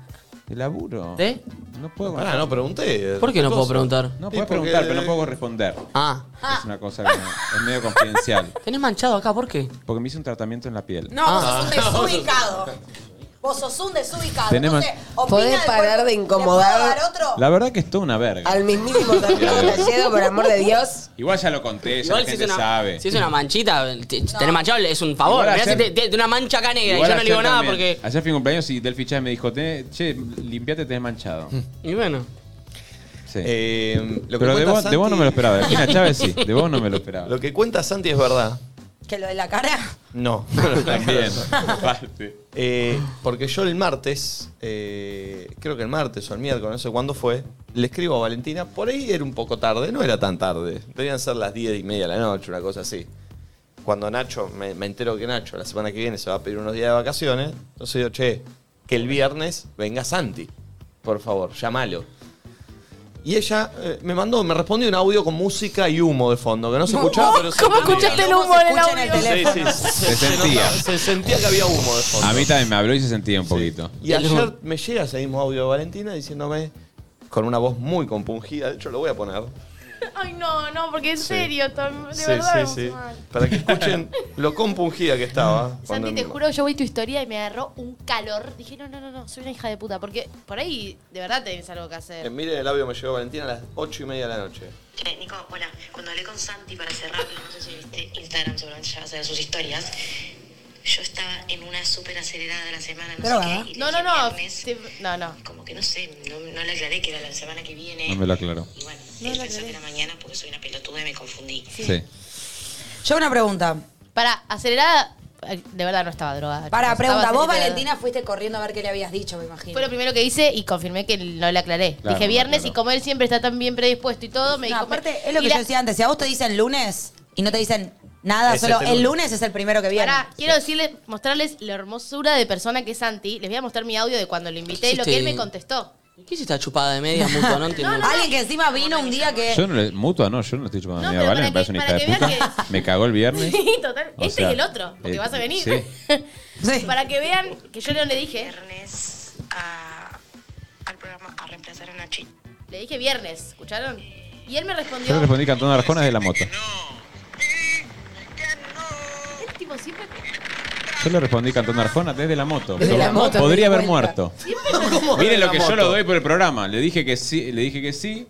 Speaker 15: De laburo.
Speaker 4: ¿De?
Speaker 15: No puedo
Speaker 1: Pará, Ah, no pregunté.
Speaker 4: ¿Por qué no puedo preguntar?
Speaker 15: No puedo
Speaker 4: Y porque-
Speaker 15: preguntar, pero no puedo responder.
Speaker 4: Ah.
Speaker 15: Es una cosa que no- es medio confidencial.
Speaker 4: Tenés manchado acá, ¿por qué?
Speaker 1: Ah,
Speaker 15: Porque me hice un tratamiento en la piel.
Speaker 2: No, sos un desubicado. Vos sos un desubicado.
Speaker 15: Tenemos-
Speaker 2: Entonces, opina ¿Podés del parar cuerpo? de ¿Le puedo incomodar? dar otro?
Speaker 15: La verdad que es toda una verga.
Speaker 2: Al mismísimo Santiago Talledo, por amor de Dios.
Speaker 15: Igual ya lo conté, ya
Speaker 4: Igual
Speaker 15: la
Speaker 4: si es,
Speaker 15: gente
Speaker 4: una,
Speaker 15: sabe.
Speaker 4: si es una manchita, te- tener manchado es un favor.
Speaker 15: Igual
Speaker 4: Mirá si
Speaker 15: ayer-
Speaker 4: te- tiene una mancha acá negra y
Speaker 15: Igual
Speaker 4: yo no le digo
Speaker 15: ayer
Speaker 4: nada
Speaker 15: también.
Speaker 4: porque.
Speaker 15: Ayer fui a un cumpleaños y Delphi Chávez me dijo, "Tené- che, limpiate, tenés manchado.
Speaker 4: Y bueno.
Speaker 15: Sí.
Speaker 1: Eh, lo que
Speaker 15: Pero de
Speaker 1: cuenta
Speaker 15: vos, de vos
Speaker 1: Santi-
Speaker 15: no me lo esperaba. De Pina Chávez sí, de vos no me lo esperaba.
Speaker 1: Lo que cuenta Santi es verdad.
Speaker 2: Que lo de la cara.
Speaker 1: No,
Speaker 15: También.
Speaker 1: Eh, porque yo el martes, eh, creo que el martes o el miércoles, no sé cuándo fue, le escribo a Valentina, por ahí era un poco tarde, no era tan tarde, debían ser las 10 y media de la noche, una cosa así. Cuando Nacho, me, me entero que Nacho la semana que viene se va a pedir unos días de vacaciones, entonces digo, che, que el viernes venga Santi, por favor, llámalo. Y ella eh, me mandó, me respondió un audio con música y humo de fondo, que no se escuchaba, pero se
Speaker 5: ¿Cómo
Speaker 1: entendía.
Speaker 5: escuchaste el humo en el
Speaker 2: escucha en el
Speaker 1: Sí,
Speaker 5: audio?
Speaker 1: sí,
Speaker 15: Se sentía.
Speaker 1: notaba, se sentía que había humo de fondo.
Speaker 15: A mí también me habló y se sentía un poquito.
Speaker 1: Y ayer me llega ese mismo audio de Valentina diciéndome, con una voz muy compungida, de hecho lo voy a poner.
Speaker 5: Ay, no, no, porque en
Speaker 1: Sí.
Speaker 5: serio, Tom, de verdad. me puse mal.
Speaker 1: Para que escuchen lo compungida que estaba.
Speaker 5: Santi,
Speaker 1: cuando-
Speaker 5: te juro, yo vi tu historia y me agarró un calor. Dije, no, no, no, no, soy una hija de puta. Porque por ahí, de verdad, tenés algo que hacer.
Speaker 1: Eh, miren el audio me llegó Valentina a las 8 y media de la noche.
Speaker 18: Che, Nico, hola. Cuando hablé con Santi para cerrar, no sé si viste Instagram, seguramente ya vas a ver sus historias. Yo estaba en una súper acelerada la semana, Ah, no sé qué. y le
Speaker 5: No,
Speaker 18: dije
Speaker 5: no, no.
Speaker 18: viernes,
Speaker 5: sí, No, no.
Speaker 18: Como que no sé, no, no le aclaré que era la semana que viene.
Speaker 15: No me lo aclaró.
Speaker 18: Y bueno, él pensó que era mañana porque soy una pelotuda y me confundí.
Speaker 15: Sí.
Speaker 2: Yo una pregunta.
Speaker 5: Para, acelerada, eh, de verdad no estaba drogada.
Speaker 2: Para,
Speaker 5: chicos,
Speaker 2: pregunta.
Speaker 5: estaba
Speaker 2: Vos,
Speaker 5: acelerada.
Speaker 2: Valentina, fuiste corriendo a ver qué le habías dicho, me imagino.
Speaker 5: Fue lo primero que hice y confirmé que no le aclaré.
Speaker 2: Claro,
Speaker 5: Dije
Speaker 2: no,
Speaker 5: viernes
Speaker 2: claro.
Speaker 5: y como él siempre está tan bien predispuesto y todo, me
Speaker 2: No,
Speaker 5: dijo...
Speaker 2: aparte, es lo
Speaker 5: y
Speaker 2: que
Speaker 5: la-
Speaker 2: yo decía antes. Si a vos te dicen lunes y no te dicen nada,
Speaker 5: Ese es
Speaker 2: solo
Speaker 5: el
Speaker 2: el
Speaker 5: lunes.
Speaker 2: lunes es el primero que viene.
Speaker 5: Pará, quiero decirles, mostrarles la hermosura de persona que es Santi. Les voy a mostrar mi audio de cuando lo invité y lo que él me contestó.
Speaker 4: ¿Qué es esta chupada de media mutua? No entiendo.
Speaker 2: Alguien que encima vino un día que.
Speaker 15: Yo no le, mutua no, yo no le estoy chupando
Speaker 5: No,
Speaker 15: miedo,
Speaker 5: pero
Speaker 15: ¿vale?
Speaker 5: para
Speaker 15: Me
Speaker 5: que-
Speaker 15: parece una
Speaker 5: para
Speaker 15: hija de
Speaker 5: que vean
Speaker 15: puta. Me cagó el viernes.
Speaker 5: Sí, total.
Speaker 15: O
Speaker 5: este
Speaker 15: sea,
Speaker 5: es el otro, porque
Speaker 15: eh,
Speaker 5: vas a venir.
Speaker 15: sí.
Speaker 5: Para que vean que yo no le dije.
Speaker 18: Viernes a- al programa a reemplazar a Nachi. Eh,
Speaker 5: Le dije viernes, ¿escucharon? Y él me
Speaker 15: Yo le
Speaker 5: respondió.
Speaker 15: respondí cantando Arjona de la moto.
Speaker 5: Este tipo siempre.
Speaker 15: Yo le respondí cantando Arjona desde la moto.
Speaker 5: Desde la moto,
Speaker 15: Podría
Speaker 5: me di
Speaker 15: haber
Speaker 5: cuenta.
Speaker 15: muerto.
Speaker 5: siempre-
Speaker 15: Miren lo que yo
Speaker 4: moto?
Speaker 15: lo doy por el programa. Le dije que sí, le dije que sí,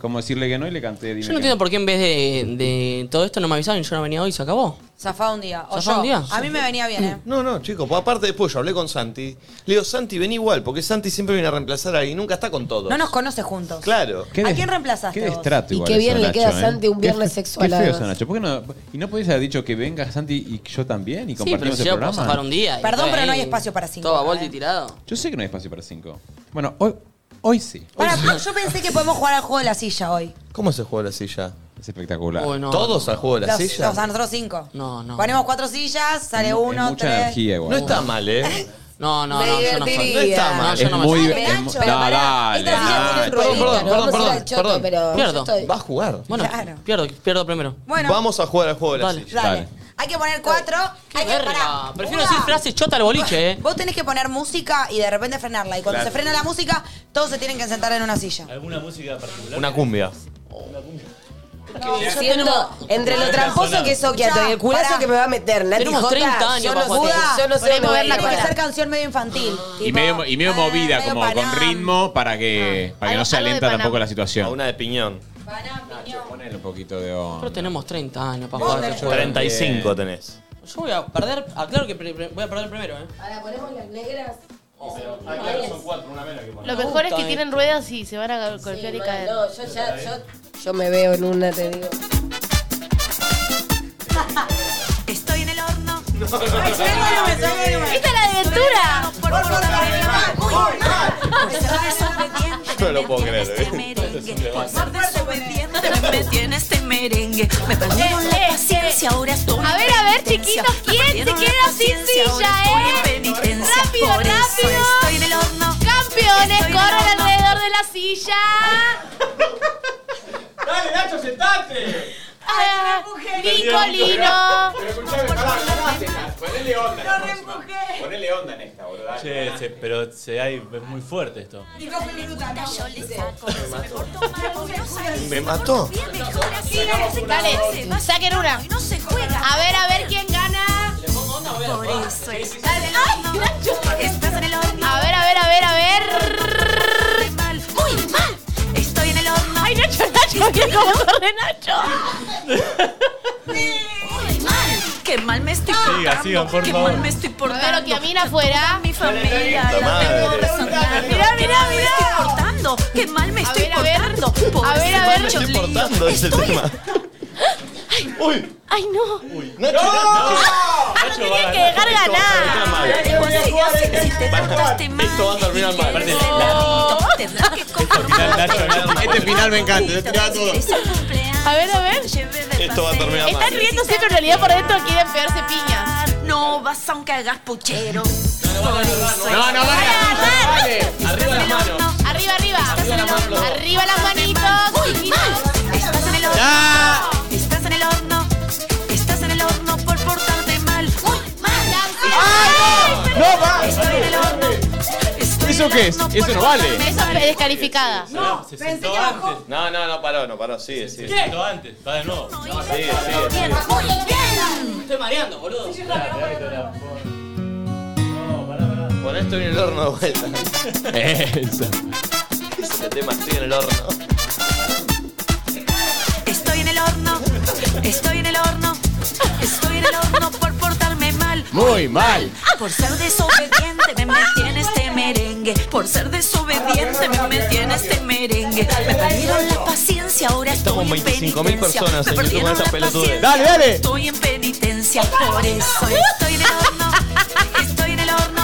Speaker 15: como decirle que no y le canté dime
Speaker 4: Yo
Speaker 15: que
Speaker 4: no entiendo por qué en vez de, de todo esto no me avisaron y yo no venía hoy y se acabó.
Speaker 2: Zafá un día. O
Speaker 4: Zafá
Speaker 2: yo.
Speaker 4: un día.
Speaker 2: A mí me venía bien, ¿eh?
Speaker 1: No, no, chicos, pues aparte después yo hablé con Santi. Le digo, Santi, ven igual, porque Santi siempre viene a reemplazar a alguien, nunca está con todos.
Speaker 2: No nos conoce juntos.
Speaker 1: Claro.
Speaker 15: ¿Qué
Speaker 2: ¿A
Speaker 15: des-
Speaker 2: quién reemplazaste
Speaker 15: Qué
Speaker 2: vos?
Speaker 15: destrato
Speaker 1: Y
Speaker 15: igual
Speaker 1: qué
Speaker 15: eso,
Speaker 2: bien le
Speaker 15: Nacho,
Speaker 2: queda a
Speaker 15: ¿eh?
Speaker 2: Santi un
Speaker 15: Qué
Speaker 2: viernes
Speaker 15: fe-
Speaker 2: sexual,
Speaker 15: Qué
Speaker 2: la
Speaker 15: feo
Speaker 2: verdad.
Speaker 15: eso, Nacho. ¿Por qué no, ¿Y no podías haber dicho que venga Santi y yo también y compartimos
Speaker 4: si
Speaker 15: el
Speaker 4: yo puedo
Speaker 15: programa?
Speaker 4: zafar un día y
Speaker 2: Perdón,
Speaker 4: estoy
Speaker 2: pero no
Speaker 4: ahí.
Speaker 2: hay espacio para cinco.
Speaker 4: Todo a
Speaker 2: acá,
Speaker 4: Volti
Speaker 2: ¿eh?
Speaker 4: tirado.
Speaker 15: Yo sé que no hay espacio para cinco. Bueno, hoy, hoy sí.
Speaker 2: Pará, yo pensé que podemos jugar al juego de la silla hoy.
Speaker 1: ¿Cómo se juega la silla?
Speaker 15: Es espectacular.
Speaker 1: Uy, no. ¿Todos al juego de la
Speaker 2: Los-
Speaker 1: silla?
Speaker 2: O sea, nosotros cinco.
Speaker 4: No, no.
Speaker 2: Ponemos cuatro sillas, sale uno, tres.
Speaker 1: No está mal, ¿eh?
Speaker 4: No, no,
Speaker 2: Me
Speaker 4: no, yo no soy.
Speaker 2: divertiría. Ah, No está mal.
Speaker 4: No, yo
Speaker 15: Es
Speaker 4: no me
Speaker 15: muy...
Speaker 4: siento. Ah,
Speaker 15: es mu- no, dale.
Speaker 2: tiene
Speaker 15: Nacho.
Speaker 2: ruedita,
Speaker 1: Perdón,
Speaker 2: ¿no?
Speaker 1: perdón,
Speaker 2: Vamos a
Speaker 1: perdón,
Speaker 2: ir al choto,
Speaker 1: perdón.
Speaker 2: pero yo
Speaker 1: Pierdo.
Speaker 2: estoy-
Speaker 1: ¿Vas a jugar?
Speaker 4: Bueno, pierdo, pierdo primero.
Speaker 2: Bueno.
Speaker 1: Vamos a jugar al juego de la
Speaker 4: Dale.
Speaker 1: silla.
Speaker 4: Dale.
Speaker 2: Hay que poner cuatro. Hay que
Speaker 4: Ah,
Speaker 2: parar.
Speaker 4: prefiero decir frases chota al boliche, eh.
Speaker 2: Vos tenés que poner música y de repente frenarla. Y cuando
Speaker 4: Claro.
Speaker 2: se frena la música, todos se tienen que sentar en una silla.
Speaker 3: ¿Alguna música particular?
Speaker 1: Una cumbia.
Speaker 2: Siento,
Speaker 3: entre lo tramposo que es
Speaker 2: Okiato y el culazo que me va a meter,
Speaker 3: Nati Tenemos Jota, 30 años, yo no Papo. sé, yo no sé dónde voy a ir
Speaker 2: Tiene que
Speaker 3: a parar.
Speaker 2: ser canción medio infantil.
Speaker 19: Y medio, y medio movida, como con ritmo, para que, para que no se
Speaker 2: algo de
Speaker 19: alenta
Speaker 2: Panam.
Speaker 19: tampoco la situación.
Speaker 1: una de piñón.
Speaker 15: Ponele un poquito de onda.
Speaker 4: Pero tenemos 30 años para
Speaker 1: Vos
Speaker 4: jugar.
Speaker 1: tenés
Speaker 4: este juego.
Speaker 1: 35 tenés.
Speaker 4: Yo voy a perder, aclaro que pre- pre- voy a perder primero, eh.
Speaker 2: Ahora ponemos las negras.
Speaker 15: son cuatro, una menos
Speaker 5: Lo mejor es que tienen ruedas y se van a golpear y caer.
Speaker 2: No, yo ya. Yo me veo en una, te digo.
Speaker 14: Estoy en el horno.
Speaker 2: Ay, sube el volumen, sube el volumen.
Speaker 14: Esta es la de Ventura. Por favor,
Speaker 1: No lo puedo creer. ¿eh?
Speaker 14: Por ser desobediente me tiene este merengue. Me
Speaker 2: Eh,
Speaker 14: perdieron la paciencia, ahora estoy
Speaker 5: A ver, a ver, chiquitos, ¿quién se queda sin silla, eh? Rápido, rápido.
Speaker 14: Estoy en el horno.
Speaker 5: Campeones,
Speaker 14: Estoy en el
Speaker 5: corran
Speaker 14: horno.
Speaker 5: alrededor de la silla.
Speaker 13: ¡Dale, Nacho, sentate!
Speaker 5: Ah, Nicolino.
Speaker 13: Pero escuchame, pará, pará. Ponele onda. en la próxima. Ponele onda en esta, boludo. dale.
Speaker 3: Che, se- pero se, hay, es muy fuerte esto.
Speaker 1: Me mató.
Speaker 5: Dale, saquen una. A ver, a ver quién gana. Por eso es. Dale, ay, Nacho. que como corre Nacho.
Speaker 14: Qué mal me estoy
Speaker 13: Siga,
Speaker 14: portando.
Speaker 13: siga, por
Speaker 14: qué
Speaker 13: favor.
Speaker 14: mal me estoy portando.
Speaker 5: Pero que a mí afuera.
Speaker 14: Mi familia.
Speaker 13: Puta
Speaker 14: la
Speaker 13: madre.
Speaker 14: tengo rezongando.
Speaker 5: Mirá, mirá,
Speaker 14: Qué mal me
Speaker 5: mirá.
Speaker 14: estoy portando. Qué mal me estoy portando.
Speaker 5: A ver, a ver.
Speaker 1: Me estoy portando, es el tema.
Speaker 5: Uy. Ay, no.
Speaker 1: Nacho,
Speaker 14: Ah,
Speaker 5: Nacho tenía que dejar ganar.
Speaker 14: Digo así, así, si te portaste mal.
Speaker 1: este Esto va a terminar mal.
Speaker 14: Tendrás que
Speaker 15: Este final me encanta, yo tiraba todo.
Speaker 5: A ver, a ver.
Speaker 1: Esto va a terminar mal.
Speaker 5: Están riéndose, pero en realidad por dentro quieren pegarse piñas.
Speaker 14: No vas aunque hagas puchero.
Speaker 5: No, no, vale.
Speaker 14: Arriba las manos.
Speaker 5: Arriba, arriba. Arriba las manitos.
Speaker 14: Uy, mal. Estás en el horno. Estás en el horno. Estás en el horno por portarte mal. Uy, mal.
Speaker 5: Ah,
Speaker 15: ¡Ay, no! ¡No va!
Speaker 14: Estoy en el horno.
Speaker 15: ¿Eso qué es? Eso no vale.
Speaker 5: Eso es descalificada.
Speaker 1: No, se sentó antes. No, no, no paró, no paró, sigue, sigue.
Speaker 13: Se sentó antes, va de nuevo.
Speaker 1: Sigue, sigue, sigue.
Speaker 4: Estoy mareando, boludo.
Speaker 1: Bueno, esto en el horno de vuelta. Eh. Esa. Ese tema estoy en el horno.
Speaker 14: Estoy en el horno. Estoy en el horno. Estoy en el horno por portarme mal.
Speaker 15: Muy mal.
Speaker 14: Por ser desobediente me metí en este merengue. Por ser desobediente me metí en este merengue. Me perdieron la paciencia, ahora
Speaker 1: Estamos 25.000 personas en YouTube con esta pelotudez.
Speaker 15: Dale, dale.
Speaker 14: estoy en penitencia. Por eso estoy en el horno. Estoy en el horno.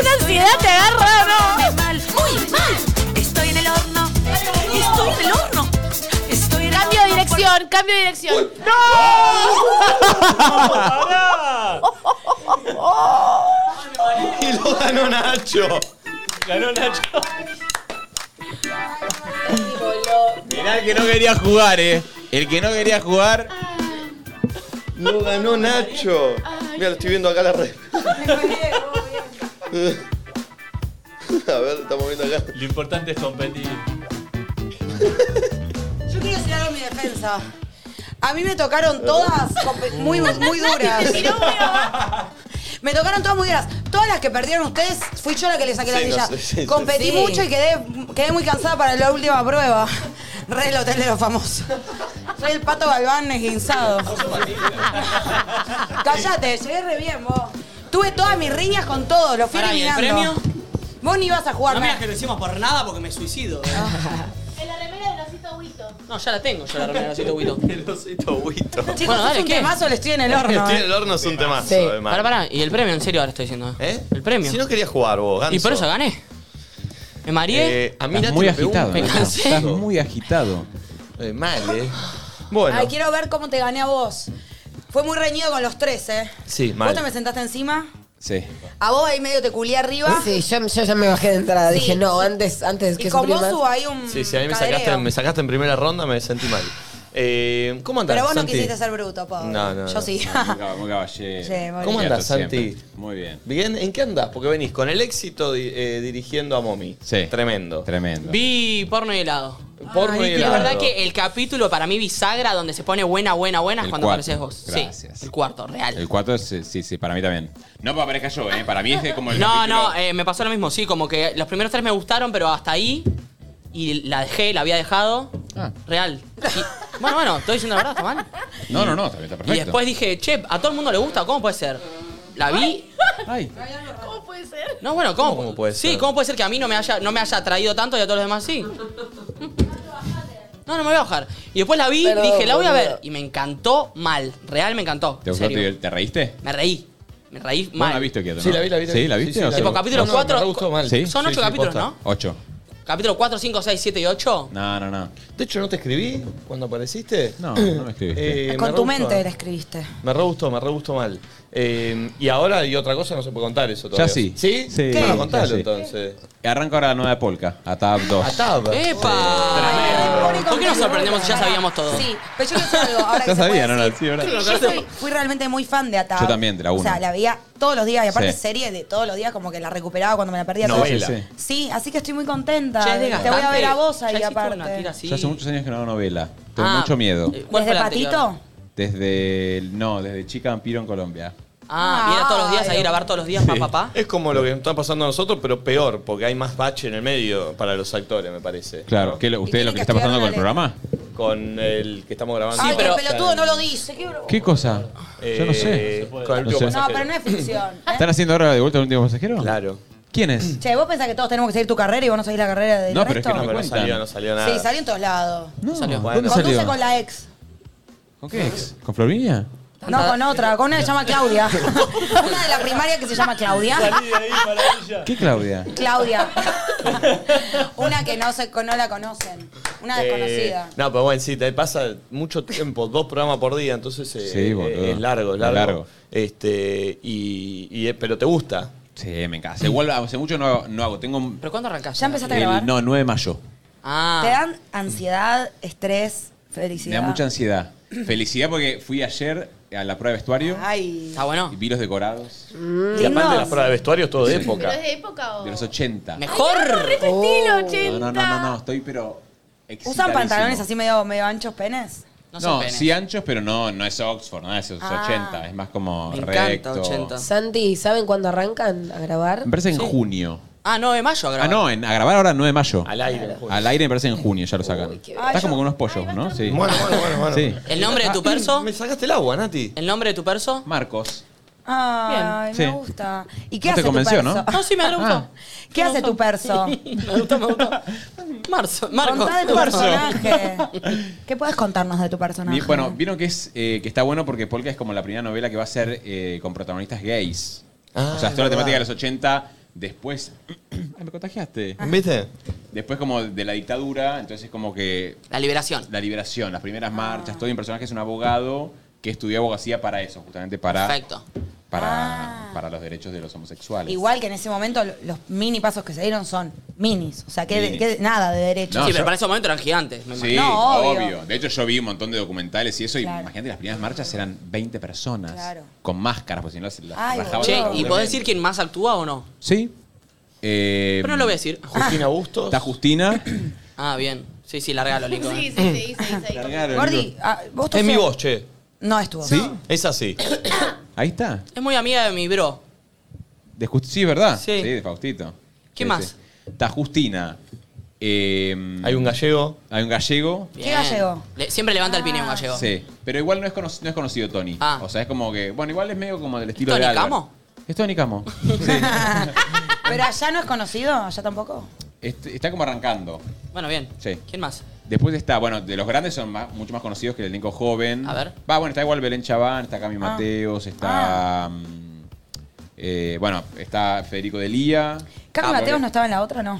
Speaker 5: Una ansiedad te agarra,
Speaker 14: Muy mal, muy mal. Estoy en el horno. Estoy en el horno. Estoy en el
Speaker 5: Cambio de
Speaker 14: horno por-
Speaker 5: dirección, cambio de dirección.
Speaker 1: ¡Oh! Y lo ganó Nacho.
Speaker 13: Ganó Nacho.
Speaker 15: Mirá el que no quería jugar, eh. El que no quería jugar.
Speaker 1: Lo ganó Nacho. Mira, lo estoy viendo acá la red. A ver, estamos viendo acá.
Speaker 13: Lo importante es competir.
Speaker 2: Yo quiero decir algo en mi defensa. A mí me tocaron todas compe- muy, muy duras. Me tocaron todas muy duras. Todas las que perdieron ustedes, fui yo la que le saqué la
Speaker 1: Sí, no
Speaker 2: silla.
Speaker 1: sé, sí, sí.
Speaker 2: Competí
Speaker 1: Sí.
Speaker 2: mucho y quedé, quedé muy cansada para la última prueba. Re el hotel de los famosos. Soy el pato Galván esguinzado. Cállate, llegué re bien vos. Tuve todas mis riñas con todo, lo fui
Speaker 20: Pará, ¿y el
Speaker 2: eliminando. Vos ni ibas a jugar
Speaker 20: No me
Speaker 2: nada.
Speaker 20: digas que lo hicimos por nada porque me suicido. eh.
Speaker 2: Ah,
Speaker 5: En la remera del osito Huito.
Speaker 4: No, ya la tengo, yo la remera, osito Huito.
Speaker 1: El osito Huito.
Speaker 2: Chicos, bueno, dale,
Speaker 4: dale,
Speaker 2: un
Speaker 4: ¿qué?
Speaker 2: temazo, le estoy en el horno.
Speaker 1: Estoy en
Speaker 2: eh.
Speaker 1: el horno es un temazo,
Speaker 2: Sí.
Speaker 1: además.
Speaker 4: Pará, pará, y el premio, en serio ahora estoy diciendo.
Speaker 1: ¿Eh?
Speaker 4: El premio.
Speaker 1: Si no querías jugar vos, Ganso.
Speaker 4: Y por eso gané. Me mareé.
Speaker 1: Eh, a mí
Speaker 15: Estás
Speaker 1: Nacho
Speaker 15: muy
Speaker 1: me pegó un
Speaker 15: agitado. Nacho.
Speaker 1: pegazo.
Speaker 15: Estás muy agitado.
Speaker 1: Eh, mal, eh. Bueno.
Speaker 2: Ay, quiero ver cómo te gané a vos. Fue muy reñido con los tres, ¿eh?
Speaker 1: Sí,
Speaker 2: Vos
Speaker 1: mal.
Speaker 2: te me sentaste encima,
Speaker 15: Sí. ¿Eh?
Speaker 2: a vos ahí medio te culié arriba. Sí, yo, ya me bajé de entrada. Dije, no, antes, antes y con vos hubo ahí un.
Speaker 1: Sí, sí, a mí me
Speaker 2: cadereo.
Speaker 1: sacaste, me sacaste en primera ronda, me sentí mal. Eh, ¿Cómo andás,
Speaker 2: Pero vos no
Speaker 1: Santi?
Speaker 2: quisiste ser bruto, Pablo.
Speaker 1: No, no,
Speaker 2: Yo
Speaker 1: no.
Speaker 2: sí.
Speaker 15: Muy caballero.
Speaker 2: Sí, muy
Speaker 1: ¿Cómo
Speaker 2: bien.
Speaker 1: andás, Santi?
Speaker 15: Muy bien.
Speaker 1: Bien, ¿en qué andás? Porque venís con el éxito di- eh, dirigiendo a Momi.
Speaker 15: Sí.
Speaker 1: Tremendo.
Speaker 15: Tremendo.
Speaker 4: Vi porno y helado.
Speaker 1: Porno y
Speaker 4: Y la
Speaker 1: helado.
Speaker 4: verdad que el capítulo para mí bisagra donde se pone buena, buena, buena es
Speaker 15: El
Speaker 4: cuando
Speaker 15: cuarto.
Speaker 4: apareces vos.
Speaker 15: Gracias.
Speaker 4: Sí, el cuarto, real.
Speaker 15: El 4 sí, sí, sí, para mí también. No para aparezca yo, eh. Para mí es como el
Speaker 4: No,
Speaker 15: capítulo-
Speaker 4: no, eh, me pasó lo mismo, sí, como que los primeros tres me gustaron, pero hasta ahí y la dejé, la había dejado.
Speaker 15: Ah.
Speaker 4: Real. Y- bueno, bueno, estoy diciendo la verdad, está mal.
Speaker 15: No, no, no, también está perfecto.
Speaker 4: Y después dije, che, a todo el mundo le gusta, ¿cómo puede ser? La vi.
Speaker 5: ¿Cómo puede ser?
Speaker 4: No, bueno, ¿cómo,
Speaker 1: ¿Cómo puede
Speaker 4: sí,
Speaker 1: ser?
Speaker 4: ¿cómo puede ser que a mí no me haya, no me haya atraído tanto y a todos los demás sí? No, no me voy a bajar. Y después la vi,
Speaker 20: Perdón,
Speaker 4: dije, la voy a
Speaker 20: boludo.
Speaker 4: ver. Y me encantó mal. Real me encantó.
Speaker 15: ¿Te
Speaker 4: en
Speaker 15: gustó?
Speaker 4: serio.
Speaker 15: ¿Te, te reíste?
Speaker 4: Me reí. Me reí
Speaker 15: Vos
Speaker 4: mal.
Speaker 15: no la viste, Kieto,
Speaker 1: Sí,
Speaker 15: ¿no?
Speaker 1: la vi, la vi, la
Speaker 15: Sí,
Speaker 1: vi.
Speaker 15: ¿la viste?
Speaker 1: Sí, sí,
Speaker 15: ¿No?
Speaker 1: la
Speaker 4: Tipo, capítulo
Speaker 1: No, no,
Speaker 4: cuatro-
Speaker 1: me re gustó mal.
Speaker 15: ¿Sí?
Speaker 4: Son
Speaker 15: Sí,
Speaker 4: ocho
Speaker 15: sí,
Speaker 4: capítulos,
Speaker 15: posta.
Speaker 4: ¿no?
Speaker 15: Ocho.
Speaker 4: Capítulo 4, 5, 6, 7 y 8.
Speaker 15: No, no, no.
Speaker 1: De hecho, ¿no te escribí cuando apareciste?
Speaker 15: No, no me escribiste.
Speaker 1: Eh, me
Speaker 2: Con
Speaker 1: re
Speaker 2: tu
Speaker 1: gustó.
Speaker 2: mente la escribiste.
Speaker 1: Me re gustó, me re gustó mal. Eh, y ahora, y otra cosa, no se puede contar eso todavía.
Speaker 15: Ya sí.
Speaker 1: ¿Sí?
Speaker 15: Sí.
Speaker 1: Bueno,
Speaker 15: ¿Qué?
Speaker 1: contalo
Speaker 15: Ya sí.
Speaker 1: entonces.
Speaker 15: Arranca ahora la nueva de Polka, Atab 2.
Speaker 1: Atab.
Speaker 4: ¡Epa! ¿Por qué nos sorprendemos si ya sabíamos todo?
Speaker 2: Sí, pero yo quiero decir algo. Ahora que
Speaker 15: Ya
Speaker 2: se puede
Speaker 15: sabía, ¿no?
Speaker 2: decir.
Speaker 15: Sí, ¿verdad?
Speaker 2: Yo soy- fui realmente muy fan de Atab.
Speaker 15: Yo también, de la
Speaker 2: O
Speaker 15: uno.
Speaker 2: sea, la veía todos los días y aparte
Speaker 15: Sí.
Speaker 2: serie de todos los días como que la recuperaba cuando me la perdía. todo.
Speaker 15: Novela. Sí,
Speaker 2: Sí,
Speaker 15: sí.
Speaker 2: así que estoy muy contenta.
Speaker 4: Che, es
Speaker 2: Te voy a ver
Speaker 4: desgastante.
Speaker 2: a vos
Speaker 4: Ya
Speaker 2: ahí
Speaker 4: hiciste
Speaker 2: aparte.
Speaker 4: una tira así.
Speaker 15: Yo hace muchos años que no hago novela. Tengo
Speaker 4: Ah,
Speaker 15: mucho miedo.
Speaker 4: eh, ¿cuál fue
Speaker 2: ¿Desde
Speaker 4: la
Speaker 2: Patito?
Speaker 4: anterior?
Speaker 15: Desde. el- No, desde Chica Vampiro en Colombia.
Speaker 4: Ah, viene todos los días ahí a grabar todos los días, papá, papá.
Speaker 1: Es como lo que está pasando a nosotros, pero peor, porque hay más bache en el medio para los actores, me parece.
Speaker 15: Claro. ¿Qué, lo- ¿Ustedes lo que está pasando con el programa?
Speaker 1: con el que estamos grabando.
Speaker 2: Ay, que el pelotudo no lo dice. qué bro-
Speaker 15: ¿Qué cosa? Yo no sé.
Speaker 1: Eh, con el
Speaker 15: No
Speaker 1: último
Speaker 15: sé.
Speaker 2: No, pero no es ficción.
Speaker 15: ¿Están haciendo ahora de vuelta el último pasajero?
Speaker 1: Claro.
Speaker 15: ¿Quién es?
Speaker 2: Che, vos pensás que todos tenemos que seguir tu carrera y vos no seguís la carrera del
Speaker 15: No, pero
Speaker 2: resto.
Speaker 15: es que no me
Speaker 1: No
Speaker 15: cuentan.
Speaker 1: salió, no salió nada.
Speaker 2: Sí, salió en todos lados.
Speaker 15: No,
Speaker 1: Salió.
Speaker 15: ¿Dónde
Speaker 2: Conduce
Speaker 15: salió?
Speaker 2: con la ex.
Speaker 15: ¿Con qué ex? ¿Con Florvinia?
Speaker 2: No, con otra, con una que se llama Claudia. una de la primaria que se llama Claudia.
Speaker 15: ¿Qué Claudia?
Speaker 2: Claudia. una que no, se, no la conocen. Una desconocida.
Speaker 1: Eh, no, pero bueno, sí, te pasa mucho tiempo, dos programas por día, entonces eh,
Speaker 15: Sí, boludo.
Speaker 1: eh, es largo, es
Speaker 15: Es
Speaker 1: largo.
Speaker 15: largo.
Speaker 1: Este, y, y, eh, pero te gusta.
Speaker 15: Sí, me encanta. Se vuelve- hace mucho no hago. No hago. Tengo un-
Speaker 4: ¿Pero cuándo arrancaste?
Speaker 2: ¿Ya empezaste a
Speaker 15: el-
Speaker 2: grabar?
Speaker 15: no, 9 de mayo.
Speaker 2: Te dan ansiedad, estrés, felicidad.
Speaker 15: Me da mucha ansiedad. Felicidad porque fui ayer a la prueba de vestuario
Speaker 2: Ay.
Speaker 4: ¿Está bueno?
Speaker 15: y vi los decorados.
Speaker 1: Y aparte de las pruebas de vestuario es todo de
Speaker 15: Sí.
Speaker 1: época.
Speaker 5: ¿Es de época o...?
Speaker 15: De los 80.
Speaker 4: ¡Mejor!
Speaker 2: Este
Speaker 5: estilo,
Speaker 15: Oh, No, no, no, no, no, estoy pero.
Speaker 2: ¿Usan
Speaker 15: excitadísimo.
Speaker 2: pantalones así medio, medio anchos penes?
Speaker 15: No, sí anchos, pero no, no es Oxford, nada, es
Speaker 2: Ah.
Speaker 15: 80. Es más como
Speaker 4: Me encanta,
Speaker 15: recto.
Speaker 4: 80.
Speaker 3: Santi, ¿saben cuándo arrancan a grabar?
Speaker 15: Me parece en junio.
Speaker 4: Ah, no, de mayo a
Speaker 15: Ah,
Speaker 4: grabar.
Speaker 15: no, en, a grabar ahora 9 de mayo.
Speaker 1: Al aire. en junio.
Speaker 15: Al aire me parece en junio, ya lo sacan.
Speaker 4: Ah,
Speaker 15: Estás
Speaker 4: yo-
Speaker 15: como con unos pollos, ¿no? Sí.
Speaker 1: Bueno, bueno, bueno, bueno.
Speaker 15: Sí.
Speaker 4: ¿El nombre de tu perso?
Speaker 1: Me sacaste el agua, Nati.
Speaker 4: ¿El nombre de tu perso?
Speaker 15: Marcos.
Speaker 2: Ay,
Speaker 15: Bien.
Speaker 2: me
Speaker 15: Sí.
Speaker 2: gusta. ¿Y qué
Speaker 15: No te
Speaker 2: hace
Speaker 15: convenció,
Speaker 2: tu perso?
Speaker 15: ¿no?
Speaker 4: No, sí, me gustó.
Speaker 2: Ah. ¿Qué hace tu perso?
Speaker 4: Marzo, Marcos.
Speaker 2: Contá de tu
Speaker 4: Marzo.
Speaker 2: personaje. ¿Qué puedes contarnos de tu personaje?
Speaker 15: Vi- bueno, vieron que es eh, que está bueno porque Polka es como la primera novela que va a ser eh, con protagonistas gays.
Speaker 1: Ah,
Speaker 15: o sea,
Speaker 1: es
Speaker 15: es toda la
Speaker 1: verdad.
Speaker 15: temática de los 80, después... Ay, me contagiaste.
Speaker 1: ¿Viste?
Speaker 15: Después como de la dictadura, entonces como que...
Speaker 4: La liberación.
Speaker 15: La liberación, las primeras
Speaker 2: Ah.
Speaker 15: marchas, todo. Y el personaje es un abogado que estudió abogacía para eso, justamente para...
Speaker 4: Perfecto.
Speaker 15: Para, para los derechos de los homosexuales.
Speaker 2: Ah. Igual que en ese momento lo- los mini pasos que se dieron son minis. O sea, que,
Speaker 15: Minis.
Speaker 2: que- nada de derecho.
Speaker 15: No,
Speaker 4: sí,
Speaker 15: yo-
Speaker 4: pero para ese momento eran gigantes. me
Speaker 15: Sí,
Speaker 4: imagino.
Speaker 15: obvio.
Speaker 2: obvio.
Speaker 15: De hecho, yo vi un montón de documentales y eso,
Speaker 2: Claro.
Speaker 15: y imagínate, las primeras marchas eran 20 personas
Speaker 2: Claro.
Speaker 15: con máscaras, porque si no las, las
Speaker 2: Ay,
Speaker 15: rajaban.
Speaker 4: Che, ¿y
Speaker 15: totalmente.
Speaker 4: podés decir quién más actúa o no?
Speaker 15: Sí. Eh,
Speaker 4: Pero no lo voy a decir.
Speaker 1: Justina Bustos.
Speaker 15: Está Justina.
Speaker 4: Ah, bien. Sí, sí, largalo, Nico.
Speaker 5: Sí, sí, sí, sí, sí.
Speaker 2: Gordi, ah, vos
Speaker 1: Es
Speaker 2: sos-
Speaker 1: mi voz, che.
Speaker 2: No es tu voz.
Speaker 15: ¿Sí?
Speaker 1: Es así.
Speaker 15: Ahí está.
Speaker 4: Es muy amiga de mi bro.
Speaker 15: De Just- sí, ¿verdad?
Speaker 4: Sí.
Speaker 15: de Faustito. Sí,
Speaker 4: ¿Qué más?
Speaker 15: sí. Está Justina. Eh,
Speaker 1: Hay un gallego.
Speaker 15: Hay un gallego.
Speaker 2: ¿Qué
Speaker 4: Bien.
Speaker 2: gallego? Ah.
Speaker 4: Le- siempre levanta el pine un gallego.
Speaker 15: Sí. Pero igual no es, cono- no es conocido Tony.
Speaker 4: Ah.
Speaker 15: O sea, es como que. Bueno, igual es medio como del estilo
Speaker 4: ¿Tony
Speaker 15: de Álvaro.
Speaker 4: Camo?
Speaker 15: Es Tony Camo.
Speaker 2: Pero allá no es conocido, allá tampoco.
Speaker 15: Este- está como arrancando.
Speaker 4: Bueno, bien.
Speaker 15: Sí.
Speaker 4: ¿Quién más?
Speaker 15: Después está, bueno, de los grandes son más- mucho más conocidos que el elenco joven.
Speaker 4: A ver. Ah.
Speaker 15: Va, bueno, está igual Belén Chabán, está Cami Mateos, está. mm, eh, bueno, está Federico Ah, Delía.
Speaker 2: Cami Mateos no estaba en la otra, no.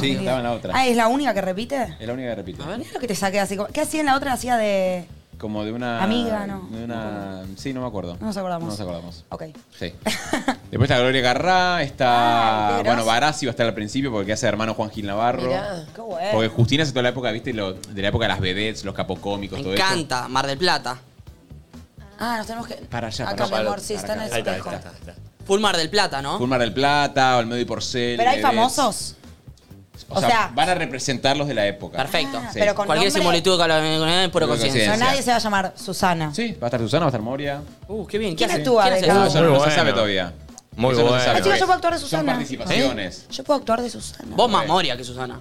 Speaker 15: Sí, estaba en la otra.
Speaker 2: Ah, ¿es la única que repite?
Speaker 15: Es la única que repite.
Speaker 2: Mira lo que te saqué así. como- ¿Qué hacía en la otra? Hacía de.
Speaker 15: Como de una.
Speaker 2: Amiga, no.
Speaker 15: De una. sí, no me acuerdo.
Speaker 2: No nos acordamos.
Speaker 15: No nos acordamos.
Speaker 2: Ok.
Speaker 15: Sí. Después está Gloria Garrá,
Speaker 2: Ay,
Speaker 15: está.
Speaker 2: qué groso.
Speaker 15: bueno, Barassi va a estar al principio porque hace de hermano Juan Gil Navarro.
Speaker 3: Mirá.
Speaker 2: Qué bueno.
Speaker 15: Porque Justina hace toda la época, viste, Lo- de la época de las vedettes, los capocómicos,
Speaker 4: Me
Speaker 15: todo eso.
Speaker 4: encanta, Mar del Plata.
Speaker 2: Ah, nos tenemos que.
Speaker 15: Para allá,
Speaker 2: Acá,
Speaker 15: para
Speaker 2: mi
Speaker 15: allá.
Speaker 2: amor, sí, está en el
Speaker 1: Ahí está, ahí
Speaker 2: espejo.
Speaker 1: está, ahí está.
Speaker 4: Full Mar del Plata, ¿no?
Speaker 15: Fulmar del Plata, Olmedo y Porcel.
Speaker 2: Pero hay
Speaker 15: Vedettes.
Speaker 2: famosos.
Speaker 15: O
Speaker 2: O
Speaker 15: sea,
Speaker 2: sea-
Speaker 15: van a representar los de la época. Ah.
Speaker 4: Perfecto.
Speaker 15: Sí.
Speaker 2: pero con
Speaker 4: Cualquier
Speaker 2: nombre-
Speaker 4: similitud que habla con él es puro
Speaker 15: Puro
Speaker 2: O
Speaker 4: conciencia.
Speaker 2: sea,
Speaker 15: conciencia.
Speaker 2: nadie se va a llamar Susana.
Speaker 15: Sí, va a estar Susana, va a estar Moria.
Speaker 4: Uh, qué bien. ¿Qué
Speaker 2: ¿Quién
Speaker 4: hace?
Speaker 2: actúa
Speaker 4: ¿Quién
Speaker 2: de
Speaker 4: hace
Speaker 2: cada
Speaker 4: eso?
Speaker 2: uno?
Speaker 15: Eso no
Speaker 1: bueno.
Speaker 15: se sabe todavía.
Speaker 1: Muy
Speaker 15: Eso no se
Speaker 1: bueno.
Speaker 15: sabe
Speaker 2: Ah, chicos,
Speaker 15: todavía.
Speaker 2: yo puedo actuar de
Speaker 15: Son
Speaker 2: Susana.
Speaker 15: participaciones.
Speaker 2: Yo puedo actuar de Susana.
Speaker 4: Vos más Moria que Susana.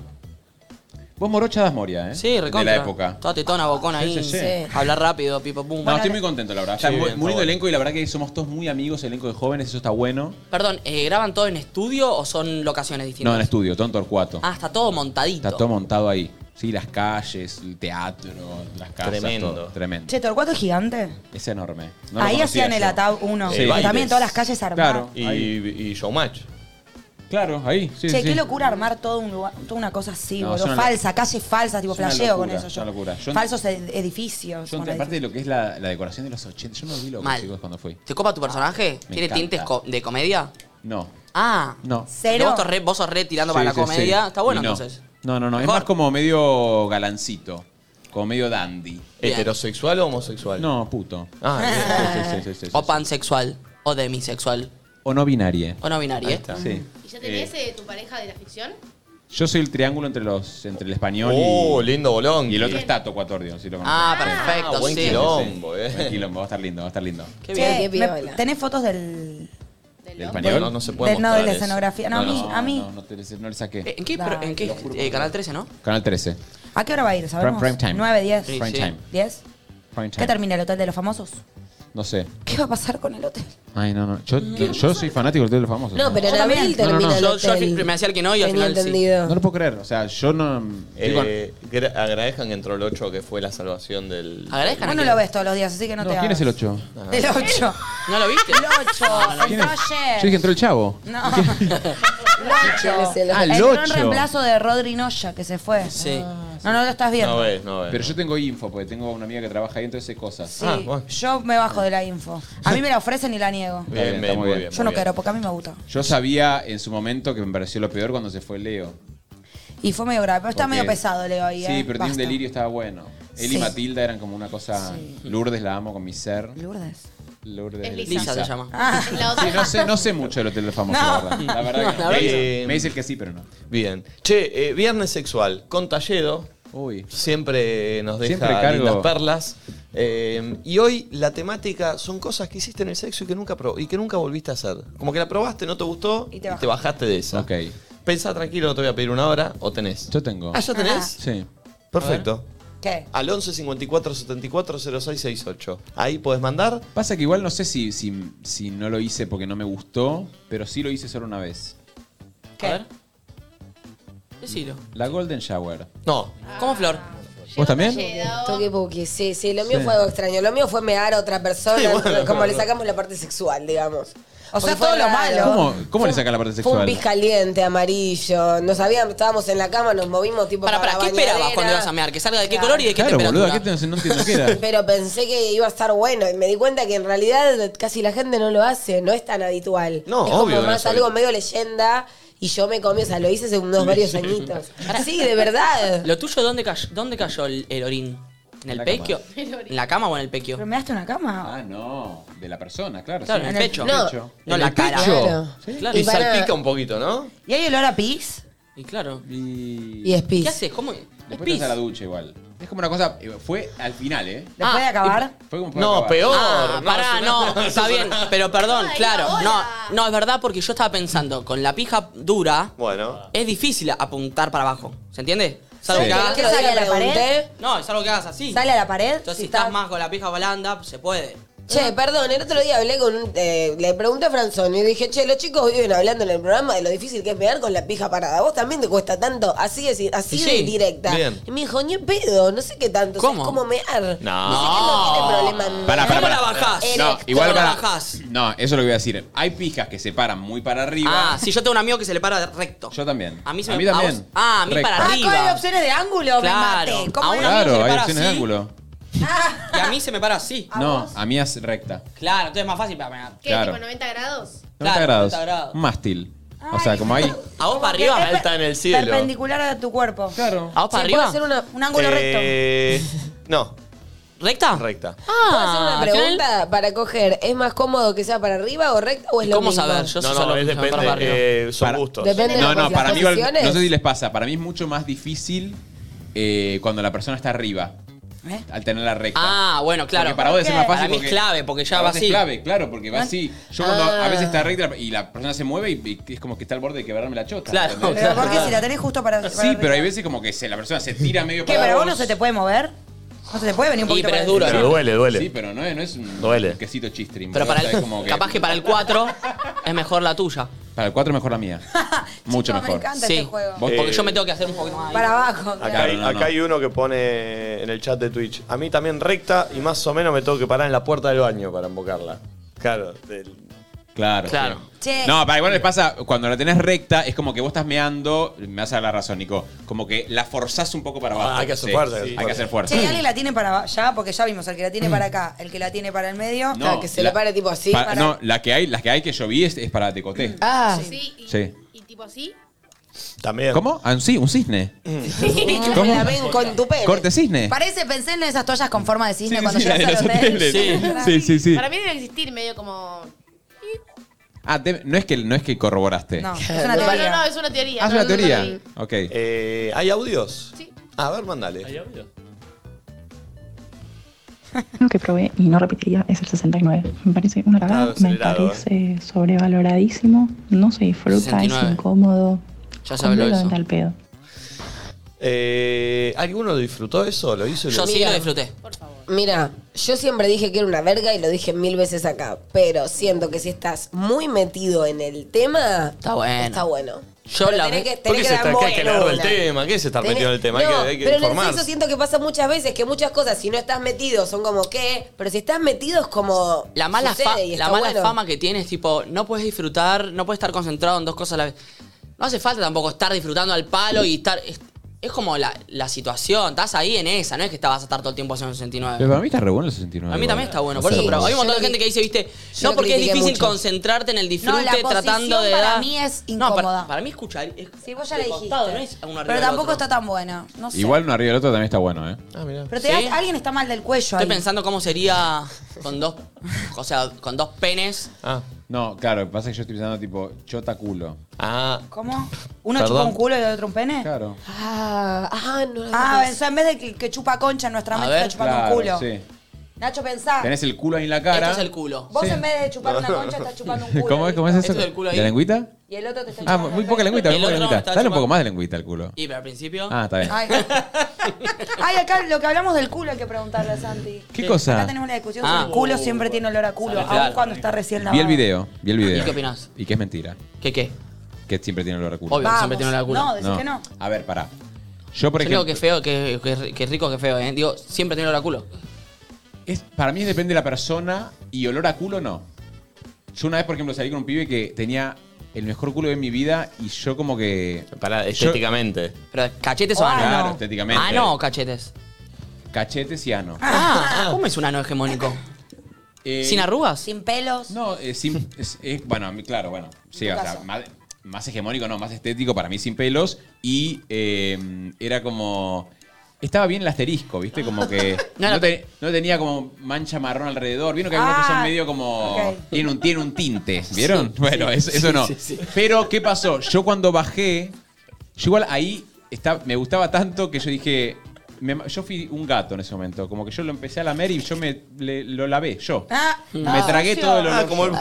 Speaker 15: Vos Morocha das Moria, ¿eh?
Speaker 4: Sí, recontra.
Speaker 15: De la época.
Speaker 4: Toda tetona, bocona ahí.
Speaker 15: Sí, sí, sí.
Speaker 4: Hablar rápido, pipo, pum.
Speaker 15: No, estoy muy contento, la verdad. Está
Speaker 1: Sí,
Speaker 15: muy,
Speaker 1: está
Speaker 15: muy lindo
Speaker 1: bueno.
Speaker 15: elenco y la verdad que somos todos muy amigos, elenco de jóvenes, eso está bueno.
Speaker 4: Perdón, eh, ¿graban todo en estudio o son locaciones
Speaker 15: No,
Speaker 4: distintas?
Speaker 15: en estudio, Tom Torcuato.
Speaker 4: Ah, está todo montadito.
Speaker 15: Está todo montado ahí. Sí, las calles, el teatro, las casas.
Speaker 1: Tremendo.
Speaker 15: todo. Tremendo.
Speaker 2: Che, Torcuato es gigante.
Speaker 15: Es enorme. No lo
Speaker 2: Ahí
Speaker 15: conocía
Speaker 2: hacían el
Speaker 15: yo.
Speaker 2: ATAB 1.
Speaker 1: Sí,
Speaker 2: Pero
Speaker 1: bailes.
Speaker 2: también todas las calles armadas.
Speaker 15: Claro.
Speaker 1: Y, y Showmatch.
Speaker 15: Claro, ahí. Sí,
Speaker 2: che,
Speaker 15: sí,
Speaker 2: qué
Speaker 15: sí.
Speaker 2: locura armar todo un lugar, toda una cosa así,
Speaker 15: No, es
Speaker 2: boludo.
Speaker 15: una lo-
Speaker 2: Falsa, calles falsas, tipo
Speaker 15: es una
Speaker 2: flasheo
Speaker 15: locura,
Speaker 2: con eso yo.
Speaker 15: es una locura. Yo-
Speaker 2: Falsos ed- edificios.
Speaker 15: Yo,
Speaker 2: con
Speaker 15: aparte de
Speaker 2: edificios.
Speaker 15: lo que es la, la decoración de los 80, yo me vi loco,
Speaker 4: Mal.
Speaker 15: chicos, cuando fui.
Speaker 4: ¿Te copa tu personaje?
Speaker 15: Me
Speaker 4: ¿Tiene
Speaker 15: encanta.
Speaker 4: tintes co- de comedia?
Speaker 15: No,
Speaker 4: Ah.
Speaker 15: no.
Speaker 4: Porque
Speaker 2: Cero.
Speaker 4: Vos sos re, vos sos re tirando
Speaker 15: Sí,
Speaker 4: para la
Speaker 15: sí, sí.
Speaker 4: comedia. Está bueno
Speaker 15: Y no.
Speaker 4: entonces.
Speaker 15: No, no, no. Es
Speaker 4: Mejor.
Speaker 15: más como medio galancito. Como medio dandy.
Speaker 4: Bien.
Speaker 1: ¿Heterosexual o homosexual?
Speaker 15: No, puto.
Speaker 1: Ah, bien.
Speaker 15: Sí, sí, sí, sí, sí, sí.
Speaker 4: O pansexual. O demisexual.
Speaker 15: O no binarie.
Speaker 4: O no binario.
Speaker 1: Ahí
Speaker 4: ¿eh?
Speaker 1: está.
Speaker 15: Sí.
Speaker 5: ¿Y ya tenés
Speaker 15: Eh,
Speaker 5: eh, tu pareja de la ficción?
Speaker 15: yo soy el triángulo entre los entre el español
Speaker 1: Oh,
Speaker 15: y,
Speaker 1: lindo bolón.
Speaker 15: y el otro está Tocuatorio, si lo conoces.
Speaker 4: Ah,
Speaker 1: Ah,
Speaker 4: perfecto,
Speaker 1: buen
Speaker 4: sí.
Speaker 1: quilombo, eh.
Speaker 15: Tranquilo, va a estar lindo, va a estar lindo.
Speaker 4: Qué
Speaker 2: Che,
Speaker 4: bien.
Speaker 3: Qué
Speaker 2: me-
Speaker 3: piola.
Speaker 2: ¿Tenés fotos del.
Speaker 15: ¿Del
Speaker 1: Bueno,
Speaker 15: español?
Speaker 1: no, no se puede
Speaker 2: del- no, de la
Speaker 1: mostrar eso.
Speaker 2: escenografía. No, a mí.
Speaker 15: No,
Speaker 2: a mí
Speaker 15: No, no te- no le saqué.
Speaker 4: Eh, ¿En qué, pro- en qué eh, Canal 13, no?
Speaker 15: Canal 13.
Speaker 2: ¿A qué hora va a ir? ¿Sabemos?
Speaker 15: Prime- prime time.
Speaker 2: 9, 10.
Speaker 15: Sí, Prime sí. time.
Speaker 2: 10.
Speaker 15: Prime
Speaker 2: ¿Qué
Speaker 15: time.
Speaker 2: termina el hotel de los famosos?
Speaker 15: No sé.
Speaker 2: ¿Qué va a pasar con el hotel?
Speaker 15: Ay, no, no. Yo, yo soy fanático del Hotel de los Famosos.
Speaker 3: No, pero en
Speaker 15: Yo también.
Speaker 3: abril
Speaker 15: No, no,
Speaker 3: termina
Speaker 15: no.
Speaker 3: el
Speaker 15: Yo-
Speaker 4: yo al
Speaker 3: hotel.
Speaker 4: fin- me hacía el que no y al
Speaker 3: Tenía
Speaker 4: final sí.
Speaker 3: entendido.
Speaker 15: No lo puedo creer. O sea, yo no.
Speaker 1: Eh, gra- agradezcan que entró el 8, que fue la salvación del.
Speaker 2: Vos no lo ves todos los días, así que no,
Speaker 1: No,
Speaker 2: te
Speaker 1: ¿quién
Speaker 2: hagas.
Speaker 1: es el 8?
Speaker 2: El 8.
Speaker 4: ¿No lo viste?
Speaker 2: El
Speaker 3: Ah,
Speaker 2: 8.
Speaker 15: ¿Quién
Speaker 2: Entró
Speaker 15: es?
Speaker 2: ayer.
Speaker 15: Yo dije, entró el chavo.
Speaker 2: No. El 8.
Speaker 15: Ah, el
Speaker 2: Entró en
Speaker 15: ocho.
Speaker 2: reemplazo de Rodri Noya, que se fue. Ah. No, no lo estás viendo.
Speaker 1: ves, no ves. Ah,
Speaker 15: Pero yo tengo info, porque tengo una amiga que trabaja ahí, entonces sé cosas.
Speaker 2: Sí, yo me bajo de la info. A mí me la ofrecen y la niego.
Speaker 15: Bien, bien, está muy bien, muy
Speaker 2: Yo no
Speaker 15: bien.
Speaker 2: quiero, porque a mí me gusta.
Speaker 15: Yo sabía en su momento que me pareció lo peor cuando se fue Leo.
Speaker 2: Y fue medio grave, pero está
Speaker 15: Porque-
Speaker 2: medio pesado, Leo, ahí.
Speaker 15: Sí,
Speaker 2: eh.
Speaker 15: pero tiene un
Speaker 2: Basta.
Speaker 15: delirio, estaba bueno. Él
Speaker 2: Sí.
Speaker 15: y Matilda eran como una cosa. Lourdes la amo con mi ser.
Speaker 2: Lourdes.
Speaker 15: Lourdes.
Speaker 4: Es Lisa. Lisa se llama.
Speaker 2: Ah.
Speaker 4: La otra.
Speaker 15: Sí, no sé, no sé mucho del Hotel de los Famosos,
Speaker 4: No.
Speaker 15: la verdad. La verdad que no.
Speaker 1: La verdad.
Speaker 15: Eh, me dice el que sí, pero no.
Speaker 1: Bien. Che, eh, viernes sexual con Talledo. Siempre nos deja
Speaker 15: Siempre cargo.
Speaker 1: lindas perlas. Eh, y hoy la temática son cosas que hiciste en el sexo y que nunca pro- y que nunca volviste a hacer. Como que la probaste, no te gustó
Speaker 2: Y
Speaker 1: y
Speaker 2: te
Speaker 1: te,
Speaker 2: bajaste.
Speaker 1: bajaste de esa. Ok. Pensá tranquilo, no te voy a pedir una hora o tenés.
Speaker 15: Yo tengo.
Speaker 1: Ah, ¿ya tenés?
Speaker 15: Sí.
Speaker 1: Perfecto.
Speaker 2: ¿Qué?
Speaker 1: Al 11 54 74 06 68. Ahí podés mandar.
Speaker 15: Pasa que igual no sé si, si, si no lo hice porque no me gustó, pero sí lo hice solo una vez.
Speaker 4: A ver. Decilo.
Speaker 15: La Golden Shower.
Speaker 1: No.
Speaker 4: ¿Cómo flor?
Speaker 15: ¿Vos también?
Speaker 3: Toque buki, sí, sí. Lo mío
Speaker 15: Sí.
Speaker 3: fue algo extraño. Lo mío fue mear a otra persona,
Speaker 15: Sí, bueno,
Speaker 3: como
Speaker 15: claro.
Speaker 3: le sacamos la parte sexual, digamos.
Speaker 2: O
Speaker 3: sea,
Speaker 2: todo lo malo.
Speaker 15: ¿Cómo, cómo le saca la parte
Speaker 3: Fue un
Speaker 15: sexual?
Speaker 3: pis caliente, amarillo. Nos habíamos, estábamos en la cama, nos movimos tipo para,
Speaker 4: Para, para, ¿qué esperabas
Speaker 3: bañadera.
Speaker 4: cuando ibas a mear? ¿Que salga de qué color y de qué
Speaker 15: Claro, boludo,
Speaker 4: temperatura?
Speaker 15: aquí te- no entiendo qué era.
Speaker 3: Pero pensé que iba a estar bueno. Y me di cuenta que en realidad casi la gente no lo hace. No es tan habitual.
Speaker 1: No,
Speaker 3: es
Speaker 1: obvio que
Speaker 3: como
Speaker 1: no
Speaker 3: más
Speaker 1: es
Speaker 3: algo
Speaker 1: habitual.
Speaker 3: medio leyenda. Y yo me comí, o sea, lo hice hace unos varios
Speaker 4: Leyenda.
Speaker 3: añitos. Sí, de verdad.
Speaker 4: ¿Lo tuyo dónde cayó, dónde cayó el, el orín? ¿En el
Speaker 15: la
Speaker 4: pequio?
Speaker 15: cama.
Speaker 2: El orín.
Speaker 4: ¿En la cama o en el pequio?
Speaker 2: ¿Pero me daste una cama?
Speaker 15: Ah, no. De la persona, claro.
Speaker 4: Claro,
Speaker 15: sí.
Speaker 4: en el pecho.
Speaker 15: No,
Speaker 4: Pecho.
Speaker 15: en
Speaker 4: No, la
Speaker 15: el
Speaker 4: cara.
Speaker 15: pecho.
Speaker 4: Claro.
Speaker 15: Sí.
Speaker 4: Claro. Y para-
Speaker 1: Pica un poquito, ¿no?
Speaker 2: ¿Y hay olor a pis?
Speaker 4: Y claro.
Speaker 15: Y,
Speaker 3: es pis.
Speaker 4: ¿Qué haces? ¿Cómo? Es
Speaker 15: Después
Speaker 4: pis.
Speaker 15: estás a la ducha igual. Es como una cosa. eh, Fue al final, ¿eh?
Speaker 2: ¿Después de acabar?
Speaker 15: Fue como
Speaker 1: No,
Speaker 15: acabar.
Speaker 1: peor.
Speaker 4: Ah,
Speaker 1: No,
Speaker 4: pará,
Speaker 1: es una-
Speaker 4: no, está bien, pero perdón, claro, no, no, es verdad porque yo estaba pensando, con la pija dura,
Speaker 1: Bueno.
Speaker 4: es difícil apuntar para abajo, ¿se entiende? Es algo
Speaker 1: Sí.
Speaker 4: que hagas-
Speaker 2: ¿Qué sale a la pared?
Speaker 3: pregunté.
Speaker 4: No, es algo que hagas así.
Speaker 2: ¿Sale a la pared?
Speaker 4: Entonces, si estás más con la pija balanda, pues, se puede.
Speaker 3: Che, perdón, el otro día hablé con un. eh, le pregunté a Franzón y dije, che, los chicos viven hablando en el programa de lo difícil que es mear con la pija parada. ¿Vos también te cuesta tanto? Así es, así
Speaker 4: Y
Speaker 3: de
Speaker 4: sí,
Speaker 3: directa.
Speaker 4: bien.
Speaker 3: Y me dijo, ni en pedo, no sé qué tanto.
Speaker 4: ¿Cómo?
Speaker 3: ¿Cómo? como mear.
Speaker 15: No.
Speaker 3: No sé que no tiene problema en mear.
Speaker 15: Pará, pará, pará. No, igual
Speaker 4: la
Speaker 15: para.
Speaker 4: bajás.
Speaker 15: No, eso es lo que voy a decir. Hay pijas que se paran muy para arriba.
Speaker 4: Ah, sí, yo tengo un amigo que se le para recto.
Speaker 15: Yo también.
Speaker 4: A mí
Speaker 15: a
Speaker 4: se me-
Speaker 15: mí
Speaker 4: a
Speaker 15: también.
Speaker 4: vos- ah, a mí para
Speaker 2: Ah,
Speaker 4: arriba.
Speaker 2: ¿cómo hay opciones de ángulo? Me
Speaker 4: Claro.
Speaker 2: maté. ¿Cómo
Speaker 4: Ahora-
Speaker 2: era?
Speaker 4: amigo se
Speaker 15: Claro,
Speaker 4: le
Speaker 15: hay
Speaker 4: para
Speaker 15: opciones de
Speaker 4: así.
Speaker 15: ángulo.
Speaker 4: Y a mí se me para así.
Speaker 15: No, a mí es recta.
Speaker 4: Claro, entonces es más fácil para mear.
Speaker 5: ¿Qué?
Speaker 15: Claro.
Speaker 5: ¿Tipo 90 grados?
Speaker 15: 90 grados.
Speaker 4: 90 grados.
Speaker 15: Un mástil. O sea, como ahí.
Speaker 4: ¿A vos para
Speaker 2: que
Speaker 4: arriba?
Speaker 2: es Alta
Speaker 1: en el
Speaker 2: Perpendicular a tu cuerpo. Claro.
Speaker 4: ¿A vos para arriba?
Speaker 2: hacer una- un ángulo recto?
Speaker 1: Eh, no.
Speaker 4: ¿Recta?
Speaker 1: Recta.
Speaker 3: ¿Puedo hacer una
Speaker 4: Ah, al final-
Speaker 3: pregunta para coger? ¿Es más cómodo que sea para arriba o recta o es lo mismo?
Speaker 1: no, no, es depende. eh, son gustos.
Speaker 3: Depende de
Speaker 15: no,
Speaker 3: las
Speaker 15: no, para mí, igual-
Speaker 3: posiciones.
Speaker 15: no sé si les pasa, para mí es mucho más difícil eh, cuando la persona está arriba. Al tenerla recta.
Speaker 4: ¿Eh? Ah, bueno, claro.
Speaker 15: Porque para vos es más
Speaker 4: Para
Speaker 15: fácil.
Speaker 4: mí es
Speaker 15: porque-
Speaker 4: clave, porque ya
Speaker 15: para
Speaker 4: va
Speaker 15: vos es
Speaker 4: así.
Speaker 15: clave, claro, porque va
Speaker 4: Ah.
Speaker 15: así. Yo cuando a
Speaker 4: Ah.
Speaker 15: veces está recta y la persona se mueve y, y es como que está al borde de quebrarme la chota.
Speaker 4: Claro,
Speaker 15: ¿entendés?
Speaker 2: Pero ¿por qué si la tenés justo para, para
Speaker 15: Ah, Sí,
Speaker 2: arriba?
Speaker 15: pero hay veces como que se, la persona se tira medio
Speaker 2: ¿Qué,
Speaker 15: para
Speaker 2: pero vos no
Speaker 15: vos.
Speaker 2: se te puede mover? ¿No se te puede venir un
Speaker 15: Sí,
Speaker 2: poquito
Speaker 15: pero
Speaker 2: para
Speaker 15: es
Speaker 2: el-
Speaker 15: duro.
Speaker 1: Pero duele, duele.
Speaker 15: Sí, pero no es, no es un
Speaker 1: Duele.
Speaker 15: un quesito chistring.
Speaker 4: Pero para
Speaker 15: boludo,
Speaker 4: el,
Speaker 15: es como que-
Speaker 4: capaz que para el 4 es mejor la tuya.
Speaker 15: Para el 4 mejor la mía. Mucho
Speaker 2: Chicos, me
Speaker 15: mejor.
Speaker 2: encanta este juego.
Speaker 15: Vos-
Speaker 4: Porque
Speaker 1: Eh,
Speaker 4: yo me tengo que hacer un poquito más. ahí.
Speaker 2: Para
Speaker 15: Ah,
Speaker 2: abajo.
Speaker 1: Acá,
Speaker 2: claro.
Speaker 1: hay,
Speaker 15: no, no.
Speaker 1: acá hay uno que pone en el chat de Twitch. A mí también recta y más o menos me tengo que parar en la puerta del baño para embocarla. Claro. del-
Speaker 15: Claro.
Speaker 1: Claro.
Speaker 15: sí.
Speaker 2: Che.
Speaker 15: No, para igual le pasa, cucuando la tenés recta, es como que vos estás meando, me vas a dar la razón, Nico, como que la forzás un poco para abajo.
Speaker 1: Ah, hay que hacer
Speaker 15: Sí,
Speaker 1: fuerza,
Speaker 15: sí,
Speaker 1: hay que hacer
Speaker 15: Hay que hacer fuerza.
Speaker 2: Che, ¿y alguien la tiene para allá? Porque ya vimos, el que la tiene para acá, el que la tiene para el medio.
Speaker 15: Mm. No, Claro, que se la la- pare
Speaker 2: tipo
Speaker 15: Pa- No, la que hay, las que hay que yo vi es, es para tecoté.
Speaker 2: Ah.
Speaker 5: Sí, y,
Speaker 15: Sí.
Speaker 5: y tipo así.
Speaker 1: También.
Speaker 15: ¿Cómo? Ah, sí, un cisne. ¿Cómo?
Speaker 3: La ven con tu pene.
Speaker 15: Corte cisne.
Speaker 2: Parece, pensé en esas toallas con forma de cisne
Speaker 15: Sí,
Speaker 2: cuando
Speaker 15: sí, la
Speaker 2: llegas
Speaker 15: de
Speaker 2: al
Speaker 15: los
Speaker 2: hotel.
Speaker 15: hoteles. Sí, sí, sí.
Speaker 5: Para mí debe existir medio como.
Speaker 15: Ah, te- no, es que, no es que corroboraste.
Speaker 5: No, es
Speaker 2: una
Speaker 5: no,
Speaker 2: teoría.
Speaker 5: no, es una teoría.
Speaker 15: Ah, es
Speaker 5: no,
Speaker 15: una
Speaker 5: no, no,
Speaker 15: teoría.
Speaker 5: no, no.
Speaker 15: Ok.
Speaker 1: Eh, ¿Hay audios?
Speaker 5: Sí.
Speaker 1: A ver, mandale.
Speaker 13: ¿Hay audios?
Speaker 21: Lo que probé y no repetiría es el 69. Me parece una cagada,
Speaker 1: Está
Speaker 21: me
Speaker 1: acelerado,
Speaker 21: parece sobrevaloradísimo, no se disfruta,
Speaker 4: 69.
Speaker 21: es incómodo.
Speaker 4: Ya se habló
Speaker 21: completamente
Speaker 4: eso.
Speaker 21: al pedo.
Speaker 1: Eh, ¿Alguno lo disfrutó eso? ¿Lo hizo? y
Speaker 4: Yo sí
Speaker 1: disfrutó?
Speaker 4: lo disfruté.
Speaker 3: Mira, yo siempre dije que era una verga y lo dije mil veces acá, pero siento que si estás muy metido en el tema, está
Speaker 4: bueno.
Speaker 3: Está bueno.
Speaker 1: Yo
Speaker 3: Pero
Speaker 1: la-
Speaker 3: tenés que,
Speaker 1: ¿Por
Speaker 3: tenés
Speaker 1: qué
Speaker 3: que
Speaker 1: se está,
Speaker 3: dar
Speaker 1: que hay que
Speaker 3: bola.
Speaker 1: largo el tema? ¿Qué es estar
Speaker 3: Tenés-
Speaker 1: metido en el tema?
Speaker 3: No,
Speaker 1: hay que, hay que
Speaker 3: pero en el
Speaker 1: informarse.
Speaker 3: sexo siento que pasa muchas veces, que muchas cosas, si no estás metido, son como qué, pero si estás metido es como.
Speaker 4: La mala,
Speaker 3: sucede
Speaker 4: fa-
Speaker 3: y está
Speaker 4: la mala
Speaker 3: bueno.
Speaker 4: fama que tiene es tipo, no puedes disfrutar, no puedes estar concentrado en dos cosas a la vez. No hace falta tampoco estar disfrutando al palo y estar. Es, es como la, la situación, estás ahí en esa, no es que estabas a estar todo el tiempo haciendo el 69.
Speaker 15: Pero para mí está re bueno el 69.
Speaker 4: A mí también está bueno,
Speaker 15: O
Speaker 4: por
Speaker 15: sea,
Speaker 4: eso, pero hay un
Speaker 15: yo
Speaker 4: montón de
Speaker 15: lo
Speaker 4: gente que dice, viste,
Speaker 2: yo
Speaker 4: no
Speaker 2: lo
Speaker 4: porque es
Speaker 2: critiqué
Speaker 4: difícil
Speaker 2: mucho.
Speaker 4: concentrarte en el
Speaker 2: No,
Speaker 4: disfrute
Speaker 2: la posición
Speaker 4: tratando de
Speaker 2: para
Speaker 4: dar-
Speaker 2: mí es
Speaker 4: No,
Speaker 2: incómoda.
Speaker 4: para, para mí escuchar. Es,
Speaker 2: Sí, vos ya
Speaker 4: de
Speaker 2: le dijiste.
Speaker 4: costado, no es uno arriba
Speaker 2: pero
Speaker 4: del
Speaker 2: tampoco
Speaker 4: otro.
Speaker 2: está tan buena. No sé.
Speaker 15: Igual uno arriba del otro también está bueno, ¿eh?
Speaker 2: Pero te das- alguien está mal del cuello.
Speaker 4: Estoy
Speaker 2: ahí.
Speaker 4: pensando cómo sería con dos. O sea, con dos penes.
Speaker 15: No, claro, pasa que yo estoy pensando tipo chota culo.
Speaker 1: Ah.
Speaker 2: ¿Cómo? ¿Uno
Speaker 15: Perdón.
Speaker 2: chupa un culo y el otro un pene?
Speaker 15: Claro.
Speaker 2: Ah, ah, no.
Speaker 3: no.
Speaker 2: Ah, o sea, en vez de que, que chupa concha, nuestra mente está chupando
Speaker 15: claro,
Speaker 2: un culo. Ah.
Speaker 15: sí.
Speaker 2: Nacho, pensá.
Speaker 15: Tenés el culo ahí en la cara.
Speaker 4: Esto es el culo.
Speaker 2: Vos en vez de chupar una concha, estás chupando un culo.
Speaker 15: ¿Cómo es, cómo es eso?
Speaker 4: Esto es el culo ahí.
Speaker 15: ¿La lengüita?
Speaker 2: Y el otro te está
Speaker 15: Ah,
Speaker 2: chupando.
Speaker 15: muy poca lengüita,
Speaker 4: Y
Speaker 15: muy
Speaker 4: el
Speaker 15: poca
Speaker 4: otro
Speaker 15: lengüita.
Speaker 4: está
Speaker 15: Dale un poco
Speaker 4: chupando-
Speaker 15: más de lengüita al culo.
Speaker 4: Y pero al principio.
Speaker 15: Ah, está bien.
Speaker 2: Ay. Ay, acá lo que hablamos del culo hay que preguntarle a Santi.
Speaker 15: ¿Qué cosa?
Speaker 2: Acá tenemos una discusión
Speaker 15: Ah.
Speaker 2: sobre el culo, siempre tiene olor a culo,
Speaker 15: Claro.
Speaker 2: aun cuando está recién lavado.
Speaker 15: Vi el video, vi el video.
Speaker 4: ¿Y qué opinás?
Speaker 15: ¿Y qué es mentira?
Speaker 4: ¿Qué qué?
Speaker 15: Que siempre tiene olor a culo.
Speaker 4: Obvio, que siempre tiene la culo.
Speaker 2: No, decís que no.
Speaker 15: A ver, pará. Yo, por
Speaker 4: Yo
Speaker 15: ejemplo,
Speaker 4: digo que feo, que, que- que rico, que feo, ¿eh? Digo, siempre tiene olor a culo.
Speaker 15: es- para mí depende de la persona y olor a culo no. Yo una vez, por ejemplo, salí con un pibe que tenía el mejor culo de mi vida y yo como que...
Speaker 1: Pará,
Speaker 15: estéticamente.
Speaker 4: Pero cachetes o
Speaker 2: Ah,
Speaker 4: ano.
Speaker 15: Claro, estéticamente.
Speaker 4: Ano o Ah, cachetes.
Speaker 15: Cachetes y ano. Eh,
Speaker 4: Ah, ¿cómo es un ano hegemónico? ¿Sin arrugas?
Speaker 2: Sin pelos.
Speaker 15: No, eh, sin- es, es- bueno, a mí, claro, bueno. Sí,
Speaker 2: En
Speaker 15: o
Speaker 2: tu
Speaker 15: sea,
Speaker 2: caso.
Speaker 15: más, más hegemónico, no, más estético para mí sin pelos. Y eh, era como. Estaba bien el asterisco, ¿viste? Como que.
Speaker 4: No,
Speaker 15: No,
Speaker 4: no,
Speaker 15: te- no tenía como mancha marrón alrededor. Vieron que hay unos que son
Speaker 4: Ah,
Speaker 15: medio como.
Speaker 4: ok.
Speaker 15: Tiene, un, tiene un tinte, ¿vieron?
Speaker 4: Sí,
Speaker 15: bueno,
Speaker 4: sí,
Speaker 15: eso, eso
Speaker 4: sí,
Speaker 15: no.
Speaker 4: sí, sí.
Speaker 15: Pero, ¿qué pasó? Yo cuando bajé. Yo igual ahí está, me gustaba tanto que yo dije. me- yo fui un gato en ese momento. Como que yo lo empecé a lamer y yo me le- lo lavé, yo.
Speaker 2: Ah,
Speaker 15: Me tragué todo el olor.
Speaker 1: como el,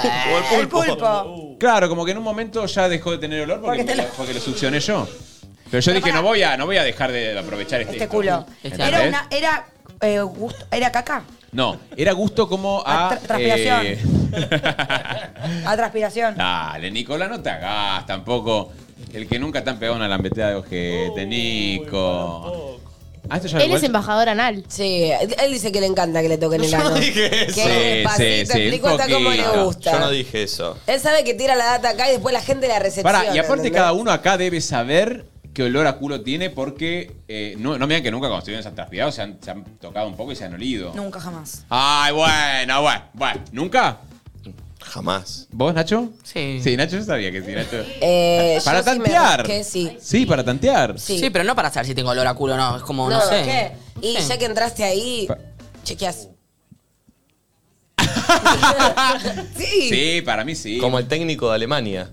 Speaker 2: el pulpo.
Speaker 15: Claro, como que en un momento ya dejó de tener olor porque,
Speaker 2: Porque te lo-
Speaker 15: porque lo succioné yo. Pero yo dije, no voy, a, no voy a dejar de aprovechar este,
Speaker 2: Este
Speaker 15: esto".
Speaker 2: culo.
Speaker 15: ¿Entendés?
Speaker 2: Era una, era, eh, gusto, era caca,
Speaker 15: No, era gusto como a...
Speaker 2: tra- transpiración.
Speaker 15: eh,
Speaker 2: a transpiración.
Speaker 15: dale, Nicolás, no te hagas tampoco. El que nunca te han pegado una lambeteada de ojete, Nico. Ah, esto ya lo
Speaker 5: Él es
Speaker 15: igual-
Speaker 5: embajador anal.
Speaker 3: Sí, él dice que le encanta que le toquen el ano.
Speaker 1: dije
Speaker 3: Que despacito, explico hasta cómo le gusta.
Speaker 1: Yo no dije eso.
Speaker 3: Él sabe que tira la data acá y después la gente la recepciona.
Speaker 15: Pará, y aparte
Speaker 3: ¿entendés?
Speaker 15: cada uno acá debe saber qué olor a culo tiene porque eh, no, no me digan que nunca cuando estuvieron se han transpirado, se han, se han tocado un poco y se han olido.
Speaker 2: Nunca jamás.
Speaker 15: Ay, bueno, bueno, bueno. ¿Nunca?
Speaker 1: Jamás.
Speaker 15: ¿Vos, Nacho?
Speaker 4: Sí.
Speaker 15: Sí, Nacho, yo sabía que sí, Nacho.
Speaker 3: Eh,
Speaker 15: para
Speaker 3: yo sí me
Speaker 15: tantear.
Speaker 3: busqué, sí.
Speaker 15: Sí, para tantear.
Speaker 4: Sí. pero no para saber si tengo olor a culo o no. Es como, no, sé.
Speaker 3: ¿qué? Y
Speaker 4: sé.
Speaker 3: ya que entraste ahí, chequeas. sí.
Speaker 15: Sí, para mí sí.
Speaker 1: Como el técnico de Alemania.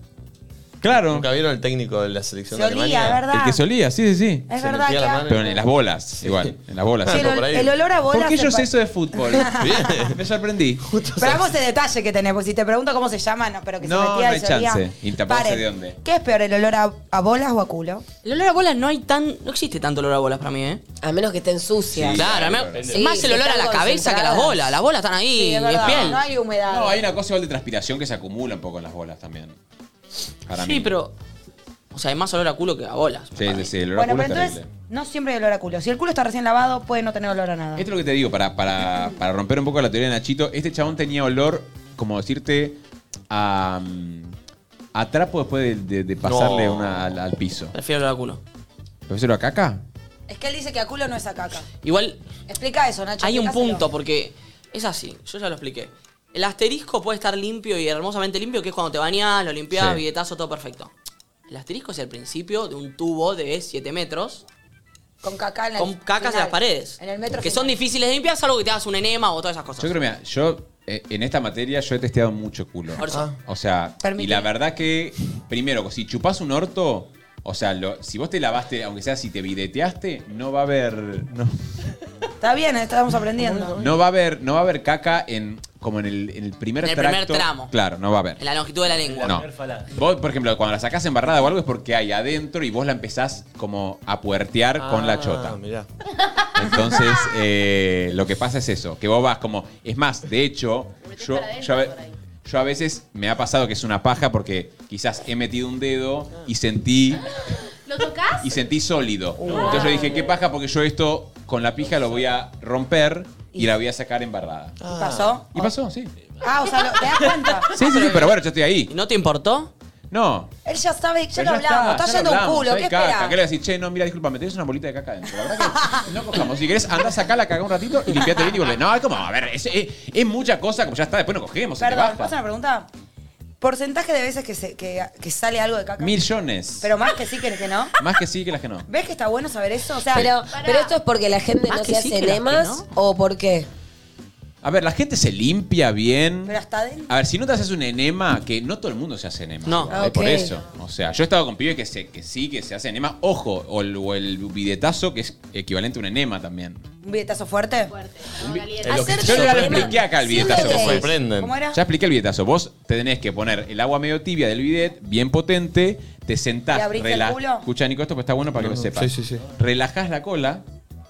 Speaker 15: Claro.
Speaker 1: ¿Nunca vieron el técnico de la selección
Speaker 2: Se
Speaker 1: de
Speaker 2: olía,
Speaker 1: Alemania?
Speaker 2: ¿verdad? El que se
Speaker 15: olía, sí, sí, sí.
Speaker 2: Ah. Es verdad que ha-
Speaker 15: Pero en las bolas, igual. En las bolas.
Speaker 2: Sí, el, ol- el olor a bolas.
Speaker 15: ¿Por qué
Speaker 2: se
Speaker 15: yo
Speaker 2: pa-
Speaker 15: sé eso de fútbol?
Speaker 1: Bien.
Speaker 15: Me sorprendí.
Speaker 2: Pero vamos ese detalle que tenés, porque si te pregunto cómo se llama, no, pero que se
Speaker 15: No, no
Speaker 2: metía y
Speaker 15: hay
Speaker 2: se olía.
Speaker 15: chance. Y tampoco sé
Speaker 2: Paren.
Speaker 15: de dónde.
Speaker 2: ¿Qué es peor, el olor a, a bolas o a culo?
Speaker 4: El olor a bolas no hay tan. No existe tanto olor a bolas para mí, ¿eh.
Speaker 3: A menos que estén sucias.
Speaker 4: claro,
Speaker 15: claro.
Speaker 4: me-
Speaker 15: Depende.
Speaker 4: es más
Speaker 3: Sí,
Speaker 4: el olor a la
Speaker 3: están
Speaker 4: cabeza que las
Speaker 3: concentradas.
Speaker 4: bolas. Las bolas están ahí,
Speaker 3: Sí, es
Speaker 4: es,
Speaker 3: verdad.
Speaker 4: piel.
Speaker 3: No hay humedad.
Speaker 15: No, hay una cosa igual de transpiración que se acumula un poco en las bolas también. Para
Speaker 4: sí,
Speaker 15: mí.
Speaker 4: pero. O sea, hay más olor a culo que a bolas.
Speaker 15: Sí, sí, sí. El olor a
Speaker 2: Bueno,
Speaker 15: culo
Speaker 2: pero
Speaker 15: es
Speaker 2: entonces
Speaker 15: terrible.
Speaker 2: no siempre hay olor a culo. Si el culo está recién lavado, puede no tener olor a nada.
Speaker 15: Esto es lo que te digo, para, para, para romper un poco la teoría de Nachito, este chabón tenía olor, como decirte, a, mm, a trapo después de, de- de pasarle
Speaker 4: No.
Speaker 15: una al, al piso.
Speaker 4: Prefiero olor a culo.
Speaker 15: ¿Pero eso era caca?
Speaker 2: Es que él dice que a culo no es a caca.
Speaker 4: Igual
Speaker 2: Explica eso, Nacho.
Speaker 4: hay un
Speaker 2: explícaselo.
Speaker 4: punto, porque es así, yo ya lo expliqué. El asterisco puede estar limpio y hermosamente limpio, que es cuando te bañás, lo limpiás,
Speaker 15: Sí.
Speaker 4: billetazo, todo perfecto. El asterisco es el principio de un tubo de 7 metros
Speaker 2: Con caca en la
Speaker 4: con cacas en
Speaker 2: final.
Speaker 4: las paredes.
Speaker 2: En el metro.
Speaker 4: que
Speaker 2: final.
Speaker 4: son difíciles de limpiar, salvo que te hagas un enema o todas esas cosas.
Speaker 15: Yo creo, mira, yo eh, en esta materia yo he testeado mucho culo.
Speaker 4: Por eso.
Speaker 15: O sea,
Speaker 4: Permití.
Speaker 15: y la verdad que, primero, si chupás un orto, o sea, lo- si vos te lavaste, aunque sea si te bideteaste, no va a haber... No,
Speaker 2: Está bien, ¿eh? estamos aprendiendo.
Speaker 15: no va a haber, no va a haber caca en. como en el, en el primer
Speaker 4: En el
Speaker 15: tracto.
Speaker 4: primer tramo.
Speaker 15: Claro, no va a haber.
Speaker 4: En la longitud de la lengua.
Speaker 15: No. Vos, por ejemplo, cuando la sacás embarrada o algo es porque hay adentro y vos la empezás como a puertear con la chota.
Speaker 1: Ah, Mirá.
Speaker 15: Entonces, eh, lo que pasa es eso, que vos vas como. Es más, de hecho, yo, yo, a ve- yo a veces me ha pasado que es una paja porque quizás he metido un dedo y sentí
Speaker 5: ¿Lo tocas?
Speaker 15: y sentí sólido. Entonces yo dije, qué paja porque yo esto con la pija lo voy a romper y la voy a sacar embarrada.
Speaker 4: Ah.
Speaker 2: ¿Y pasó?
Speaker 15: Y pasó, sí.
Speaker 2: Ah, o sea, lo- ¿te das cuenta?
Speaker 15: Sí, sí, sí, pero bueno, yo estoy ahí.
Speaker 4: ¿No te importó?
Speaker 15: No.
Speaker 2: Él ya sabe, ya
Speaker 15: Pero
Speaker 2: lo hablamos, está,
Speaker 15: ya lo
Speaker 2: yendo un
Speaker 15: hablamos,
Speaker 2: culo,
Speaker 15: hay
Speaker 2: ¿qué
Speaker 15: caca.
Speaker 2: espera?
Speaker 15: ¿Qué le decís? Che, no, mira, disculpa, me tenés una bolita de caca adentro. La verdad que no cojamos. Si querés, andá, sacá la caca un ratito y limpiate bien y volvés. No, es como, a ver, es, es- es mucha cosa, como ya está, después no cogemos, se te
Speaker 2: Perdón, ¿me
Speaker 15: baja.
Speaker 2: pasa una pregunta? Porcentaje de veces que, se- que, que sale algo de caca.
Speaker 15: Millones.
Speaker 2: Pero más que sí que que no.
Speaker 15: Más que sí que las que no.
Speaker 2: ¿Ves que está bueno saber eso? O sea,
Speaker 3: Pero, pero esto es porque la gente
Speaker 2: Ah,
Speaker 3: no
Speaker 2: que
Speaker 3: se
Speaker 2: sí,
Speaker 3: hace
Speaker 2: que la- que
Speaker 3: enemas o por qué.
Speaker 15: A ver, la gente se limpia bien.
Speaker 3: Pero hasta adentro.
Speaker 15: A ver, si no te haces un enema, que no todo el mundo se hace enema.
Speaker 4: No.
Speaker 15: ¿entendés?
Speaker 4: Ok.
Speaker 15: Por eso. O sea, yo he estado con pibes que, se, que sí, que se hacen enema. Ojo, o el, o el bidetazo, que es equivalente a un enema también.
Speaker 2: ¿Un billetazo fuerte?
Speaker 5: Un
Speaker 2: caliente.
Speaker 15: Yo ya lo expliqué acá el bidetazo.
Speaker 2: Te ¿Cómo era?
Speaker 15: Ya expliqué el bidetazo. Vos tenés que poner el agua medio tibia del bidet, bien potente, te sentás,
Speaker 2: ¿Le abriste
Speaker 15: rela-
Speaker 2: el culo?
Speaker 15: Escuchá, Nico, esto pues está bueno para que lo sepas. Relajás la cola,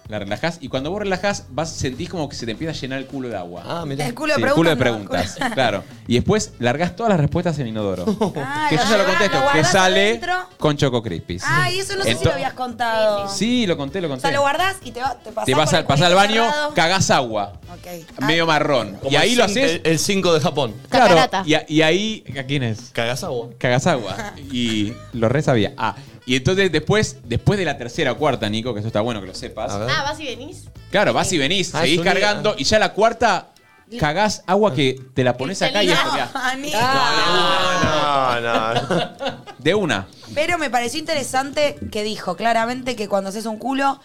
Speaker 15: la relajás, y cuando vos relajás, vas, sentís como que se te empieza a llenar el culo de agua. Ah,
Speaker 1: mirá.
Speaker 2: El culo de
Speaker 15: el culo de
Speaker 2: preguntas,
Speaker 15: preguntas. Claro. Y después largás todas las respuestas en inodoro.
Speaker 2: Ah,
Speaker 15: que yo ya lo
Speaker 2: guardás-
Speaker 15: contesto,
Speaker 2: lo
Speaker 15: que
Speaker 2: guardás
Speaker 15: sale
Speaker 2: adentro.
Speaker 15: con Choco Crispis.
Speaker 2: Ah, y eso no sé si
Speaker 15: Ento-
Speaker 2: lo habías contado.
Speaker 15: Sí, lo conté, lo
Speaker 2: O
Speaker 15: conté.
Speaker 2: sea, lo guardás y te, va, te pasás
Speaker 15: te
Speaker 2: por
Speaker 15: vas
Speaker 2: el
Speaker 15: al, pasás al
Speaker 2: culito
Speaker 15: baño,
Speaker 2: cerrado.
Speaker 15: cagás agua.
Speaker 2: Ok.
Speaker 15: Medio marrón.
Speaker 1: Ah, Como
Speaker 15: Y ahí
Speaker 1: el
Speaker 15: lo
Speaker 1: cin-
Speaker 15: haces.
Speaker 1: El 5 de Japón.
Speaker 15: Claro,
Speaker 1: Catarata.
Speaker 15: y, a- y ahí. ¿A quién es?
Speaker 1: Cagasagua.
Speaker 15: Cagasagua. Y lo re sabía. Ah, y entonces después, después de la tercera o cuarta, Nico, que eso está bueno que lo sepas.
Speaker 5: Ah, vas y venís.
Speaker 15: Claro, vas y venís,
Speaker 1: Ah,
Speaker 15: seguís
Speaker 1: es un día.
Speaker 15: cargando y ya la cuarta cagás agua que te la pones acá y
Speaker 2: No,
Speaker 15: esto,
Speaker 2: a mí-
Speaker 1: No, no,
Speaker 15: De una.
Speaker 2: Pero me pareció interesante que dijo claramente que cuando haces un culo,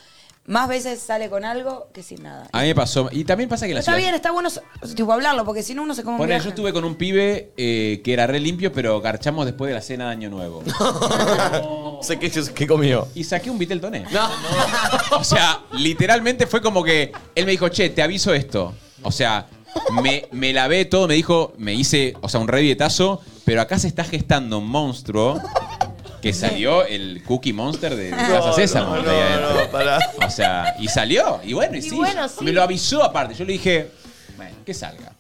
Speaker 2: más veces sale con algo que sin nada.
Speaker 15: A mí me pasó. Y también pasa que la
Speaker 2: Está
Speaker 15: ciudad.
Speaker 2: bien, está bueno so- tipo, hablarlo, porque si no uno se come un
Speaker 15: Ponele,
Speaker 2: viaje.
Speaker 15: yo estuve con un pibe eh, que era re limpio, pero garchamos después de la cena de Año Nuevo.
Speaker 1: sé qué, comió.
Speaker 15: Y saqué un Vitel Toné. O sea, literalmente fue como que él me dijo, che, te aviso esto. O sea, me, me lavé todo, me dijo, me hice, o sea, un revietazo, pero acá se está gestando un monstruo que salió el Cookie Monster de, de Plaza Sésamo. de ahí adentro. O sea, y salió, y bueno, y,
Speaker 5: Y
Speaker 15: sí,
Speaker 5: bueno, sí.
Speaker 15: Me lo avisó aparte, yo le dije, bueno, que salga.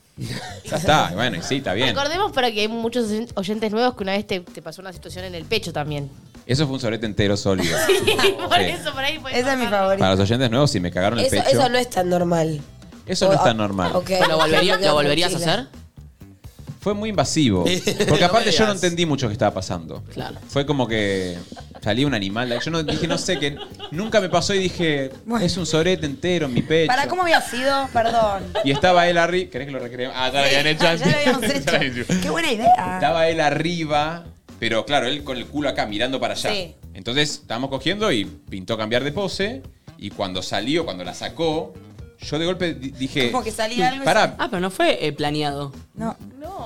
Speaker 15: Ya está, y bueno, y sí, está bien.
Speaker 5: Recordemos para que hay muchos oyentes nuevos que una vez te, te pasó una situación en el pecho también.
Speaker 15: Eso fue un sorete entero sólido.
Speaker 5: por
Speaker 15: Sí.
Speaker 5: eso, por ahí. Pues,
Speaker 3: Esa es mi
Speaker 15: Para
Speaker 3: favorita.
Speaker 15: los oyentes nuevos, si me cagaron el
Speaker 3: Eso,
Speaker 15: pecho.
Speaker 3: eso no es tan normal.
Speaker 15: Eso no es tan normal.
Speaker 3: Ok.
Speaker 4: ¿Lo, volvería-
Speaker 3: Me quedo
Speaker 4: lo volverías a
Speaker 3: tranquila.
Speaker 4: hacer?
Speaker 15: Fue muy invasivo. Porque
Speaker 4: No
Speaker 15: aparte
Speaker 4: me
Speaker 15: yo no
Speaker 4: digas.
Speaker 15: entendí mucho qué estaba pasando.
Speaker 4: Claro.
Speaker 15: Fue como que salía un animal. Yo no, dije, no sé qué. Nunca me pasó y dije, es un sorete entero en mi pecho.
Speaker 2: ¿Para cómo había sido? Perdón.
Speaker 15: Y estaba él arriba. ¿Querés que lo recreemos? Ah, ya lo habían hecho
Speaker 2: Ya lo
Speaker 15: antes.
Speaker 2: habíamos
Speaker 15: Ya lo habían hecho.
Speaker 2: Qué buena idea.
Speaker 15: Estaba él arriba, pero claro, él con el culo acá mirando para allá.
Speaker 2: Sí.
Speaker 15: Entonces estábamos cogiendo y pintó cambiar de pose. Y cuando salió, cuando la sacó, yo de golpe di- dije.
Speaker 2: Como que salía algo y
Speaker 15: Eh, Pará,
Speaker 4: Ah, pero no fue eh, planeado.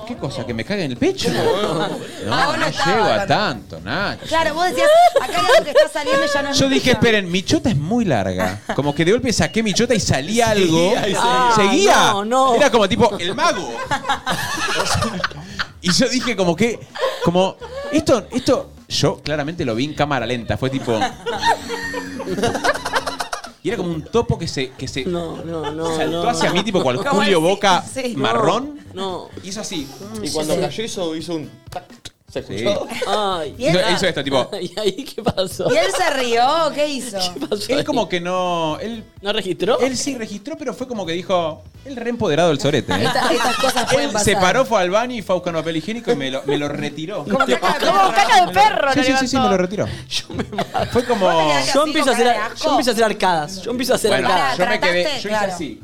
Speaker 15: ¿qué cosa? ¿Que me cague en el pecho? No,
Speaker 2: Ah,
Speaker 15: no,
Speaker 2: vos no estabas,
Speaker 15: llego a
Speaker 2: Bárbara.
Speaker 15: tanto, Nacho.
Speaker 2: Claro, vos decías, acá hay algo que está saliendo y ya no es
Speaker 15: Yo
Speaker 2: mi
Speaker 15: dije,
Speaker 2: pija.
Speaker 15: esperen, mi chota es muy larga. Como que de golpe saqué mi chota y salía algo.
Speaker 1: Seguía y seguía.
Speaker 15: seguía.
Speaker 4: Ah, no, no.
Speaker 15: Era como tipo, el mago. y yo dije, como que, como, esto, esto, yo claramente lo vi en cámara lenta. Fue tipo. Y era como un topo que se, que se
Speaker 4: No, no, no.
Speaker 15: saltó
Speaker 4: no.
Speaker 15: hacia mí, tipo cual
Speaker 2: Como
Speaker 15: Julio
Speaker 2: el-
Speaker 15: Boca
Speaker 2: sí.
Speaker 15: marrón.
Speaker 4: No.
Speaker 15: Hizo así.
Speaker 4: Mm,
Speaker 1: Y cuando cayó hizo, hizo un tac. ¿Se escuchó?
Speaker 4: Ay.
Speaker 2: Y él,
Speaker 15: Hizo- hizo esto, tipo.
Speaker 4: ¿Y ahí qué pasó?
Speaker 2: ¿Y él se rió? ¿Qué hizo?
Speaker 15: Él como que no. Él,
Speaker 4: ¿No registró?
Speaker 15: él sí registró, pero fue como que dijo. Él re empoderado del sorete. ¿eh?
Speaker 3: Esta- estas cosas pueden
Speaker 15: Él
Speaker 3: pasar.
Speaker 15: se paró, fue al baño y fue a buscar un papel higiénico y me lo, me lo retiró.
Speaker 2: Como caca de
Speaker 5: Como
Speaker 2: perro.
Speaker 5: Oh, caca de perro,
Speaker 15: Sí,
Speaker 5: lo
Speaker 15: sí, sí, sí,
Speaker 5: levantó.
Speaker 15: me lo retiró. Fue como.
Speaker 2: Vos
Speaker 4: Yo empiezo, a hacer,
Speaker 2: Así, con cara de asco.
Speaker 4: yo empiezo a hacer arcadas. Yo empiezo a hacer
Speaker 15: Bueno,
Speaker 4: arcadas.
Speaker 15: yo me
Speaker 2: ¿Trataste?
Speaker 15: quedé. Yo hice
Speaker 2: Claro.
Speaker 15: así.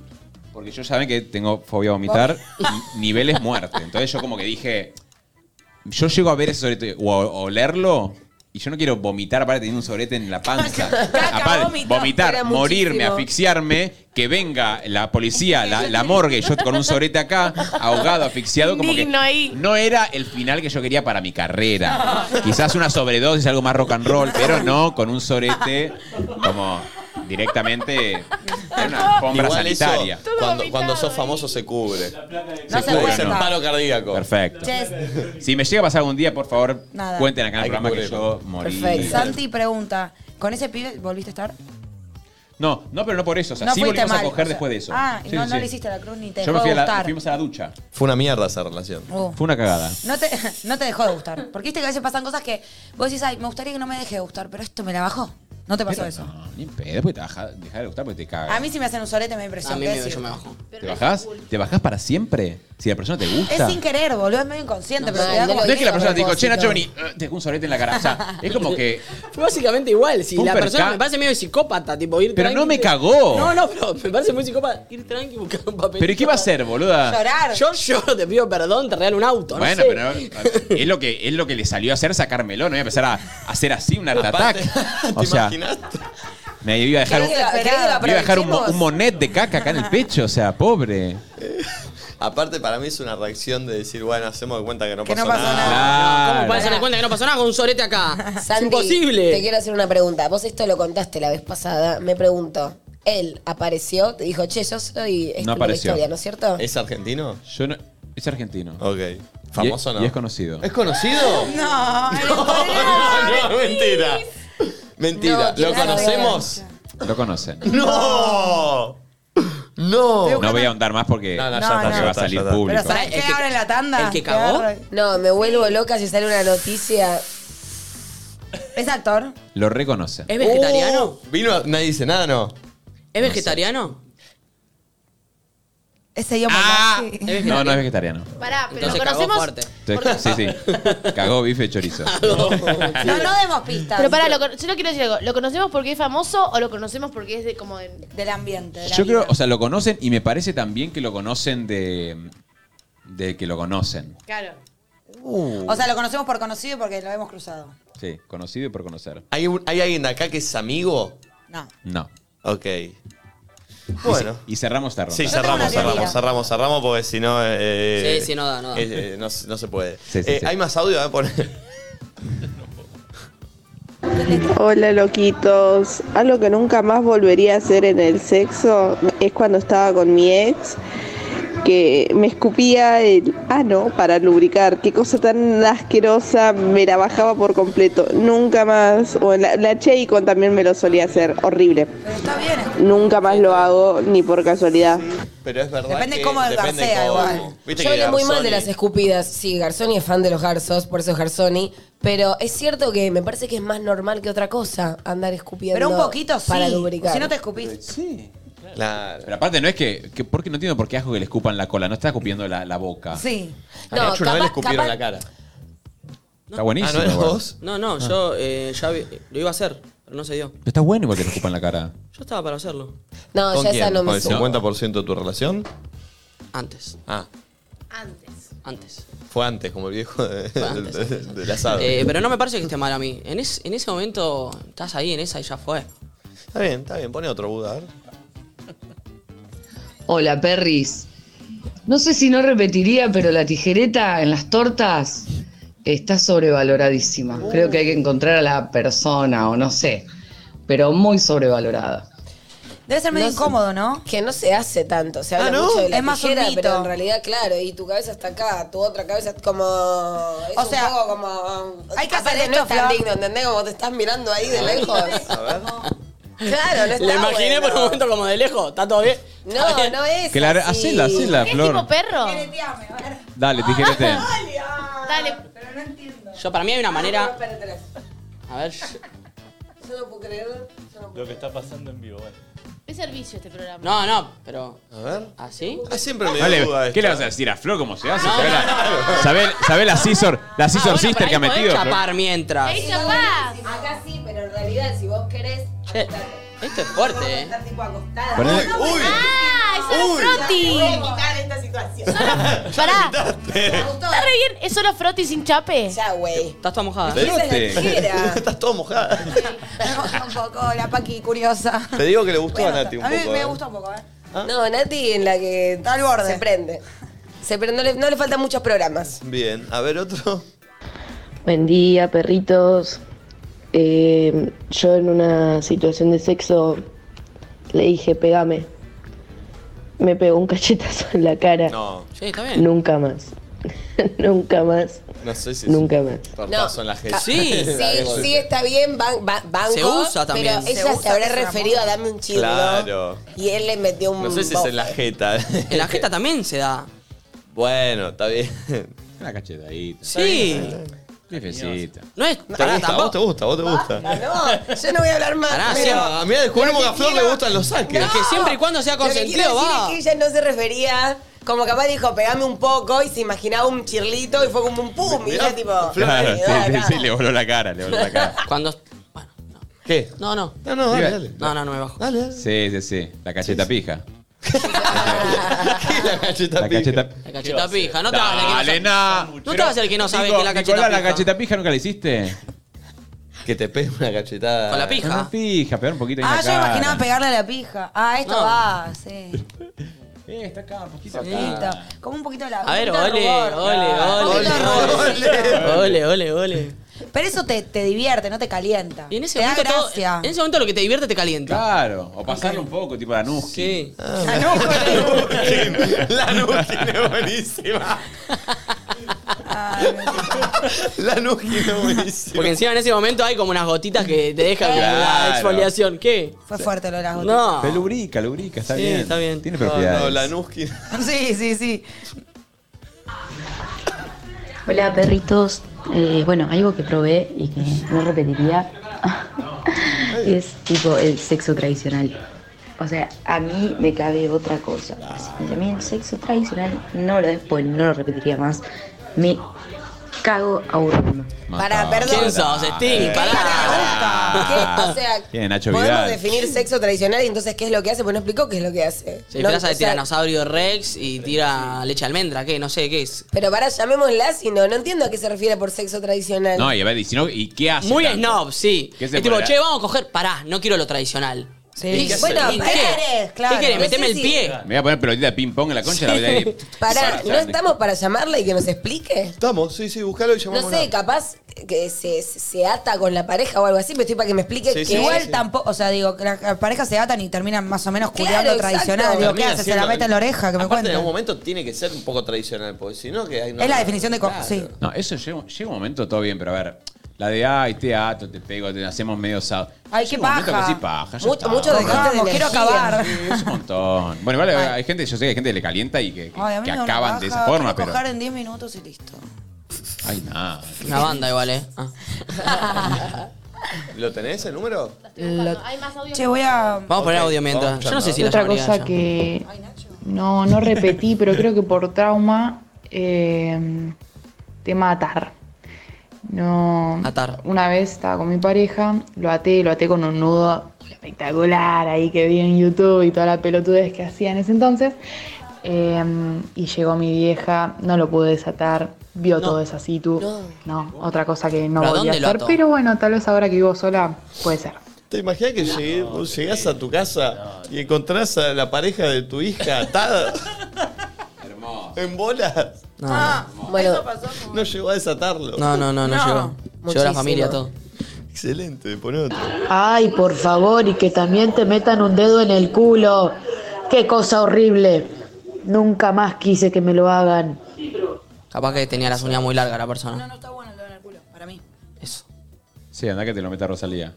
Speaker 15: Porque yo saben que tengo fobia a vomitar, y niveles muerte. Entonces yo como que dije. Yo llego a ver ese sorete o a olerlo. Y yo no quiero vomitar aparte teniendo un sorete en la panza.
Speaker 3: Caca,
Speaker 15: aparte,
Speaker 3: vómito.
Speaker 15: vomitar,
Speaker 3: Era
Speaker 15: morirme,
Speaker 3: muchísimo.
Speaker 15: asfixiarme, que venga la policía, la, la morgue, yo con un sorete acá, ahogado, asfixiado, como que
Speaker 5: Indigno ahí.
Speaker 15: no era el final que yo quería para mi carrera. Quizás una sobredosis, algo más rock and roll, pero no con un sorete como directamente era una alfombra
Speaker 1: Igual eso,
Speaker 15: sanitaria.
Speaker 1: cuando, cuando sos famoso se cubre.
Speaker 2: No
Speaker 1: se
Speaker 2: se
Speaker 1: cubre,
Speaker 2: cuenta.
Speaker 1: es un paro cardíaco.
Speaker 15: Perfecto.
Speaker 2: Che,
Speaker 15: Si me llega a pasar algún día, por favor,
Speaker 2: Nada.
Speaker 15: cuenten acá en
Speaker 1: Hay
Speaker 15: el
Speaker 1: que
Speaker 15: programa que, yo
Speaker 1: cubrirlo.
Speaker 15: morí.
Speaker 1: Perfecto.
Speaker 2: Santi pregunta, ¿con ese pibe volviste a estar?
Speaker 15: No, no, pero no por eso. O sea,
Speaker 2: No
Speaker 15: sí
Speaker 2: fuiste
Speaker 15: volvimos a
Speaker 2: mal,
Speaker 15: coger
Speaker 2: o sea.
Speaker 15: después de eso.
Speaker 2: Ah,
Speaker 15: Sí,
Speaker 2: no,
Speaker 15: sí,
Speaker 2: no
Speaker 15: sí.
Speaker 2: le hiciste la cruz ni te
Speaker 15: Yo me
Speaker 2: dejó
Speaker 15: fui
Speaker 2: de
Speaker 15: a la-
Speaker 2: gustar.
Speaker 15: fuimos a la ducha.
Speaker 1: Fue una mierda esa relación.
Speaker 2: Oh.
Speaker 15: Fue una cagada.
Speaker 2: No te, no te dejó de gustar. Porque viste que a veces pasan cosas que vos decís, ay, me gustaría que no me deje de gustar, pero esto me la bajó. No te pasó
Speaker 15: Pero
Speaker 2: eso.
Speaker 15: No, ni en pedo. Después te baja- dejá de gustar porque te cagas.
Speaker 2: A mí si me hacen un solete me da impresión.
Speaker 4: A mí
Speaker 2: ¿qué
Speaker 4: me-
Speaker 2: decir?
Speaker 4: yo me bajo.
Speaker 15: ¿Te bajás? ¿Te bajás para siempre? Si la persona te gusta.
Speaker 2: Es sin querer, boludo, es medio inconsciente, pero te da
Speaker 15: No,
Speaker 2: como
Speaker 15: es que la persona te dijo, che, Nacho, vení,
Speaker 2: ni
Speaker 15: eh, te dejo un sorete en la cara. O sea, es como que.
Speaker 22: Fue básicamente igual. Si
Speaker 15: Fue un
Speaker 22: la persona
Speaker 15: perca-
Speaker 22: me parece medio psicópata, tipo ir
Speaker 15: Pero no
Speaker 22: tranqui-
Speaker 15: me cagó.
Speaker 22: No, no, pero me parece muy psicópata ir tranqui buscar un papel.
Speaker 15: ¿Pero y qué va a hacer, boluda?
Speaker 2: Llorar.
Speaker 22: Yo lloro, te pido perdón, te regalo un auto. no
Speaker 15: Ah. Bueno,
Speaker 22: sé.
Speaker 15: pero eh, es lo, que, es lo que le salió a hacer sacármelo. No voy a empezar a hacer así un art attack.
Speaker 1: Aparte,
Speaker 15: O sea, me iba a dejar,
Speaker 2: ¿Qué
Speaker 15: un,
Speaker 2: era
Speaker 15: me
Speaker 2: esperado?
Speaker 15: iba a dejar un, mo- un monet de caca acá en el pecho. O sea, pobre.
Speaker 1: Aparte, para mí es una reacción de decir, bueno, hacemos de cuenta que no
Speaker 2: Que
Speaker 1: pasó,
Speaker 2: no pasó
Speaker 22: ¿Cómo
Speaker 15: Claro.
Speaker 22: puedes hacer cuenta que no pasó nada con un sorete acá?
Speaker 3: Santi,
Speaker 22: es imposible.
Speaker 3: Te quiero hacer una pregunta. Vos esto lo contaste la vez pasada. Me pregunto, él apareció, te dijo, che, yo soy este
Speaker 15: No apareció.
Speaker 3: historia, ¿no es cierto?
Speaker 1: ¿Es argentino?
Speaker 15: Yo no- es argentino.
Speaker 1: Ok. ¿Famoso
Speaker 15: Y-
Speaker 1: no?
Speaker 15: y es conocido.
Speaker 1: ¿Es conocido?
Speaker 2: No,
Speaker 1: no, no, mentira. Mentira.
Speaker 2: No,
Speaker 1: ¿Lo
Speaker 2: tiene nada que ver.
Speaker 1: conocemos?
Speaker 15: Lo conocen.
Speaker 1: ¡No! ¡No!
Speaker 15: No voy a ahondar más porque,
Speaker 1: No, no, ya
Speaker 15: porque
Speaker 1: está, ya
Speaker 15: va a
Speaker 1: está, ya
Speaker 15: salir
Speaker 1: está.
Speaker 15: público.
Speaker 2: Pero ¿sabes qué
Speaker 22: El que-
Speaker 2: ahora en la tanda?
Speaker 22: el que cagó.
Speaker 2: Te agarra-
Speaker 3: No, me vuelvo loca si sale una noticia.
Speaker 2: Es actor.
Speaker 15: Lo reconocen.
Speaker 22: ¿Es vegetariano?
Speaker 1: Uh, Vino, a- nadie dice nada, ¿no?
Speaker 22: ¿Es vegetariano?
Speaker 2: Ese idioma.
Speaker 22: ¿Es
Speaker 15: Ah. No,
Speaker 22: vegetariano?
Speaker 15: no es vegetariano.
Speaker 5: Pará, pero
Speaker 22: Entonces
Speaker 5: lo
Speaker 22: cagó
Speaker 5: conocemos.
Speaker 22: fuerte.
Speaker 15: Entonces, sí, sí. Cagó bife de chorizo.
Speaker 2: No, no demos pistas.
Speaker 5: Pero pará, lo con- yo no quiero decir algo. ¿Lo conocemos porque es famoso o lo conocemos porque es de como de-
Speaker 2: Del ambiente. de la
Speaker 15: Yo creo,
Speaker 2: vida.
Speaker 15: o sea, lo conocen y me parece también que lo conocen de. de que lo conocen.
Speaker 5: Claro.
Speaker 1: Uh.
Speaker 2: O sea, lo conocemos por conocido porque lo hemos cruzado.
Speaker 15: Sí, conocido y por conocer.
Speaker 1: ¿Hay, un- hay alguien de acá que es amigo?
Speaker 2: No.
Speaker 15: No.
Speaker 1: Ok.
Speaker 15: Y
Speaker 1: Bueno.
Speaker 15: ce- Y, cerramos esta ronda.
Speaker 1: Sí,
Speaker 2: tengo una
Speaker 1: cerramos, cerramos,
Speaker 2: teoría.
Speaker 1: cerramos, cerramos, porque si no. eh,
Speaker 22: Sí, sí, no da, no da.
Speaker 1: eh, eh, no, se- no se puede.
Speaker 15: Sí, sí,
Speaker 1: Eh,
Speaker 15: sí.
Speaker 1: Hay más audio, a ver, poné.
Speaker 7: Hola loquitos, algo que nunca más volvería a hacer en el sexo es cuando estaba con mi ex que me escupía el ano para lubricar, qué cosa tan asquerosa, me la bajaba por completo, nunca más, o la, la Cheicon también me lo solía hacer, horrible,
Speaker 2: Pero está bien.
Speaker 7: nunca más lo hago ni por casualidad.
Speaker 1: Pero es verdad.
Speaker 2: Depende
Speaker 1: que-
Speaker 2: cómo
Speaker 1: depende
Speaker 2: García,
Speaker 1: cómo.
Speaker 2: igual.
Speaker 1: Viste
Speaker 3: Yo
Speaker 1: que
Speaker 3: hablé muy mal de
Speaker 1: Garzoni-
Speaker 3: las escupidas. Sí, Garzoni es fan de los garzos, por eso es Garzoni. Pero es cierto que me parece que es más normal que otra cosa andar escupiendo.
Speaker 2: Pero un poquito sí.
Speaker 3: Para lubricar.
Speaker 2: Si no te escupís.
Speaker 15: Sí.
Speaker 1: Claro.
Speaker 15: Pero aparte no es que, que porque no entiendo por qué asco que le escupan la cola, no está escupiendo la, la boca.
Speaker 2: Sí.
Speaker 1: A Nacho una vez
Speaker 3: capaz-
Speaker 1: le escupieron
Speaker 3: capaz-
Speaker 1: la cara.
Speaker 15: Está buenísimo.
Speaker 1: Ah, ¿no eras
Speaker 15: igual.
Speaker 1: vos?
Speaker 4: No, no, yo eh, ya vi- lo iba a hacer, pero no se dio.
Speaker 15: Pero está bueno igual que le escupan la cara.
Speaker 4: Yo estaba para hacerlo
Speaker 3: No,
Speaker 1: ¿Con
Speaker 3: ya
Speaker 1: quién?
Speaker 3: esa no
Speaker 1: ¿Con
Speaker 3: me
Speaker 1: el
Speaker 3: suena.
Speaker 1: 50% de tu relación?
Speaker 4: antes,
Speaker 1: Ah,
Speaker 5: Antes.
Speaker 4: antes.
Speaker 1: fue antes, como el viejo de-
Speaker 4: antes,
Speaker 1: de- de- del asado.
Speaker 4: Eh, pero no me parece que esté mal a mí. En, es- en ese momento estás ahí, en esa y ya fue.
Speaker 1: Está bien, está bien, pone otro Buda. a ver.
Speaker 23: Hola, Perris. No sé si no repetiría, pero la tijereta en las tortas está sobrevaloradísima. Creo que hay que encontrar a la persona o no sé, pero muy sobrevalorada.
Speaker 2: Debe ser medio
Speaker 3: No sé.
Speaker 2: incómodo, ¿no?
Speaker 3: Que no se hace tanto, se habla
Speaker 1: Ah, ¿no?
Speaker 3: mucho de la
Speaker 2: Es más un
Speaker 3: tijera,
Speaker 2: mito.
Speaker 3: pero en realidad, claro, y tu cabeza está acá, tu otra cabeza es como... Es
Speaker 2: O
Speaker 3: un
Speaker 2: sea,
Speaker 3: poco como...
Speaker 2: hay que
Speaker 3: capaz
Speaker 2: hacer
Speaker 3: no
Speaker 2: esto,
Speaker 3: es tan
Speaker 2: Flor.
Speaker 3: digno, ¿entendés? Como te estás mirando ahí de lejos.
Speaker 1: A ver.
Speaker 3: Claro, no está
Speaker 22: Le imaginé
Speaker 3: bueno.
Speaker 22: por un momento como de lejos. ¿Está todo bien?
Speaker 3: No, no es
Speaker 15: Que la,
Speaker 3: así.
Speaker 15: hacela, hacela,
Speaker 5: ¿Qué es tipo
Speaker 15: Flor.
Speaker 5: perro?
Speaker 15: Dale, tijerete.
Speaker 5: Ah, Dale.
Speaker 4: Yo, para mí hay una manera. A ver,
Speaker 3: Yo no puedo creer.
Speaker 13: Lo que está pasando en vivo, bueno.
Speaker 5: Es servicio este programa.
Speaker 4: no, no, pero.
Speaker 1: A ver.
Speaker 4: ¿Así?
Speaker 1: Ah, siempre me dio
Speaker 15: Dale,
Speaker 1: duda
Speaker 15: ¿Qué
Speaker 1: esto,
Speaker 15: le vas a
Speaker 1: ¿eh?
Speaker 15: decir a Flor cómo se hace?
Speaker 4: No,
Speaker 15: ¿Sabés
Speaker 4: no, Ah,
Speaker 15: la, sabés- sabés la scissor, la scissor
Speaker 4: bueno,
Speaker 15: sister
Speaker 4: pero
Speaker 15: que ha
Speaker 4: ahí podés
Speaker 15: metido? Flor?
Speaker 4: chapar mientras.
Speaker 5: ¡Ey, chapá!
Speaker 3: Acá sí, pero en realidad, si vos querés...
Speaker 4: Che, esto es fuerte, eh.
Speaker 3: tipo acostada.
Speaker 15: Ponele-
Speaker 1: ¡Uy!
Speaker 5: ¡Ah! ¡Es solo
Speaker 1: Uy.
Speaker 5: froti!
Speaker 3: quitar esta situación.
Speaker 5: Pará. ¿Está re bien? ¿Es solo froti sin chape?
Speaker 3: Ya, güey.
Speaker 4: Estás toda
Speaker 5: Ah,
Speaker 4: mojada.
Speaker 1: Te-
Speaker 3: Esa
Speaker 15: Te-
Speaker 3: es la tijera.
Speaker 1: Estás todo mojada.
Speaker 2: un poco la Paqui curiosa.
Speaker 1: Te digo que le gustó
Speaker 2: Bueno,
Speaker 1: a Nati un
Speaker 2: a mí
Speaker 1: poco.
Speaker 2: me
Speaker 1: ¿eh?
Speaker 2: gusta un poco, ¿eh?
Speaker 4: ¿Ah?
Speaker 3: No, Nati en la que
Speaker 2: Está al borde.
Speaker 3: se prende. Se prende, no le, no le faltan muchos programas.
Speaker 1: Bien, a ver otro.
Speaker 24: Buen día, perritos. Eh, yo en una situación de sexo Le dije, pegame. Me pegó un cachetazo en la cara.
Speaker 1: No.
Speaker 4: Sí, está
Speaker 1: bien.
Speaker 24: Nunca más. Nunca más.
Speaker 1: No sé si.
Speaker 24: Nunca más.
Speaker 1: Tortazo en la gente.
Speaker 4: Ah, Sí,
Speaker 3: Sí, sí, está bien, ban- ba- banco.
Speaker 4: Se usa también.
Speaker 3: Pero
Speaker 4: Se
Speaker 3: ella se,
Speaker 4: usa,
Speaker 3: habrá
Speaker 4: es una
Speaker 3: referido a dame un chirlo.
Speaker 1: Claro.
Speaker 3: Y él le metió un.
Speaker 1: No sé si es en la jeta.
Speaker 4: En la jeta también se da.
Speaker 1: Bueno, está bien.
Speaker 15: Una cachetadita.
Speaker 4: Sí.
Speaker 15: Jefecita.
Speaker 4: No es.
Speaker 1: ¿Te
Speaker 4: pará,
Speaker 1: gusta? ¿Vos
Speaker 4: tampoco.
Speaker 1: te gusta? ¿Vos te gusta?
Speaker 3: Ah, No, yo no voy a hablar más.
Speaker 4: Pará,
Speaker 3: pero-
Speaker 1: A mí descubrimos que a Flor le gustan los saques.
Speaker 4: Es que siempre y cuando sea
Speaker 3: Lo que
Speaker 4: consentido,
Speaker 3: quiero decir
Speaker 4: va.
Speaker 3: es que ella no se refería. Como capaz dijo, pegame un poco y se imaginaba un chirlito y fue como un pum. Y ella tipo.
Speaker 15: Claro,
Speaker 3: "Ay,
Speaker 15: sí,
Speaker 3: dale,
Speaker 15: sí,
Speaker 3: dale".
Speaker 15: sí, le voló la cara, le voló la cara.
Speaker 4: Cuando.
Speaker 1: ¿Qué?
Speaker 4: No, no.
Speaker 1: No, no, dale, dale.
Speaker 4: No, no, no me bajo.
Speaker 1: Dale, dale.
Speaker 15: Sí, sí, sí. La cacheta pija.
Speaker 1: la cacheta
Speaker 15: la cacheta pija.
Speaker 4: La cacheta pija, no te hagas la
Speaker 15: Dale,
Speaker 4: que no
Speaker 15: na.
Speaker 4: sabe. No te hagas el que no sabe
Speaker 15: Nico-
Speaker 4: que la cacheta
Speaker 15: Nicolás,
Speaker 4: pija.
Speaker 15: la cacheta pija nunca la hiciste.
Speaker 1: Que te pegue una cachetada.
Speaker 4: Con la pija.
Speaker 15: Con la pija, pegar un poquito ahí en
Speaker 2: Ah,
Speaker 15: la
Speaker 2: yo me
Speaker 15: cara.
Speaker 2: imaginaba pegarle a la pija. Ah, esto
Speaker 4: No.
Speaker 2: va, sí.
Speaker 15: Eh, está acá, un poquito
Speaker 2: Listo. Como un poquito de la
Speaker 4: A ver,
Speaker 2: poquito de
Speaker 4: ole,
Speaker 2: rubor.
Speaker 4: ole,
Speaker 2: Poquito de rubor.
Speaker 4: ole. Ole, ole, ole.
Speaker 2: Pero eso te, te divierte, no te calienta.
Speaker 4: Y en ese,
Speaker 2: te
Speaker 4: momento
Speaker 2: da
Speaker 4: todo-
Speaker 2: gracia.
Speaker 4: en ese momento lo que te divierte te calienta.
Speaker 15: Claro, o pasarlo un poco, tipo Ah, la nusca.
Speaker 4: Sí. Ah,
Speaker 1: La Nukin es buenísima. La Nukin es buenísima.
Speaker 4: Porque encima en ese momento hay como unas gotitas que te dejan
Speaker 15: Claro.
Speaker 4: la exfoliación. ¿Qué?
Speaker 2: Fue fuerte lo de las gotitas.
Speaker 4: No.
Speaker 15: Pero lubrica, lubrica, está
Speaker 4: Sí,
Speaker 15: bien.
Speaker 4: está bien.
Speaker 15: Tiene
Speaker 1: No,
Speaker 15: propiedades.
Speaker 1: no, la Nuskin.
Speaker 2: Sí, sí, sí.
Speaker 24: Hola perritos, Eh, bueno, algo que probé y que no repetiría es tipo el sexo tradicional. O sea, a mí me cabe otra cosa. Así que a mí el sexo tradicional no lo después, no lo repetiría más. Me cago aburriendo.
Speaker 3: Pará, perdón.
Speaker 4: ¿Quién sos, Sting? Pará.
Speaker 3: ¿Qué? O sea,
Speaker 15: Tiene Nacho
Speaker 3: podemos
Speaker 15: Vidal.
Speaker 3: definir sexo tradicional y entonces qué es lo que hace, pues no explicó qué es lo que hace.
Speaker 4: Se
Speaker 3: No,
Speaker 4: disfraza
Speaker 3: o
Speaker 4: de
Speaker 3: sea,
Speaker 4: tiranosaurio Rex y tira leche de almendra. ¿Qué? No sé, ¿qué es?
Speaker 3: Pero para llamémosla, si no, no entiendo a qué se refiere por sexo tradicional.
Speaker 15: No, y a ver, y, si no, ¿y qué hace?
Speaker 4: Muy
Speaker 15: tanto?
Speaker 4: snob, sí.
Speaker 15: ¿Qué
Speaker 4: Es
Speaker 15: se
Speaker 4: tipo,
Speaker 15: pone?
Speaker 4: che, vamos a coger. Pará, no quiero lo tradicional.
Speaker 3: Y
Speaker 4: ¿Y
Speaker 3: bueno,
Speaker 4: ¿Y
Speaker 3: ¿qué querés? Claro.
Speaker 4: ¿Qué querés?
Speaker 3: No sé
Speaker 4: Meteme el
Speaker 3: si-
Speaker 4: pie.
Speaker 15: Me voy a poner pelotita de ping-pong en la concha y la voy a ir.
Speaker 3: Pará, ¿no estamos para llamarla y que nos explique?
Speaker 1: Estamos, sí, sí, buscalo y
Speaker 3: No
Speaker 1: llamamos.
Speaker 3: sé, capaz que se, se ata con la pareja o algo así, pero estoy para que me explique
Speaker 1: Sí,
Speaker 3: qué
Speaker 1: sí,
Speaker 2: Igual
Speaker 1: sí, sí.
Speaker 2: tampoco, o sea, digo, que las parejas se atan y terminan más o menos
Speaker 3: Claro,
Speaker 2: cuidando
Speaker 3: exacto.
Speaker 2: tradicional. Digo, ¿qué
Speaker 1: Termina
Speaker 2: hace? Se
Speaker 1: siendo-
Speaker 2: la mete en la oreja, que
Speaker 1: Aparte,
Speaker 2: me
Speaker 1: en
Speaker 2: cuente.
Speaker 1: algún momento tiene que ser un poco tradicional, porque si no, que hay no-
Speaker 2: Es la definición de co- sí.
Speaker 15: No, eso llega, llega un momento todo bien, pero a ver. La de, ay, te ato, te pego, te hacemos medio asado.
Speaker 2: Ay,
Speaker 15: Llega
Speaker 2: qué
Speaker 15: un momento
Speaker 2: paja.
Speaker 15: que sí, paja. ya
Speaker 3: Mucho,
Speaker 15: está.
Speaker 3: mucho dejaste de
Speaker 2: Vamos, quiero
Speaker 3: energía.
Speaker 2: acabar.
Speaker 15: Es un montón. Bueno, igual hay gente, yo sé que hay gente que le calienta y que, que-
Speaker 2: Ay, a mí
Speaker 15: que
Speaker 2: me da una
Speaker 15: acaban de
Speaker 2: paja,
Speaker 15: esa forma,
Speaker 2: quiero
Speaker 15: pero.
Speaker 2: coger en 10 minutos y listo.
Speaker 15: Ay, nada.
Speaker 4: Una banda igual, ¿eh? Ah.
Speaker 1: ¿Lo tenés el número?
Speaker 5: Hay más audios.
Speaker 2: Che, Eh, voy a...
Speaker 4: Vamos a poner
Speaker 1: Ok.
Speaker 4: audio mientras.
Speaker 1: Vamos,
Speaker 4: Yo no sé
Speaker 1: chao.
Speaker 4: si la
Speaker 21: otra
Speaker 4: llamaría
Speaker 21: cosa
Speaker 4: ya.
Speaker 21: que no, no repetí, pero creo que por trauma eh, tema atar. No.
Speaker 4: Atar.
Speaker 21: Una vez estaba con mi pareja, lo até, lo até con un nudo espectacular ahí que vi en YouTube y toda la pelotudez que hacía en ese entonces. Eh, y llegó mi vieja, no lo pude desatar, vio
Speaker 4: No.
Speaker 21: todo esa situ. No. otra cosa que no
Speaker 4: ¿Pero a
Speaker 21: volví a
Speaker 4: dónde lo
Speaker 21: hacer.
Speaker 4: ató?
Speaker 21: Pero bueno, tal vez ahora que vivo sola, puede ser.
Speaker 1: ¿Te imaginas que llegué- vos llegás a tu casa y encontrás a la pareja de tu hija atada? Hermoso. En bolas.
Speaker 4: No,
Speaker 9: Ah.
Speaker 3: Bueno,
Speaker 1: No llegó a desatarlo.
Speaker 4: no, no, no, no,
Speaker 3: No.
Speaker 4: llegó. Llegó la
Speaker 3: Muchísimo.
Speaker 4: familia, todo.
Speaker 1: Excelente, pon otro.
Speaker 8: Ay, por favor, y que también te metan un dedo en el culo. Qué cosa horrible. Nunca más quise que me lo hagan.
Speaker 4: Capaz que tenía las uñas muy largas la persona.
Speaker 2: No está bueno el dedo en el culo, para mí.
Speaker 4: Eso.
Speaker 15: Sí, anda que te lo meta Rosalía.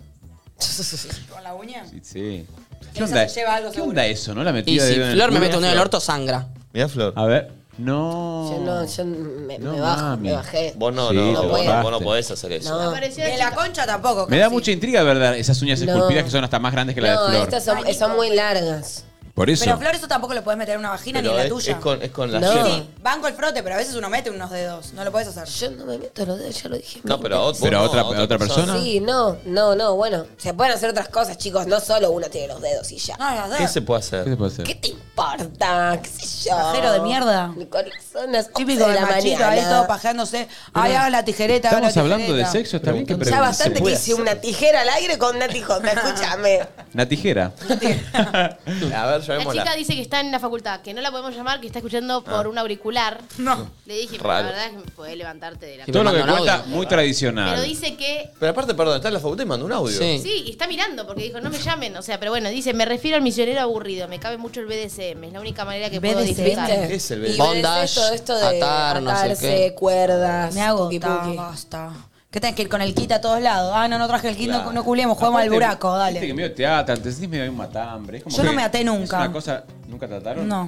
Speaker 2: ¿Con la uña?
Speaker 15: Sí, sí. ¿Qué
Speaker 2: Esa
Speaker 15: onda,
Speaker 2: se lleva algo
Speaker 15: ¿qué
Speaker 2: seguro.
Speaker 15: onda eso? ¿No la metí
Speaker 4: Y si Flor me mete un dedo en el orto, sangra.
Speaker 1: Mirá, Flor.
Speaker 15: A ver. No.
Speaker 3: yo no, yo me,
Speaker 15: No,
Speaker 3: me bajo,
Speaker 15: mami.
Speaker 3: me bajé.
Speaker 1: Vos no,
Speaker 15: Sí,
Speaker 1: no, vos,
Speaker 15: te
Speaker 1: no,
Speaker 15: bajaste.
Speaker 1: vos no podés hacer eso.
Speaker 3: No,
Speaker 5: Aparecía
Speaker 2: De la concha tampoco.
Speaker 15: Me da
Speaker 2: casi.
Speaker 15: mucha intriga ver esas uñas
Speaker 3: No.
Speaker 15: esculpidas que son hasta más grandes que la
Speaker 3: no,
Speaker 15: de Flor.
Speaker 3: estas son, son muy largas.
Speaker 15: Por eso.
Speaker 2: Pero Flor, eso tampoco lo puedes meter en una vagina
Speaker 1: Pero
Speaker 2: ni en la
Speaker 1: es,
Speaker 2: tuya.
Speaker 1: es con, es con la
Speaker 3: No.
Speaker 1: yema.
Speaker 2: Sí, banco el frote, pero a veces uno mete unos dedos. No lo puedes hacer.
Speaker 3: Yo no me meto los dedos, ya lo dije.
Speaker 1: No, pero a, ot- vos
Speaker 15: Pero a
Speaker 1: no,
Speaker 15: otra- a otra persona.
Speaker 3: Sí, no, no, no, bueno. Se pueden hacer otras cosas, chicos. No solo uno tiene los dedos y ya.
Speaker 2: No, los
Speaker 1: ¿Qué
Speaker 2: dedos.
Speaker 1: se puede
Speaker 15: ¿Qué
Speaker 1: hacer?
Speaker 15: se puede hacer?
Speaker 3: ¿Qué te importa? ¿Qué sé yo?
Speaker 2: Pajero de mierda.
Speaker 3: Nicolás, son las
Speaker 2: Típico
Speaker 3: 11 de
Speaker 2: del
Speaker 3: la
Speaker 2: machito ahí
Speaker 3: mañana.
Speaker 2: todo pajeándose. Ay, haga la tijereta, haga la
Speaker 15: Estamos hablando de
Speaker 2: tijereta.
Speaker 15: sexo, está bien que
Speaker 3: Ya
Speaker 15: preguntes.
Speaker 3: bastante que
Speaker 1: puede
Speaker 3: hice una tijera al aire con una tijota, escúchame.
Speaker 15: Una tijera.
Speaker 1: A ver,
Speaker 5: La
Speaker 1: llamémosla.
Speaker 5: chica dice que está en la facultad, que no la podemos llamar, que está escuchando por
Speaker 1: Ah.
Speaker 5: un auricular. No. Le dije, pero
Speaker 1: Raro.
Speaker 5: la verdad es que podés levantarte de la
Speaker 15: Todo lo que
Speaker 1: manda un
Speaker 15: cuenta,
Speaker 1: audio.
Speaker 15: muy
Speaker 5: Pero
Speaker 15: tradicional.
Speaker 5: dice que.
Speaker 1: Pero aparte, perdón, está en la facultad y mandó un audio.
Speaker 5: Sí. y está mirando porque dijo, no me llamen. O sea, pero bueno, dice, me refiero al misionero aburrido. Me cabe mucho el BDSM. Es la única manera que puedo
Speaker 3: BDSM.
Speaker 5: disfrutar.
Speaker 1: ¿Qué es el
Speaker 3: Y
Speaker 1: BDSM?
Speaker 3: BDSM, todo esto de
Speaker 4: atar, no sé
Speaker 3: atarse,
Speaker 4: qué.
Speaker 3: cuerdas,
Speaker 2: Me hago
Speaker 3: tuki, puki.
Speaker 2: basta. ¿Qué tenés que ir con el kit a todos lados? Ah, no, no traje el kit, no-
Speaker 15: Claro.
Speaker 2: no, culemos, juguemos al
Speaker 15: Aparte,
Speaker 2: buraco,
Speaker 15: Viste que
Speaker 2: dale.
Speaker 15: medio te atan, te sentís medio un matambre. Es como
Speaker 2: Yo
Speaker 15: que
Speaker 2: no me até
Speaker 15: es
Speaker 2: nunca.
Speaker 15: una cosa, ¿Nunca te ataron?
Speaker 2: No.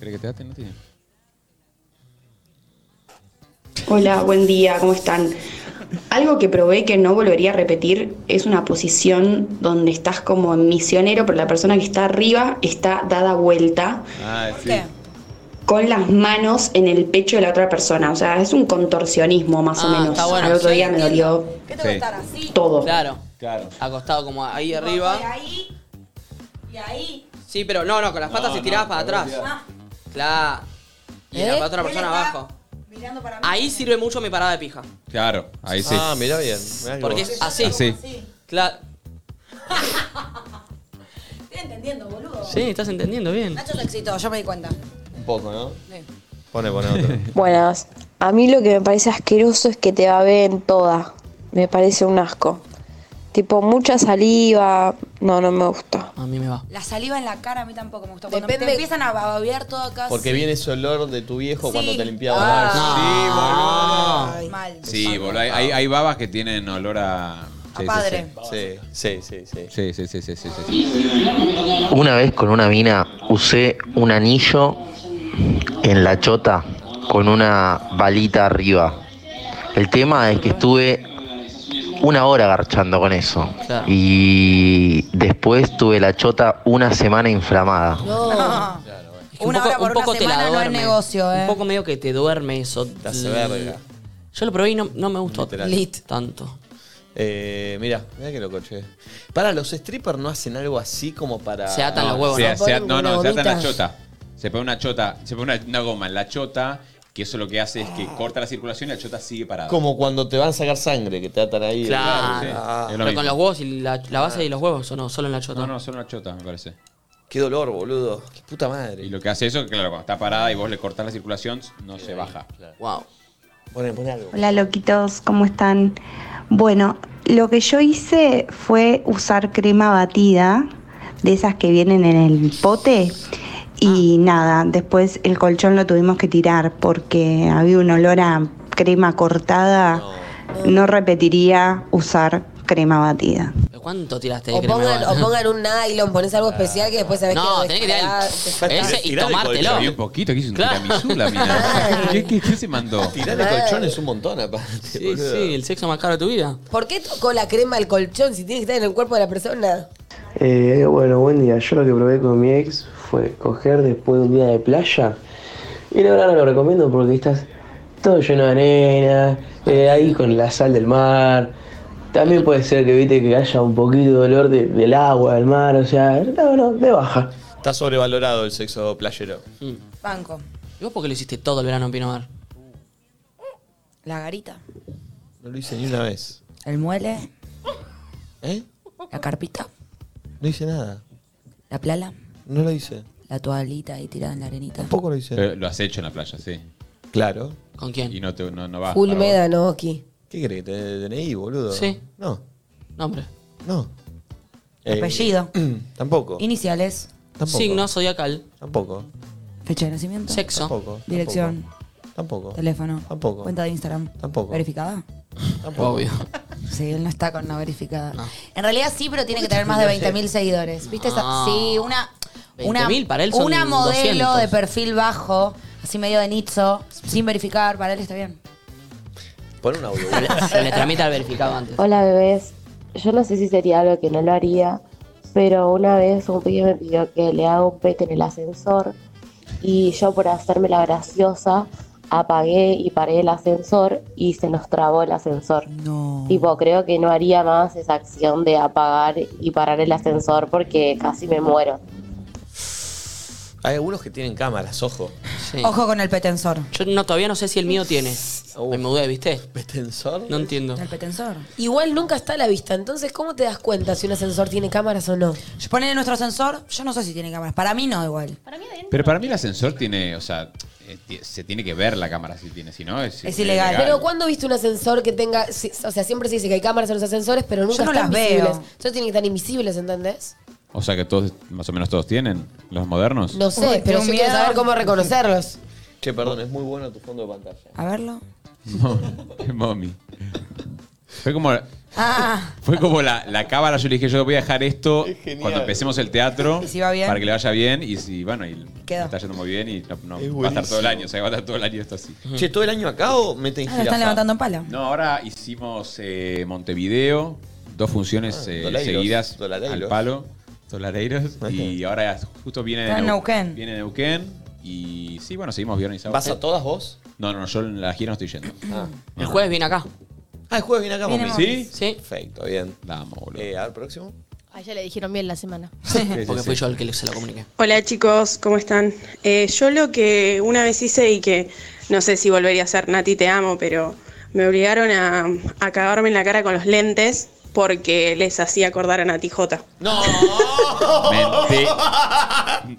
Speaker 15: ¿Crees que te aten? No tiene.
Speaker 9: Hola, buen día, ¿cómo están? Algo que probé que no volvería a repetir es una posición donde estás como en misionero, pero la persona que está arriba está dada vuelta
Speaker 15: Ah, sí.
Speaker 9: con las manos en el pecho de la otra persona. O sea, es un contorsionismo más o
Speaker 4: Ah,
Speaker 9: menos.
Speaker 4: está bueno,
Speaker 9: Al otro
Speaker 4: sí.
Speaker 9: día me dolió
Speaker 4: ¿Qué te
Speaker 9: estar todo.
Speaker 4: Claro.
Speaker 15: Claro.
Speaker 4: Acostado como ahí arriba.
Speaker 2: ahí. Y ahí.
Speaker 4: Sí, pero no, no, con las patas
Speaker 22: No,
Speaker 4: estiradas
Speaker 22: no,
Speaker 4: para
Speaker 22: para
Speaker 4: atrás. Claro. Y
Speaker 2: ¿Eh?
Speaker 4: la otra persona
Speaker 2: Él está
Speaker 4: abajo. Ahí sirve mucho mi parada de pija.
Speaker 15: Claro, ahí sí.
Speaker 1: Ah, mirá bien. mirá que
Speaker 4: Porque
Speaker 1: vos-
Speaker 4: es así.
Speaker 15: Así.
Speaker 4: Claro.
Speaker 2: Estoy entendiendo, boludo.
Speaker 4: Sí, estás entendiendo bien.
Speaker 2: Nacho se excitó, yo me di cuenta.
Speaker 1: Un poco, ¿no? Pone, pone otro.
Speaker 25: Buenas. A mí lo que me parece asqueroso es que te babeen toda. Me parece un asco. Tipo, mucha saliva. No, no me gusta.
Speaker 4: A mí me va.
Speaker 2: La saliva en la cara a mí tampoco me gustó. Cuando
Speaker 3: Depende-
Speaker 2: te empiezan a babear todo acá.
Speaker 1: Porque
Speaker 2: sí.
Speaker 1: viene ese olor de tu viejo cuando
Speaker 2: Sí.
Speaker 1: te limpiaba.
Speaker 15: Ah.
Speaker 1: Sí, boludo.
Speaker 2: Mal.
Speaker 15: Sí, boludo. Hay, hay- hay babas que tienen olor a. Sí, sí,
Speaker 2: padre.
Speaker 1: Sí, sí, sí, sí.
Speaker 15: Sí, sí, sí, sí, sí, sí.
Speaker 18: Una vez con una mina usé un anillo en la chota con una balita arriba. El tema es que estuve una hora garchando con eso. Y después tuve la chota una semana inflamada.
Speaker 2: No. Una hora por una semana no es negocio, eh.
Speaker 4: Un poco medio que te duerme eso. Te
Speaker 1: hace verga.
Speaker 4: Yo lo probé y no, no me gustó
Speaker 1: Lit.
Speaker 4: tanto.
Speaker 1: Eh, mira, mira que loco, che. Para, los strippers no hacen algo así como para.
Speaker 4: Se atan los
Speaker 15: Se- se- no, no, se atan la chota. Se pone una chota, se pone una, una goma en la chota, que eso lo que hace es que corta la circulación y la chota sigue parada.
Speaker 1: Como cuando te van a sacar sangre, que te atan ahí.
Speaker 4: Claro.
Speaker 1: Ah.
Speaker 4: Pero con los huevos y la, la base de los huevos, ¿o no? Solo en la chota.
Speaker 15: No, no, solo una chota, me parece.
Speaker 1: Qué dolor, boludo. Qué puta madre.
Speaker 15: Y lo que hace eso, claro, cuando está parada y vos le cortás la circulación, no se baja.
Speaker 4: Wow.
Speaker 1: Pone, pone algo.
Speaker 25: Hola loquitos, ¿cómo están? Bueno, lo que yo hice fue usar crema batida, de esas que vienen en el pote, y nada, después el colchón lo tuvimos que tirar porque había un olor a crema cortada. No repetiría usar crema batida.
Speaker 4: ¿Cuánto tiraste de
Speaker 3: O
Speaker 4: crema?
Speaker 3: pongan, o
Speaker 4: igual?
Speaker 3: pongan un nylon, pones algo especial que después sabés
Speaker 4: No,
Speaker 3: que
Speaker 4: tenés que tirar el- ese y
Speaker 15: Tirá del
Speaker 4: tomártelo.
Speaker 15: colchón. Había un poquito, aquí hizo un
Speaker 4: Claro.
Speaker 15: tiramisú la mina. ¿Qué, qué, qué se mandó?
Speaker 1: Tirar el colchón es un montón, aparte.
Speaker 4: Sí, sí, el sexo más caro de tu vida.
Speaker 3: ¿Por qué tocó la crema al colchón si tiene que estar en el cuerpo de la persona?
Speaker 26: Eh, bueno, buen día. Yo lo que probé con mi ex fue coger después de un día de playa. Y la verdad no lo recomiendo porque estás todo lleno de arena, eh, ahí con la sal del mar. También puede ser que viste que haya un poquito de olor de- del agua, del mar, o sea, no, no, de baja.
Speaker 1: Está sobrevalorado el sexo playero.
Speaker 2: Banco.
Speaker 4: Mm. ¿Y vos por qué lo hiciste todo el verano en Pinamar?
Speaker 2: La garita.
Speaker 1: No lo hice ni una vez.
Speaker 2: El muele.
Speaker 1: ¿Eh?
Speaker 2: La carpita.
Speaker 1: No hice nada.
Speaker 2: La plala.
Speaker 1: No lo hice.
Speaker 2: La toalita ahí tirada en la arenita.
Speaker 1: Tampoco lo hice.
Speaker 15: Pero Eh, lo has hecho en la playa, sí.
Speaker 1: Claro.
Speaker 4: ¿Con quién?
Speaker 15: Y no, te, no, no va.
Speaker 3: Full
Speaker 15: para vos.
Speaker 3: médano, aquí.
Speaker 1: ¿Qué crees? que te- ¿DNI, boludo?
Speaker 4: Sí.
Speaker 1: No.
Speaker 4: Nombre.
Speaker 1: No. Eh,
Speaker 2: Apellido.
Speaker 1: Tampoco.
Speaker 2: Iniciales.
Speaker 1: Tampoco.
Speaker 4: Signo zodiacal.
Speaker 1: Tampoco.
Speaker 2: Fecha de nacimiento.
Speaker 4: Sexo.
Speaker 1: Tampoco.
Speaker 2: Dirección.
Speaker 1: Tampoco.
Speaker 2: Teléfono.
Speaker 1: Tampoco.
Speaker 2: Cuenta de Instagram.
Speaker 1: Tampoco.
Speaker 2: ¿Verificada?
Speaker 1: Tampoco.
Speaker 4: Obvio.
Speaker 2: Sí, él no está con no verificada. En realidad sí, pero tiene que tener más de 20.000 seguidores. ¿Viste? esa-
Speaker 4: Ah.
Speaker 2: Sí, una. Una,
Speaker 4: 20.000 para él son
Speaker 2: una modelo
Speaker 4: 200.
Speaker 2: de perfil bajo, así medio de nicho, sin verificar, para él está bien.
Speaker 1: Pon un audio.
Speaker 4: Se le tramita el verificado antes.
Speaker 25: Hola bebés, yo no sé si sería algo que no lo haría, pero una vez un pibe me pidió que le haga un pete en el ascensor y yo por hacerme la graciosa apagué y paré el ascensor y se nos trabó el ascensor.
Speaker 2: No.
Speaker 25: Tipo, creo que no haría más esa acción de apagar y parar el ascensor porque casi me muero.
Speaker 1: Hay algunos que tienen cámaras, ojo.
Speaker 2: Ojo con el petensor.
Speaker 4: Yo no, todavía no sé si el mío tiene. Me mudé, ¿viste?
Speaker 1: Uh. ¿Petensor?
Speaker 4: No entiendo.
Speaker 2: El petensor.
Speaker 3: Igual nunca está a la vista, entonces ¿cómo te das cuenta si un ascensor tiene cámaras o no?
Speaker 2: Yo ponen nuestro ascensor, yo no sé si tiene cámaras. Para mí no, igual.
Speaker 15: Pero para mí el ascensor tiene, o sea, eh, ti- se tiene que ver la cámara si tiene, si no es,
Speaker 3: Pero ¿cuándo viste un ascensor que tenga... si- O sea, siempre se dice que hay cámaras en los ascensores, pero nunca
Speaker 2: Yo no
Speaker 3: están
Speaker 2: las veo.
Speaker 3: visibles. Entonces tienen que estar invisibles, ¿entendés?
Speaker 15: O sea que todos, más o menos todos tienen, los modernos.
Speaker 3: No sé,
Speaker 2: Uy,
Speaker 3: pero
Speaker 2: qué
Speaker 3: yo quiero
Speaker 2: miedo.
Speaker 3: saber cómo reconocerlos.
Speaker 1: Che, perdón, es muy bueno tu fondo de pantalla.
Speaker 2: A verlo.
Speaker 15: Mami. Fue como,
Speaker 2: Ah,
Speaker 15: fue como la, la cámara, yo le dije, yo voy a dejar esto
Speaker 2: genial.
Speaker 15: cuando empecemos el teatro
Speaker 2: Y si va bien.
Speaker 15: para que le vaya bien y si, bueno, y
Speaker 2: Quedó.
Speaker 15: está yendo muy bien y no, no,
Speaker 1: Es
Speaker 15: va a estar todo el
Speaker 1: buenísimo.
Speaker 15: año, o sea, va a estar todo el año esto así.
Speaker 1: Che, ¿todo el año acá o meten
Speaker 2: ah, lo
Speaker 1: jirafa?
Speaker 2: están levantando en pala.
Speaker 15: No, ahora hicimos eh, Montevideo, dos funciones
Speaker 1: Ah,
Speaker 15: eh,
Speaker 1: doleiros,
Speaker 15: seguidas
Speaker 1: dolareiros.
Speaker 15: al palo, Solareiros, y ahora justo viene
Speaker 2: Está en
Speaker 15: Neu-
Speaker 2: Neuquén.
Speaker 15: Viene Neuquén y sí, bueno, seguimos viernes y sábado.
Speaker 1: ¿Vas a todas vos?
Speaker 15: No, no, no, yo en la gira no estoy yendo.
Speaker 4: El jueves viene acá.
Speaker 1: Ah, el jueves viene acá,
Speaker 4: Viene
Speaker 1: mami.
Speaker 4: Momis.
Speaker 1: ¿Sí?
Speaker 4: Sí.
Speaker 1: Perfecto, bien.
Speaker 15: Vamos, boludo.
Speaker 1: Eh, a ver, próximo.
Speaker 5: Ah, ya le dijeron bien la semana.
Speaker 4: Porque fui yo el que se lo comuniqué.
Speaker 6: Hola chicos, ¿cómo están? Eh, yo lo que una vez hice y que no sé si volvería a hacer, Nati te amo, pero me obligaron a, a cagarme en la cara con los lentes porque les hacía acordar a Nati J.
Speaker 15: Mente.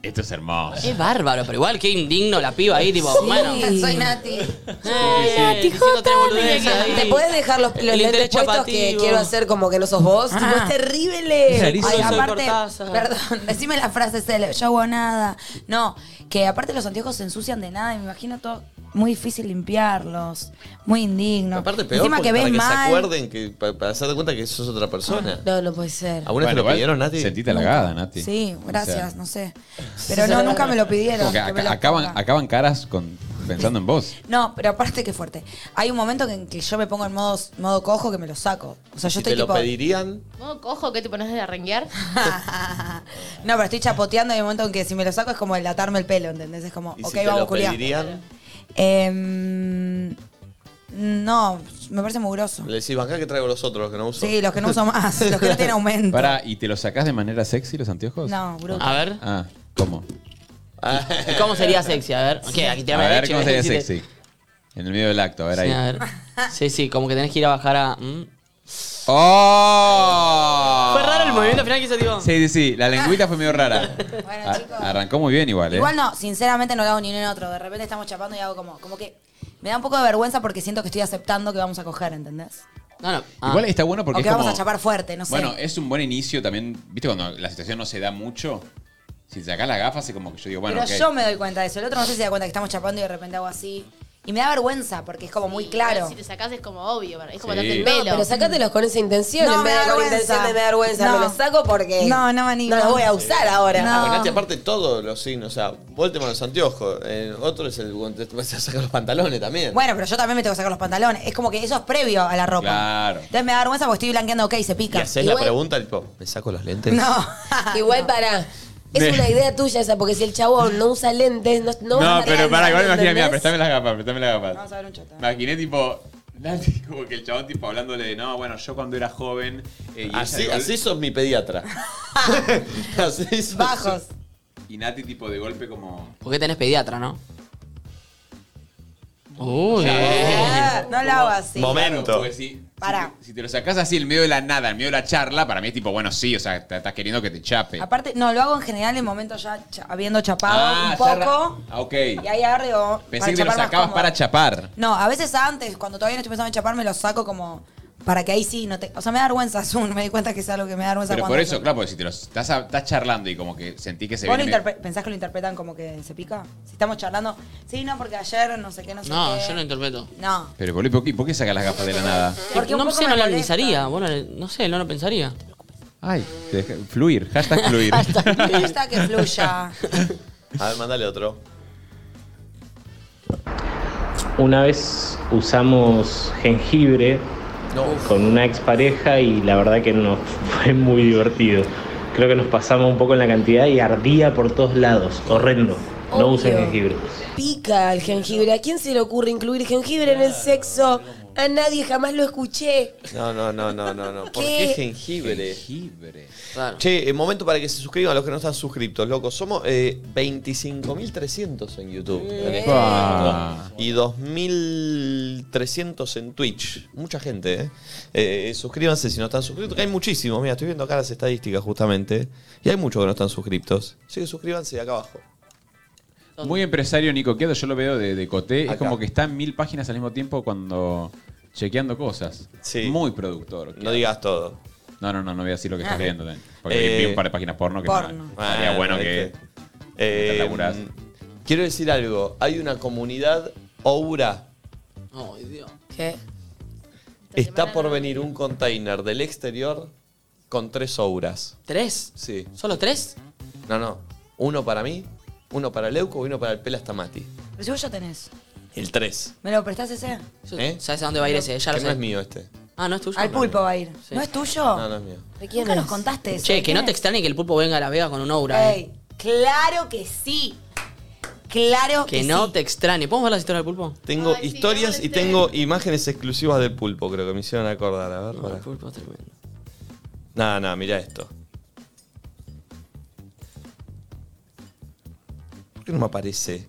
Speaker 15: Esto es hermoso.
Speaker 4: Es bárbaro, pero igual qué indigno la piba ahí, tipo,
Speaker 2: Sí.
Speaker 4: bueno.
Speaker 2: Soy Nati.
Speaker 4: Nati, diciendo Jota, tres boludeces mira. ahí.
Speaker 3: ¿Te puedes dejar los, los
Speaker 4: El
Speaker 3: lentes
Speaker 4: interés
Speaker 3: puestos que
Speaker 4: chapativo.
Speaker 3: quiero hacer como que no sos vos?
Speaker 2: Ah.
Speaker 3: Tipo, este es terrible.
Speaker 2: Clarísimo.
Speaker 3: Ay,
Speaker 2: Ay,
Speaker 3: aparte-
Speaker 2: aparte, perdón, decime la frase célebre, yo hago nada. No, que aparte los anteojos se ensucian de nada y me imagino todo muy difícil limpiarlos, muy indigno.
Speaker 1: Aparte, peor
Speaker 2: Encima
Speaker 1: porque
Speaker 2: que ves
Speaker 1: para que se
Speaker 2: mal. Ah,
Speaker 1: acuerden, que, pa- para, hacerte cuenta que sos otra persona.
Speaker 3: No, no puede ser.
Speaker 1: ¿Alguna vez te lo pidieron, Nati?
Speaker 15: Sentite halagada, Nati.
Speaker 2: Sí, gracias,
Speaker 15: O sea,
Speaker 2: no sé. Pero no, nunca me lo pidieron.
Speaker 15: como que
Speaker 2: que me
Speaker 15: aca-
Speaker 2: lo
Speaker 15: acaban,
Speaker 2: ponga.
Speaker 15: acaban caras con, pensando en vos.
Speaker 2: No, pero aparte qué fuerte. Hay un momento que- en que yo me pongo en modo, modo cojo que me lo saco. O sea,
Speaker 1: si
Speaker 2: yo estoy
Speaker 1: te lo
Speaker 2: tipo.
Speaker 1: pedirían,
Speaker 5: ¿Modo cojo que te pones de arrenguear?
Speaker 2: No, pero estoy chapoteando y hay un momento en que si me lo saco es como el atarme el pelo, ¿entendés? Es como,
Speaker 1: y
Speaker 2: ok,
Speaker 1: si te
Speaker 2: vamos
Speaker 1: lo
Speaker 2: a culiar.
Speaker 1: pedirían,
Speaker 2: Em, no, me parece mugroso.
Speaker 1: le decís, acá que traigo los otros, los que no uso.
Speaker 2: Sí, los que no uso más, los que no tienen aumento.
Speaker 15: Pará, ¿y te los sacás de manera sexy los anteojos?
Speaker 2: No, bruto.
Speaker 4: A ver.
Speaker 15: Ah, ¿cómo?
Speaker 4: ¿Y
Speaker 1: ah.
Speaker 4: cómo sería sexy? A ver. ¿Qué? Aquí
Speaker 15: A
Speaker 4: tirame
Speaker 15: ver,
Speaker 4: leche,
Speaker 15: ¿cómo sería
Speaker 4: si te-
Speaker 15: sexy? En el medio del acto, a ver
Speaker 4: Sí,
Speaker 15: ahí.
Speaker 4: a ver. Sí, sí, como que tenés que ir a bajar a. mm.
Speaker 15: ¡Oh!
Speaker 4: Fue raro el movimiento final que hizo, tipo.
Speaker 15: Sí, sí, sí, la lengüita fue medio rara. Ar- Arrancó muy bien igual, ¿eh?
Speaker 2: Igual no, sinceramente no lo hago ni en el otro. De repente estamos chapando y hago como, como que. Me da un poco de vergüenza porque siento que estoy aceptando que vamos a coger, ¿entendés?
Speaker 4: No, no.
Speaker 15: Igual está bueno porque
Speaker 2: o
Speaker 15: es
Speaker 2: que Ah. vamos
Speaker 15: como-
Speaker 2: a chapar fuerte, no sé.
Speaker 15: Bueno, es un buen inicio también, viste, cuando la situación no se da mucho. Si te sacás la gafa, hace como que yo digo, bueno,
Speaker 2: Pero
Speaker 15: ok.
Speaker 2: yo me doy cuenta de eso. El otro no sé si se da cuenta que estamos chapando y de repente hago así. Y me da vergüenza porque es como muy claro.
Speaker 5: Si te sacás es como obvio, es como
Speaker 15: Sí.
Speaker 5: darte el
Speaker 3: No,
Speaker 5: pelo.
Speaker 3: pero sacátelos con esa intención.
Speaker 2: No,
Speaker 3: en vez
Speaker 2: me
Speaker 3: de
Speaker 2: da
Speaker 3: con
Speaker 2: vergüenza.
Speaker 3: intención de me da vergüenza,
Speaker 2: No.
Speaker 3: me los saco porque.
Speaker 2: No, no me animo.
Speaker 3: No los voy a usar ahora.
Speaker 2: No.
Speaker 1: Ah, bueno, Nati, aparte todos los signos, o sea, Volteman los anteojos, eh, otro es el te vas a sacar los pantalones también.
Speaker 2: Bueno, pero yo también me tengo que sacar los pantalones. Es como que eso es previo a la ropa.
Speaker 1: Claro.
Speaker 2: Entonces me da vergüenza porque estoy blanqueando, ok, se
Speaker 1: Y
Speaker 2: pica.
Speaker 1: haces la pregunta, tipo, ¿me saco los lentes?
Speaker 2: No.
Speaker 3: Igual para. Es una idea tuya esa, porque si el chabón no usa lentes, no, no, va a
Speaker 15: No,
Speaker 3: estar
Speaker 15: pero
Speaker 3: bien,
Speaker 15: para, igual imagínate,
Speaker 3: ¿entendés?
Speaker 15: mira, prestame las gafas, prestame las gafas.
Speaker 2: Vamos a ver un chota.
Speaker 15: Imaginé tipo. Nati, como que el chabón tipo hablándole de no, bueno, yo cuando era joven. eh, y
Speaker 1: Así,
Speaker 15: ella de gol-
Speaker 1: así sos mi pediatra. así sos-
Speaker 2: Bajos.
Speaker 15: Y Nati tipo de golpe como.
Speaker 4: Porque tenés pediatra, ¿no? Uy.
Speaker 2: Eh, no lo hago así.
Speaker 15: Claro, pues. porque si,
Speaker 2: Pará.
Speaker 15: si te lo sacás así en medio de la nada, en medio de la charla, para mí es tipo, bueno, sí, o sea, te- estás queriendo que te chape.
Speaker 2: Aparte, no, lo hago en general en momentos ya cha- habiendo chapado un
Speaker 15: ya ra-
Speaker 2: poco.
Speaker 15: Ah, ok.
Speaker 2: Y ahí agarro y digo,
Speaker 15: Pensé
Speaker 2: para
Speaker 15: que te lo
Speaker 2: chapar más
Speaker 15: sacabas
Speaker 2: cómodo.
Speaker 15: para chapar.
Speaker 2: No, a veces antes, cuando todavía no estoy pensando en chapar, me lo saco como para que ahí sí no te. O sea, me da vergüenza, Zoom. Me di cuenta que es algo que me da vergüenza
Speaker 15: Pero
Speaker 2: cuando.
Speaker 15: por eso, claro, porque si te lo estás, estás charlando y como que sentí que se
Speaker 2: ¿Vos lo
Speaker 15: viene-
Speaker 2: interpre- pensás que lo interpretan como que se pica? Si estamos charlando. Sí, no, porque ayer no sé qué, no sé
Speaker 4: No,
Speaker 2: qué.
Speaker 4: yo no interpreto.
Speaker 2: No.
Speaker 15: Pero boludo, ¿por qué, por qué sacas las gafas de la nada?
Speaker 2: Porque un
Speaker 4: no
Speaker 2: poco
Speaker 4: sé,
Speaker 2: me
Speaker 4: no lo
Speaker 2: molesta.
Speaker 4: analizaría. Bueno, no sé, no lo pensaría.
Speaker 15: Ay, te dejé- fluir, hashtag fluir.
Speaker 2: Hasta que fluya.
Speaker 1: A ver, mandale otro.
Speaker 14: Una vez usamos jengibre con una expareja y la verdad que no fue muy divertido. Creo que nos pasamos un poco en la cantidad y ardía por todos lados. Horrendo. No usen jengibre.
Speaker 3: Pica el jengibre. ¿A quién se le ocurre incluir jengibre en el sexo? A nadie jamás lo escuché.
Speaker 1: No, no, no, no, no, no. ¿Por
Speaker 3: ¿Qué?
Speaker 1: qué jengibre? Jengibre. Che, eh, momento para que se suscriban a los que no están suscriptos, loco. Somos eh, 25.300 en YouTube. en este
Speaker 15: Pa.
Speaker 1: momento. Y 2.300 en Twitch. Mucha gente, ¿eh? Eh, Suscríbanse si no están suscritos. que hay muchísimos. Mira, estoy viendo acá las estadísticas justamente. ¿eh? Y hay muchos que no están suscriptos. Así que suscríbanse acá abajo.
Speaker 15: Muy empresario Nico Quedo, yo lo veo de, de Coté. Es como que está en mil páginas al mismo tiempo cuando chequeando cosas. Muy productor.
Speaker 1: No digas todo.
Speaker 15: No, no, no, no voy a decir lo que
Speaker 1: Ah.
Speaker 15: estás leyendo. también. Porque
Speaker 1: Eh,
Speaker 15: vi un par de páginas porno que
Speaker 1: porno.
Speaker 15: nada, estaría
Speaker 1: Ah,
Speaker 15: bueno que...
Speaker 1: ¿viste? Eh,
Speaker 15: mientras laburás.
Speaker 1: quiero decir algo. Hay una comunidad Oura.
Speaker 4: Ay, Dios.
Speaker 2: ¿Qué?
Speaker 1: Está por venir un container del exterior con tres Ouras.
Speaker 4: ¿Tres?
Speaker 1: Sí.
Speaker 4: ¿Solo tres?
Speaker 1: No, no. Uno para mí, uno para Leuco y uno para el Pelastamati.
Speaker 2: Pero si vos ya tenés.
Speaker 1: El tres.
Speaker 2: ¿Me lo prestás ese?
Speaker 1: ¿Eh?
Speaker 4: ¿Sabes a dónde va a ir ese? Ya lo
Speaker 1: Que
Speaker 4: sé.
Speaker 1: no es mío este.
Speaker 4: Ah, no es tuyo.
Speaker 2: Al pulpo va a ir.
Speaker 4: Sí.
Speaker 2: ¿No es tuyo?
Speaker 1: No, no es mío.
Speaker 2: ¿De quién Nunca nos contaste eso.
Speaker 4: Che,
Speaker 2: ¿De
Speaker 4: que
Speaker 2: quién
Speaker 4: no te
Speaker 2: es?
Speaker 4: extrañe que el pulpo venga a la vega con un obra. eh.
Speaker 2: Ey, claro que sí. Claro que,
Speaker 4: Que no
Speaker 2: sí.
Speaker 4: te extrañe. ¿Podemos ver las historias del pulpo?
Speaker 1: Tengo historias y tengo imágenes exclusivas del pulpo, creo que me hicieron acordar. A ver, pará.
Speaker 4: Pulpo tremendo.
Speaker 1: Nada, nada, mira esto. ¿Por qué no me aparece?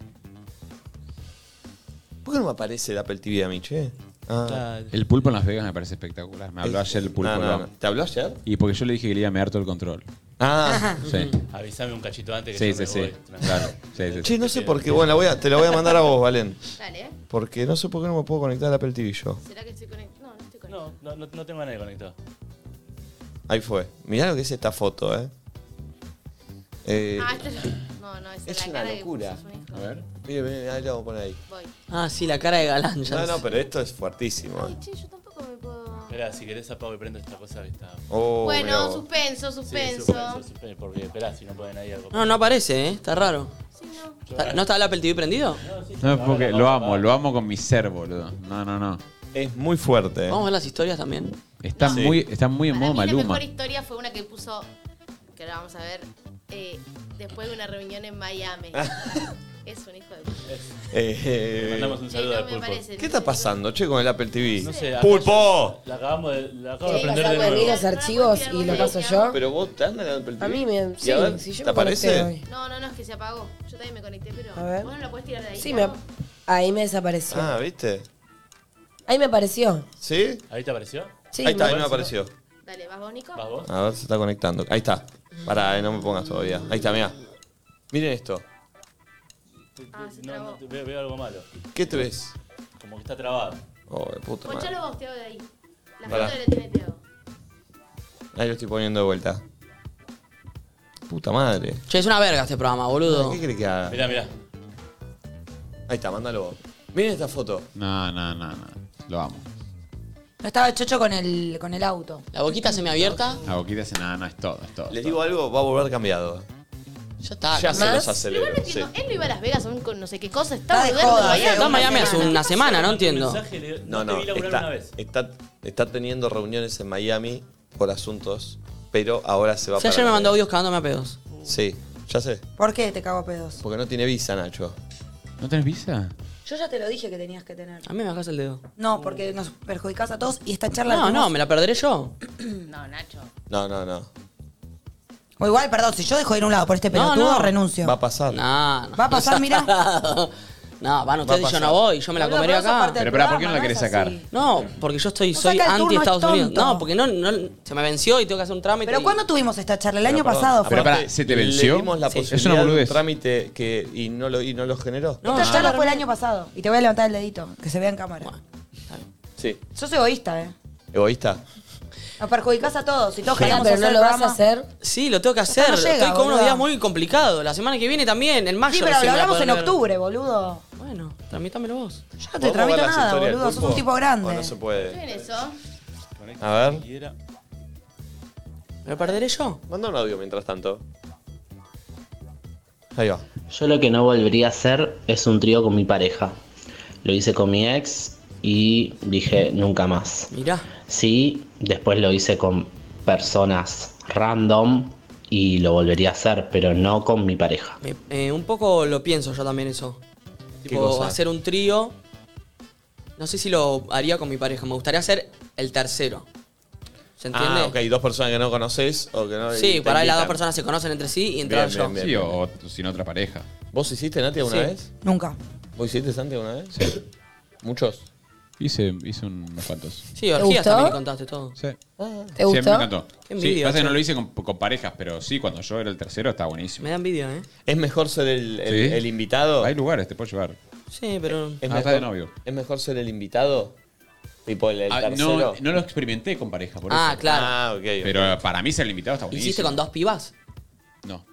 Speaker 1: ¿Por qué no me aparece el Apple TV a mí, che? Ah.
Speaker 15: El pulpo en Las Vegas me parece espectacular. Me habló
Speaker 1: Es-
Speaker 15: ayer el pulpo.
Speaker 1: No, no,
Speaker 15: lo
Speaker 1: no.
Speaker 15: amo.
Speaker 1: ¿Te habló ayer?
Speaker 15: Y porque yo le dije que le iba a mear todo el control.
Speaker 1: Ah.
Speaker 15: Sí.
Speaker 13: Avísame un cachito antes que
Speaker 15: Sí,
Speaker 13: yo me
Speaker 15: sí, sí.
Speaker 13: voy.
Speaker 15: Claro. Sí, sí,
Speaker 1: Che,
Speaker 15: sí.
Speaker 1: no sé por qué. Bueno, la voy a- te la voy a mandar a vos, Valen.
Speaker 5: Dale.
Speaker 1: Porque no sé por qué no me puedo conectar al Apple TV yo.
Speaker 5: ¿Será que estoy conectado? No, no estoy
Speaker 13: No,
Speaker 5: conectado.
Speaker 13: no, no, no tengo ganas de conectar.
Speaker 1: Ahí fue. Mirá lo que es esta foto, ¿eh? Eh,
Speaker 5: Ah, esto es... No, no, es,
Speaker 1: es
Speaker 5: la
Speaker 1: una
Speaker 5: cara que
Speaker 1: locura.
Speaker 5: puso su hijo.
Speaker 1: A ver. Mire, mire, ahí lo vamos a poner ahí.
Speaker 5: Voy.
Speaker 4: Ah, sí, la cara de galán. ya
Speaker 1: No,
Speaker 4: sé.
Speaker 1: no, pero este esto es fuertísimo. ¿eh?
Speaker 5: Che, yo tampoco me puedo...
Speaker 13: Espera, si querés apago y prendo esta cosa que está.
Speaker 1: Oh, mirá
Speaker 5: bueno,
Speaker 1: vos.
Speaker 5: suspenso,
Speaker 13: Sí,
Speaker 5: suspenso.
Speaker 13: suspenso, suspenso, porque esperá, si no pueden ahí algo.
Speaker 4: No, no aparece, ¿eh? Está raro. Está- ¿No está el Apple TV prendido?
Speaker 15: No, es porque lo amo, lo amo con mi ser, boludo. No, no, no.
Speaker 1: Es muy fuerte.
Speaker 4: Vamos a ver las historias también.
Speaker 15: Está,
Speaker 1: Sí.
Speaker 15: muy, está muy en modo
Speaker 5: Para mí la
Speaker 15: Maluma.
Speaker 5: mejor historia fue una que puso, que ahora vamos a ver, eh, después de una reunión en Miami. es un hijo de puta.
Speaker 1: Eh, eh,
Speaker 13: Le mandamos un saludo
Speaker 5: no
Speaker 13: al
Speaker 5: me
Speaker 13: pulpo.
Speaker 5: parece.
Speaker 1: ¿Qué está pasando, che, con el Apple TV?
Speaker 13: No sé, acá
Speaker 1: ¡Pulpo!
Speaker 13: Eh, La acabamos de. La acabo de
Speaker 3: Sí,
Speaker 13: prender
Speaker 3: pasame
Speaker 13: de
Speaker 3: a mí
Speaker 13: nuevo.
Speaker 3: los archivos y lo paso yo.
Speaker 1: Pero vos te andas en el Apple TV.
Speaker 3: A mí me-
Speaker 1: ¿Y a
Speaker 3: sí,
Speaker 1: ver,
Speaker 3: sí, yo
Speaker 1: ¿Te
Speaker 3: me conecté
Speaker 1: aparece?
Speaker 3: hoy.
Speaker 5: No, no, no, es que se apagó. Yo también me conecté, pero
Speaker 3: A ver.
Speaker 5: vos no lo podés tirar de ahí.
Speaker 3: Sí, me,
Speaker 5: ¿no?
Speaker 3: ahí me desapareció.
Speaker 1: Ah, ¿viste?
Speaker 3: Ahí me apareció.
Speaker 1: ¿Sí?
Speaker 13: ¿Ahí te apareció?
Speaker 3: Sí,
Speaker 1: ahí está,
Speaker 3: me
Speaker 1: ahí me
Speaker 3: apareció.
Speaker 1: apareció.
Speaker 5: Dale, ¿vas vos, Nico?
Speaker 13: ¿Vas vos?
Speaker 1: A ver, se está conectando. Ahí está. Pará, eh, no me pongas todavía. Ahí está, mirá. Miren esto.
Speaker 5: Ah, se
Speaker 13: No, no,
Speaker 5: trabó.
Speaker 13: te- veo, veo algo malo.
Speaker 1: ¿Qué te ves?
Speaker 13: Como que está trabado.
Speaker 1: Oh, de puta madre.
Speaker 5: Ponchalo vos, Teo, de ahí. La
Speaker 1: Pará.
Speaker 5: foto que le tiene Teo.
Speaker 1: Ahí lo estoy poniendo de vuelta. Puta madre.
Speaker 4: Che, es una verga este programa, boludo.
Speaker 1: ¿Qué crees que haga?
Speaker 13: Mirá, mirá.
Speaker 1: Ahí está, mándalo vos. Miren esta foto.
Speaker 15: No, no, no, no. Lo amo.
Speaker 2: No estaba chocho con el, con el auto.
Speaker 4: La boquita semiabierta.
Speaker 15: La boquita hace nada, no, es todo, es todo.
Speaker 1: Les digo algo, va a volver cambiado.
Speaker 4: Ya está.
Speaker 1: Ah, Ya se
Speaker 4: ¿Más?
Speaker 1: los acelero.
Speaker 5: Igual no
Speaker 1: Sí.
Speaker 5: entiendo, él no iba a Las Vegas aún con no sé qué cosa. Estaba
Speaker 2: Está de
Speaker 5: dudando
Speaker 2: joda,
Speaker 5: Ah, Miami.
Speaker 4: Está en Miami hace una semana, no entiendo.
Speaker 13: mensaje le-
Speaker 1: No,
Speaker 13: no
Speaker 1: no,
Speaker 13: te vi laburar una
Speaker 1: está,
Speaker 13: vez.
Speaker 1: está, está teniendo reuniones en Miami por asuntos, pero ahora se va
Speaker 4: O sea,
Speaker 1: para
Speaker 4: ayer me
Speaker 1: Las
Speaker 4: mandó audios cagándome a pedos.
Speaker 1: Vegas. Sí, ya sé.
Speaker 2: ¿Por qué te cago a pedos?
Speaker 1: Porque no tiene visa, Nacho.
Speaker 15: ¿No tenés visa?
Speaker 2: Yo ya te lo dije que tenías que tener.
Speaker 4: A mí me bajás el dedo.
Speaker 2: No, porque nos perjudicás a todos y esta charla...
Speaker 4: No,
Speaker 2: la
Speaker 4: no,
Speaker 2: tenemos-
Speaker 4: me la perderé yo.
Speaker 5: No, Nacho.
Speaker 1: No, no, no.
Speaker 2: O igual, perdón, si yo dejo de ir a un lado por este
Speaker 4: No,
Speaker 2: pelotudo,
Speaker 4: no.
Speaker 2: renuncio.
Speaker 1: Va a pasar.
Speaker 4: No, no.
Speaker 2: Va a pasar, mirá.
Speaker 4: No, van
Speaker 1: Va a
Speaker 4: ustedes y yo
Speaker 1: pasar.
Speaker 4: no voy. Yo me la
Speaker 2: Boludo,
Speaker 4: comeré
Speaker 2: pero eso
Speaker 4: acá.
Speaker 2: aparte del
Speaker 15: Pero pará, ¿por qué no la
Speaker 2: programa,
Speaker 15: querés
Speaker 2: es así.
Speaker 15: sacar?
Speaker 4: No, porque yo estoy, soy
Speaker 2: saca el turno,
Speaker 4: anti
Speaker 2: es
Speaker 4: Estados Unidos.
Speaker 2: tonto.
Speaker 4: No, porque no, no- se me venció y tengo que hacer un trámite.
Speaker 2: Pero
Speaker 4: y-
Speaker 2: ¿cuándo tuvimos esta charla? El año pasado fue.
Speaker 15: Pero pará, ¿se te venció?
Speaker 1: Le dimos la
Speaker 15: Sí. Es una
Speaker 1: posibilidad de un
Speaker 15: boludez.
Speaker 1: trámite que, y, no lo, y no lo generó.
Speaker 2: esta charla fue el año pasado. Y te voy a levantar el dedito, que se vea en cámara.
Speaker 1: Sí.
Speaker 2: Sos egoísta, ¿eh?
Speaker 1: ¿Egoísta?
Speaker 2: Nos perjudicás a todos y todos
Speaker 1: Sí.
Speaker 2: queríamos
Speaker 3: Pero no lo vas a
Speaker 2: hacer.
Speaker 3: hacer.
Speaker 4: Sí, lo tengo que
Speaker 2: Hasta
Speaker 4: hacer.
Speaker 2: no llega,
Speaker 4: Estoy con unos
Speaker 2: boluda.
Speaker 4: días muy complicados. La semana que viene también, en mayo.
Speaker 2: Sí, pero
Speaker 4: recién
Speaker 2: lo
Speaker 4: voy a
Speaker 2: hablamos
Speaker 4: poder
Speaker 2: en
Speaker 4: ver.
Speaker 2: octubre, boludo.
Speaker 4: Bueno, tramítamelo vos.
Speaker 2: Yo no te tramito nada, boludo. Sos un tipo grande.
Speaker 1: O no se puede.
Speaker 5: ¿Qué en eso?
Speaker 1: A ver.
Speaker 4: ¿Me lo perderé yo?
Speaker 1: Manda un audio mientras tanto. Ahí va.
Speaker 10: Yo lo que no volvería a hacer es un trío con mi pareja. Lo hice con mi ex y dije nunca más.
Speaker 4: Mirá.
Speaker 10: Sí, después lo hice con personas random y lo volvería a hacer, pero no con mi pareja.
Speaker 4: Me- eh, un poco lo pienso yo también eso. Tipo,
Speaker 10: cosa?
Speaker 4: hacer un trío No sé si lo haría con mi pareja. Me gustaría ser el tercero. ¿Se entiende?
Speaker 1: Ah, ok, dos personas que no conoces o que no. y
Speaker 4: Sí,
Speaker 1: te
Speaker 4: por ahí las dos
Speaker 1: invitan.
Speaker 4: personas se conocen entre sí y entrar yo.
Speaker 1: bien,
Speaker 15: sí,
Speaker 1: bien,
Speaker 15: o ot- sin otra pareja.
Speaker 1: ¿Vos hiciste, Nati, alguna
Speaker 4: Sí.
Speaker 1: vez?
Speaker 2: Nunca.
Speaker 1: ¿Vos hiciste, Santi, alguna vez? Sí. ¿Muchos?
Speaker 15: Hice, hice unos cuantos.
Speaker 4: Sí,
Speaker 1: ¿Te
Speaker 4: orgías
Speaker 1: gustó?
Speaker 4: también contaste todo.
Speaker 15: Sí.
Speaker 4: ¿Te
Speaker 15: Sí,
Speaker 4: gustó?
Speaker 15: me encantó.
Speaker 4: Qué envidia,
Speaker 15: sí, pasa que
Speaker 4: che.
Speaker 15: no lo hice con, con parejas, pero sí, cuando yo era el tercero estaba buenísimo.
Speaker 4: Me da envidia, ¿eh?
Speaker 1: ¿Es mejor ser el, el-
Speaker 15: Sí.
Speaker 1: el invitado?
Speaker 15: Hay lugares, te puedo llevar.
Speaker 4: Sí, pero.
Speaker 1: ¿Es,
Speaker 15: Ah,
Speaker 1: mejor,
Speaker 15: está de novio.
Speaker 1: ¿Es mejor ser el invitado? Tipo el, el
Speaker 15: Ah,
Speaker 1: tercero.
Speaker 15: no, no lo experimenté con pareja, por
Speaker 4: Ah,
Speaker 15: eso.
Speaker 4: claro.
Speaker 1: Ah, ok.
Speaker 15: Pero eh, para mí ser el invitado está buenísimo.
Speaker 4: ¿Hiciste con dos pibas?
Speaker 15: No.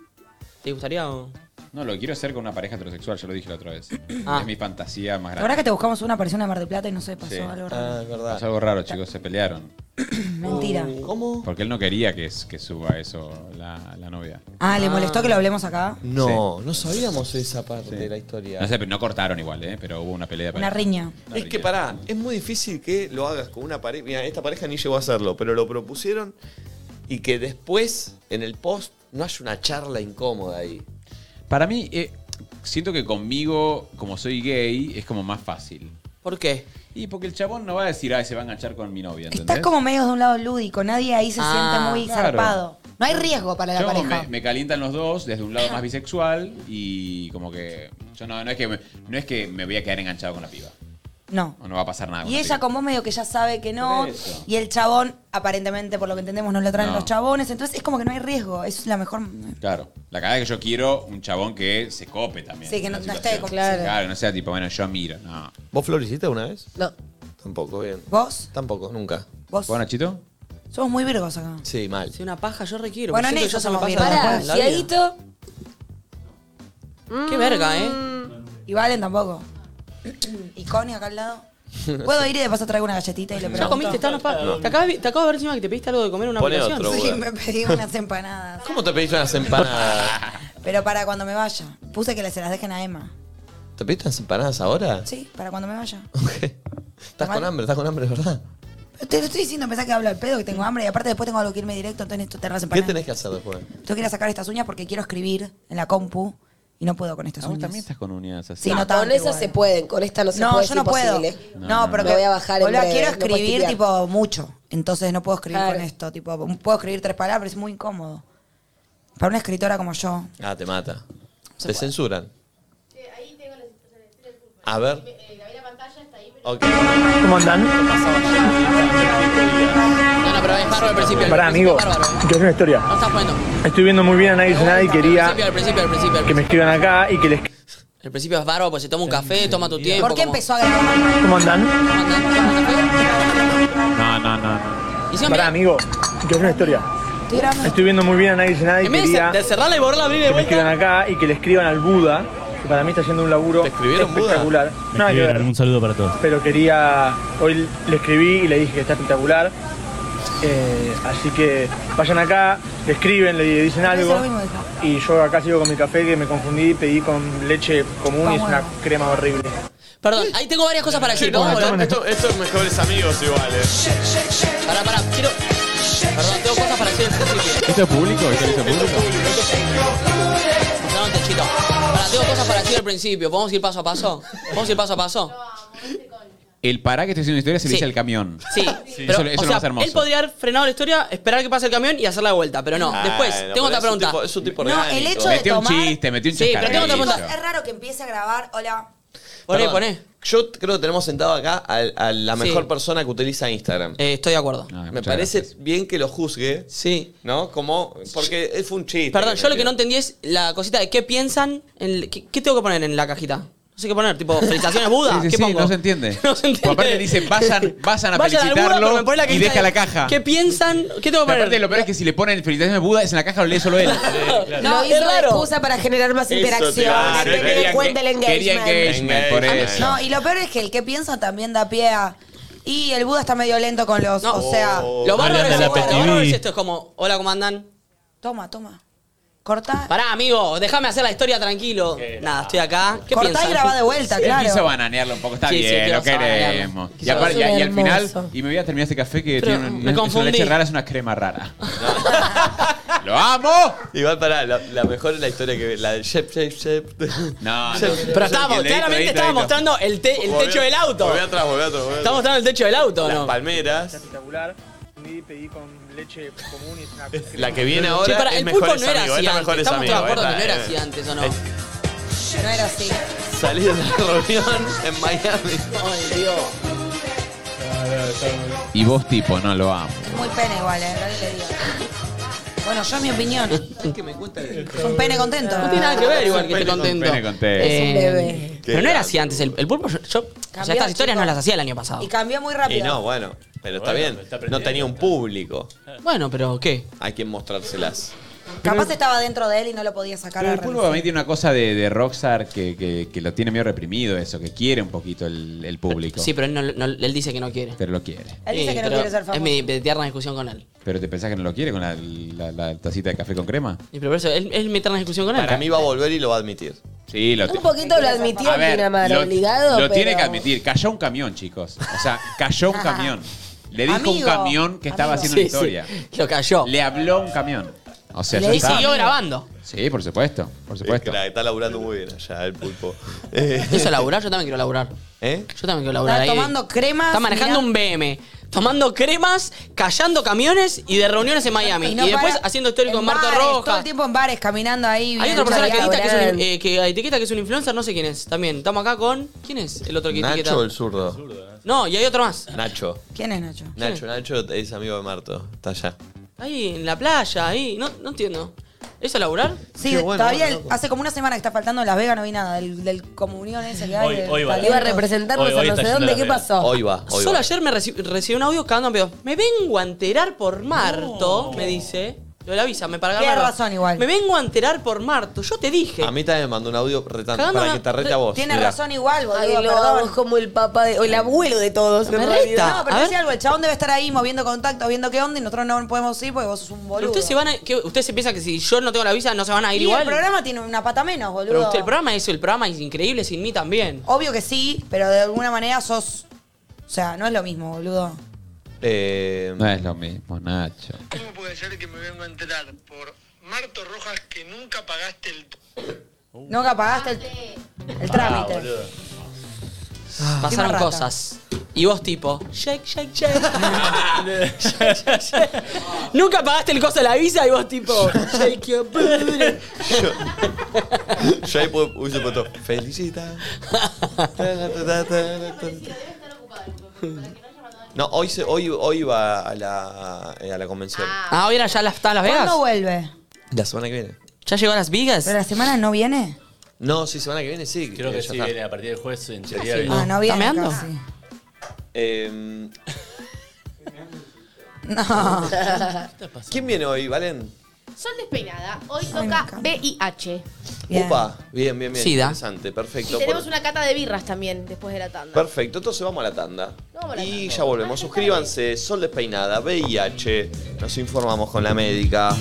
Speaker 4: ¿Te gustaría o.?
Speaker 15: No, lo quiero hacer con una pareja heterosexual, ya lo dije la otra vez.
Speaker 4: Ah.
Speaker 15: Es mi fantasía más
Speaker 2: La
Speaker 15: grande.
Speaker 2: verdad que te buscamos una aparición de Mar del Plata y no sé, pasó
Speaker 15: Sí.
Speaker 1: Ah,
Speaker 15: Ah,
Speaker 2: algo raro.
Speaker 15: Pasó algo raro, chicos, se pelearon.
Speaker 2: Mentira.
Speaker 1: Uh,
Speaker 2: ¿Cómo?
Speaker 15: Porque él no quería que, que suba eso la, la novia.
Speaker 2: Ah, ¿le molestó que lo hablemos acá?
Speaker 1: No, no sabíamos esa parte
Speaker 15: Sí.
Speaker 1: de la historia.
Speaker 15: No sé, pero no cortaron igual, ¿eh? Pero hubo una pelea.
Speaker 2: Una riña.
Speaker 1: Es que pará, es muy difícil que lo hagas con una pareja. Mira, esta pareja ni llegó a hacerlo, pero lo propusieron y que después, en el post, no haya una charla incómoda ahí.
Speaker 15: Para mí, eh, siento que conmigo, como soy gay, es como más fácil.
Speaker 4: ¿Por qué?
Speaker 15: Y porque el chabón no va a decir, ay, se va a enganchar con mi novia, ¿entendés?
Speaker 2: Estás como medio de un lado lúdico, nadie ahí se
Speaker 15: Ah,
Speaker 2: siente muy
Speaker 15: claro.
Speaker 2: zarpado. No hay riesgo para la
Speaker 15: Yo como
Speaker 2: pareja.
Speaker 15: me, me calientan los dos desde un lado más bisexual y como que yo no, no es que me, no es que me voy a quedar enganchado con la piba
Speaker 2: No.
Speaker 15: o no va a pasar nada con
Speaker 2: Y
Speaker 15: la
Speaker 2: ella
Speaker 15: piba.
Speaker 2: con vos medio que ya sabe que no.
Speaker 15: Por eso.
Speaker 2: Y el chabón, aparentemente, por lo que entendemos, nos lo traen
Speaker 15: No.
Speaker 2: los chabones. Entonces es como que no hay riesgo. Es la mejor.
Speaker 15: claro la cagada es que yo quiero un chabón que se cope también
Speaker 2: Sí, que no-
Speaker 15: la
Speaker 2: no esté
Speaker 15: situación.
Speaker 2: como- Claro.
Speaker 15: claro no sea tipo bueno yo miro no
Speaker 1: ¿Vos, Flor, hiciste alguna vez?
Speaker 2: No.
Speaker 1: Tampoco, bien.
Speaker 2: ¿Vos?
Speaker 1: Tampoco, nunca.
Speaker 2: ¿Vos?
Speaker 15: bueno chito
Speaker 2: Somos muy virgos acá.
Speaker 1: Sí, mal.
Speaker 4: Sí, una paja, yo requiero.
Speaker 2: Bueno,
Speaker 4: porque
Speaker 2: en
Speaker 4: siento
Speaker 2: eso
Speaker 4: que ya
Speaker 2: somos
Speaker 4: se me pasa la-
Speaker 2: virgos.
Speaker 4: la
Speaker 2: Pará,
Speaker 4: vida.
Speaker 2: Dieguito.
Speaker 4: Qué verga, ¿eh?
Speaker 2: Mm. Y Valen tampoco. Y Connie acá al lado. ¿Puedo ir y de paso traigo una galletita y le pregunto?
Speaker 4: ¿Ya comiste? Está, no, pa-
Speaker 1: No.
Speaker 4: Te, acabas, de- te acabo de ver encima que te pediste algo de comer en una
Speaker 1: Pone
Speaker 4: aplicación.
Speaker 1: otro, Sí, bueno.
Speaker 2: Me pedí unas empanadas.
Speaker 1: ¿Cómo te pediste unas empanadas?
Speaker 2: Pero para cuando me vaya. Puse que se las dejen a Emma.
Speaker 1: ¿Te pediste unas empanadas ahora?
Speaker 2: Sí, para cuando me vaya.
Speaker 1: ¿Estás con hambre? ¿Estás con hambre, verdad?
Speaker 2: Pero Te lo estoy diciendo, pensás que hablo al pedo, que tengo hambre y aparte después tengo algo que irme directo, entonces necesito tener las
Speaker 1: ¿Qué
Speaker 2: empanadas.
Speaker 1: tenés que hacer después?
Speaker 2: Yo quería sacar estas uñas porque quiero escribir en la compu y no puedo con estas
Speaker 15: Ah, vos
Speaker 2: uñas.
Speaker 15: también estás con uñas así
Speaker 2: Sí, no, tanto
Speaker 3: con esas
Speaker 2: igual.
Speaker 3: se pueden, con esta no se puede.
Speaker 2: yo
Speaker 3: es
Speaker 2: no puedo.
Speaker 3: imposible.
Speaker 2: No,
Speaker 15: No, no,
Speaker 2: pero
Speaker 3: no.
Speaker 2: que-
Speaker 3: Lo voy a bajar en
Speaker 2: boluda,
Speaker 3: breve,
Speaker 2: quiero
Speaker 3: no Ah. puedes
Speaker 2: escribir
Speaker 3: tipear.
Speaker 2: tipo mucho, entonces no puedo escribir
Speaker 3: Claro.
Speaker 2: con esto, tipo puedo escribir tres palabras, pero es muy incómodo. Para una escritora como yo.
Speaker 1: Ah, te mata. Te censuran. A ver. Ok.
Speaker 17: ¿Cómo andan?
Speaker 4: No, no, pero es bárbaro al principio. al
Speaker 17: Pará, amigo, te voy a hacer una historia.
Speaker 4: No estás poniendo. Al
Speaker 17: Estoy viendo muy bien a nadie, nadie quería
Speaker 4: principio, al principio, al principio.
Speaker 17: que me escriban acá y que les...
Speaker 4: Al principio es bárbaro, pues se toma un café, toma tu tiempo.
Speaker 2: ¿Por qué
Speaker 4: como-
Speaker 2: empezó a grabar?
Speaker 17: ¿Cómo andan?
Speaker 15: no no no
Speaker 17: Pará, amigo, te voy a hacer una historia.
Speaker 2: Estoy grabando.
Speaker 17: Estoy viendo muy bien a nadie, nadie
Speaker 4: En vez de
Speaker 17: quería
Speaker 4: cer- de cerrarla y borrarla, abrí de
Speaker 17: que me
Speaker 4: vuelta.
Speaker 17: escriban acá y que le escriban al Buda, que para mí está haciendo un laburo espectacular. Nada que ver.
Speaker 13: Un saludo para todos.
Speaker 17: pero quería. Hoy le escribí y le dije que está espectacular. Eh, así que vayan acá, le escriben, le dicen algo. Y yo acá sigo con mi café que me confundí, pedí con leche común y es una crema horrible.
Speaker 4: Perdón, ahí tengo varias cosas para decir. ¿Podemos
Speaker 1: Estos
Speaker 4: volver?
Speaker 1: estos mejores amigos iguales.
Speaker 4: Pará, pará, quiero. Perdón, tengo cosas para decir.
Speaker 15: esto es público esto es público
Speaker 4: No, techito. Pará, tengo cosas para decir al principio. ¿Podemos ir paso a paso? ¿Podemos ir paso a paso?
Speaker 15: el pará que estoy haciendo historia se le
Speaker 4: Sí.
Speaker 15: dice al camión
Speaker 4: Sí.
Speaker 15: eso,
Speaker 4: Pero,
Speaker 15: eso
Speaker 4: o
Speaker 15: es lo
Speaker 4: sea,
Speaker 15: más hermoso
Speaker 4: Él podría haber frenado la historia, esperar que pase el camión y hacer la vuelta, pero no.
Speaker 15: Ah,
Speaker 4: Después,
Speaker 15: no, pero
Speaker 4: tengo otra
Speaker 15: es un
Speaker 4: pregunta.
Speaker 15: tipo- es un tipo
Speaker 2: No, el hecho de
Speaker 15: metió un
Speaker 2: tomar-
Speaker 15: chiste metió un
Speaker 4: Sí,
Speaker 15: chascarrillo
Speaker 4: pero tengo otra pregunta.
Speaker 2: Es raro que empiece a grabar, hola.
Speaker 4: Poné,
Speaker 1: Perdón.
Speaker 4: poné.
Speaker 1: Yo creo que tenemos sentado acá a, a la
Speaker 4: Sí. Eh,
Speaker 1: mejor persona que utiliza Instagram.
Speaker 4: estoy de acuerdo. Ah,
Speaker 1: Me
Speaker 4: muchas
Speaker 1: parece bien que lo juzgue.
Speaker 4: Sí.
Speaker 1: ¿No? Como. Porque él fue un chiste.
Speaker 4: Perdón, yo lo que no entendí es la cosita de qué piensan, en- qué, qué tengo que poner en la cajita. No sé qué poner, tipo, felicitaciones Buda,
Speaker 15: Sí, sí,
Speaker 4: ¿qué
Speaker 15: sí,
Speaker 4: pongo?
Speaker 15: no se entiende.
Speaker 4: No se entiende.
Speaker 15: Porque aparte dice, vayan, vayan a
Speaker 4: Vayan al Buda,
Speaker 15: felicitarlo
Speaker 4: pero me pone la
Speaker 15: y
Speaker 4: cajita
Speaker 15: deja
Speaker 4: de-
Speaker 15: la caja.
Speaker 4: ¿Qué piensan? ¿Qué tengo que
Speaker 15: Pero
Speaker 4: poner?
Speaker 15: aparte, lo peor es que si le ponen felicitaciones de Buda, es en la caja lo lee solo él.
Speaker 3: No,
Speaker 4: No,
Speaker 3: hizo
Speaker 4: es
Speaker 3: la
Speaker 4: raro.
Speaker 3: excusa para generar más
Speaker 15: Eso te
Speaker 3: interacción,
Speaker 15: iba a
Speaker 3: a que
Speaker 15: decir.
Speaker 3: te
Speaker 15: Querían
Speaker 3: cuente el
Speaker 15: que- quería
Speaker 3: engagement.
Speaker 15: engagement, por eso.
Speaker 2: No, y lo peor es que el que piensa también da pie a. Y el Buda está medio lento con los. o sea.
Speaker 4: Lo bárbaro es
Speaker 2: Mariana
Speaker 4: esto, lo
Speaker 2: Petiví.
Speaker 4: bárbaro es esto, es como, hola, ¿cómo andan?
Speaker 2: Toma, toma. Cortá.
Speaker 4: Pará, amigo, déjame hacer la historia tranquilo. Nada, estoy acá. ¿Qué
Speaker 2: Cortá y
Speaker 4: piensan?
Speaker 2: graba de vuelta,
Speaker 15: Él
Speaker 2: claro.
Speaker 15: quiso bananearlo un poco, está
Speaker 4: Sí, sí,
Speaker 15: bien,
Speaker 4: quiso
Speaker 15: lo queremos.
Speaker 4: bananearlo.
Speaker 15: Y, aparte, y, y al
Speaker 4: Hermoso.
Speaker 15: final, y me voy a terminar este café que
Speaker 4: Pero
Speaker 15: tiene una,
Speaker 4: me
Speaker 15: es una
Speaker 4: confundí.
Speaker 15: leche rara, es una crema rara. ¡Lo amo!
Speaker 1: Igual para la, la mejor es la historia que la del Shep, Shep, Shep.
Speaker 15: No,
Speaker 22: Pero estábamos, claramente estaba mostrando el, te- el techo del auto.
Speaker 1: Volví atrás, volví atrás.
Speaker 22: Está mostrando el techo del auto,
Speaker 1: Las
Speaker 22: ¿no?
Speaker 1: palmeras.
Speaker 17: espectacular. Fundí, pedí con leche común y una cosa que-
Speaker 1: La que viene ahora
Speaker 4: pará,
Speaker 1: es
Speaker 4: el pulpo
Speaker 1: mejores
Speaker 4: no era
Speaker 1: amigos,
Speaker 4: así
Speaker 1: es la
Speaker 4: antes.
Speaker 1: mejores
Speaker 4: Estamos todos de
Speaker 1: amigos,
Speaker 4: acuerdo que no
Speaker 1: esta,
Speaker 4: era
Speaker 1: eh.
Speaker 4: así antes, ¿o no?
Speaker 1: Es-
Speaker 2: No era así.
Speaker 1: Salí de la reunión en Miami.
Speaker 2: Ay, Dios.
Speaker 15: Y vos tipo, no lo amo.
Speaker 2: Muy pene igual, eh. Dale, le digo. Bueno, yo es mi opinión. Es un pene contento.
Speaker 4: No tiene nada que ver igual que esté contento.
Speaker 15: pene contento.
Speaker 4: Eh,
Speaker 2: Es un bebé.
Speaker 4: Pero no era así antes. El, el pulpo, yo, yo- o sea,
Speaker 2: Cambió,
Speaker 4: estas historias no las hacía el año pasado.
Speaker 2: Y cambió muy
Speaker 1: Y
Speaker 2: rápido.
Speaker 1: no, bueno, pero está bien. No tenía un público
Speaker 4: Bueno, pero ¿qué?
Speaker 1: a quien mostrárselas.
Speaker 2: Capaz estaba dentro de él y no lo podía sacar.
Speaker 15: Pero
Speaker 2: a
Speaker 15: el
Speaker 2: la
Speaker 15: pulpo para mí tiene una cosa de, de Rockstar que, que- que lo tiene medio reprimido eso, que quiere un poquito el, el público.
Speaker 4: Sí, pero él, no- no- él dice que no quiere.
Speaker 15: Pero lo quiere.
Speaker 2: Él dice
Speaker 4: Sí,
Speaker 2: que no
Speaker 4: pero
Speaker 2: quiere ser famoso.
Speaker 4: Es mi eterna discusión con él.
Speaker 15: ¿Pero te pensás que no lo quiere con la, la- la tacita de café con crema?
Speaker 4: Y pero por eso, él- es mi eterna discusión con él.
Speaker 1: Para mí va a volver y lo va a admitir.
Speaker 15: Sí, lo
Speaker 3: Un
Speaker 15: tiene.
Speaker 3: poquito lo admitió
Speaker 15: A ver,
Speaker 3: Pinamar,
Speaker 15: lo-
Speaker 3: obligado.
Speaker 15: Lo tiene
Speaker 3: pero-
Speaker 15: que admitir. Cayó un camión, chicos. O sea, cayó un camión. Le dijo un
Speaker 3: Amigo,
Speaker 15: camión que estaba
Speaker 4: amigo.
Speaker 15: haciendo una
Speaker 4: Sí, sí.
Speaker 15: historia.
Speaker 4: Lo cayó.
Speaker 15: Le habló un camión. O sea,
Speaker 4: Y
Speaker 15: ya
Speaker 4: le- y
Speaker 15: está.
Speaker 4: siguió grabando.
Speaker 15: Sí, por supuesto. Por supuesto.
Speaker 1: Crack, está laburando muy bien allá el pulpo.
Speaker 4: Eso laburar, yo también quiero laburar.
Speaker 1: ¿Eh?
Speaker 4: Yo también quiero laburar
Speaker 2: Está
Speaker 4: ahí.
Speaker 2: tomando cremas.
Speaker 4: Está manejando un BM, tomando cremas, callando camiones y de reuniones en Miami. Y,
Speaker 2: no
Speaker 4: después
Speaker 2: para-
Speaker 4: haciendo histórico en Marta
Speaker 2: bares, Todo
Speaker 4: Roja.
Speaker 2: el tiempo en bares, caminando ahí.
Speaker 4: Hay
Speaker 2: bien
Speaker 4: otra persona que
Speaker 2: chaleado,
Speaker 4: edita que, es un,
Speaker 2: ¿verdad?
Speaker 4: eh, que etiqueta que es un influencer, no sé quién es. También. Estamos acá con. ¿Quién es el otro que etiqueta?
Speaker 1: Nacho el zurdo.
Speaker 15: ¿eh?
Speaker 4: No, y hay otro más.
Speaker 1: Nacho.
Speaker 2: ¿Quién es Nacho?
Speaker 1: Nacho, Nacho es amigo de Marto. Está allá.
Speaker 4: Ahí, en la playa, ahí. No, no entiendo. ¿Eso laburar?
Speaker 2: Sí,
Speaker 1: Qué bueno,
Speaker 2: todavía
Speaker 1: bueno,
Speaker 2: el- hace como una semana que está faltando en Las Vegas, no vi nada. Del, del comunión ese que hay.
Speaker 4: Hoy-
Speaker 2: del
Speaker 4: hoy va.
Speaker 2: talento.
Speaker 4: Iba a representarnos Hoy- hoy a no está sé yendo dónde, a Las ¿qué Vegas. pasó?
Speaker 1: Hoy va, hoy
Speaker 4: Solo
Speaker 1: va.
Speaker 4: ayer me reci- recibí un audio cagando a pedo. Me vengo a enterar por Marto, me dice. Lo de la visa, me para
Speaker 2: Tiene
Speaker 4: Marto.
Speaker 2: razón igual.
Speaker 4: Me vengo a enterar por Marto. Yo te dije.
Speaker 1: A mí también me mandó un audio retando
Speaker 4: Cagándome-
Speaker 1: para que te rete a vos.
Speaker 2: Tiene
Speaker 1: mirá.
Speaker 2: razón igual, boludo.
Speaker 3: Ay, lo
Speaker 2: perdón.
Speaker 3: amo, es como el papá de, o el abuelo de todos. en
Speaker 2: Me
Speaker 3: realidad.
Speaker 2: No, pero decía algo, el chabón debe estar ahí moviendo contacto, viendo qué onda y nosotros no podemos ir porque vos sos un
Speaker 4: Pero
Speaker 2: boludo.
Speaker 4: ustedes se van a, ¿qué? ¿Ustedes se piensan que si yo no tengo la visa no se van a ir
Speaker 2: y
Speaker 4: igual?
Speaker 2: el programa tiene una pata menos, boludo. Ah,
Speaker 4: Pero usted, el programa es el programa es increíble sin mí también.
Speaker 2: Obvio que sí, pero de alguna manera sos. O sea, no es lo mismo, boludo.
Speaker 1: Eh,
Speaker 15: No es lo mismo, Nacho.
Speaker 2: Uh. Nunca pagaste el, el trámite.
Speaker 4: Ah, Pasaron
Speaker 2: rata.
Speaker 4: cosas. Y vos tipo, shake, shake, shake.
Speaker 2: Ah.
Speaker 4: Shake, shake, shake. Nunca pagaste el costo de la visa y vos tipo, shake your booty.
Speaker 1: Yo ahí pu- hubiese puesto, felicita. No, hoy, se, hoy, hoy va a la, eh, a la convención.
Speaker 4: Ah, hoy era ya las, estaba en Las Vegas.
Speaker 2: ¿Cuándo vuelve?
Speaker 1: La semana que viene.
Speaker 4: ¿Ya llegó a Las Vegas?
Speaker 2: ¿Pero la semana no viene?
Speaker 1: No, sí, semana que viene sí.
Speaker 13: Creo
Speaker 1: eh,
Speaker 13: que
Speaker 1: ya
Speaker 13: sí
Speaker 1: está.
Speaker 13: viene a partir del jueves en teoría.
Speaker 1: sí,
Speaker 13: viene.
Speaker 2: Ah, no viene.
Speaker 4: meando?
Speaker 2: casi.
Speaker 1: Eh,
Speaker 2: No.
Speaker 1: ¿Quién viene hoy, Valen?
Speaker 5: Sol despeinada, hoy toca VIH.
Speaker 1: Upa, bien, bien, bien.
Speaker 4: Sida.
Speaker 1: Interesante,
Speaker 5: Y
Speaker 1: perfecto.
Speaker 5: tenemos
Speaker 1: Por-
Speaker 5: una cata de birras también después de la tanda.
Speaker 1: Perfecto, entonces vamos a la tanda.
Speaker 5: Vamos a la
Speaker 1: Y
Speaker 5: tanda.
Speaker 1: ya volvemos. Suscríbanse, Sol Despeinada, VIH. Nos informamos con la médica.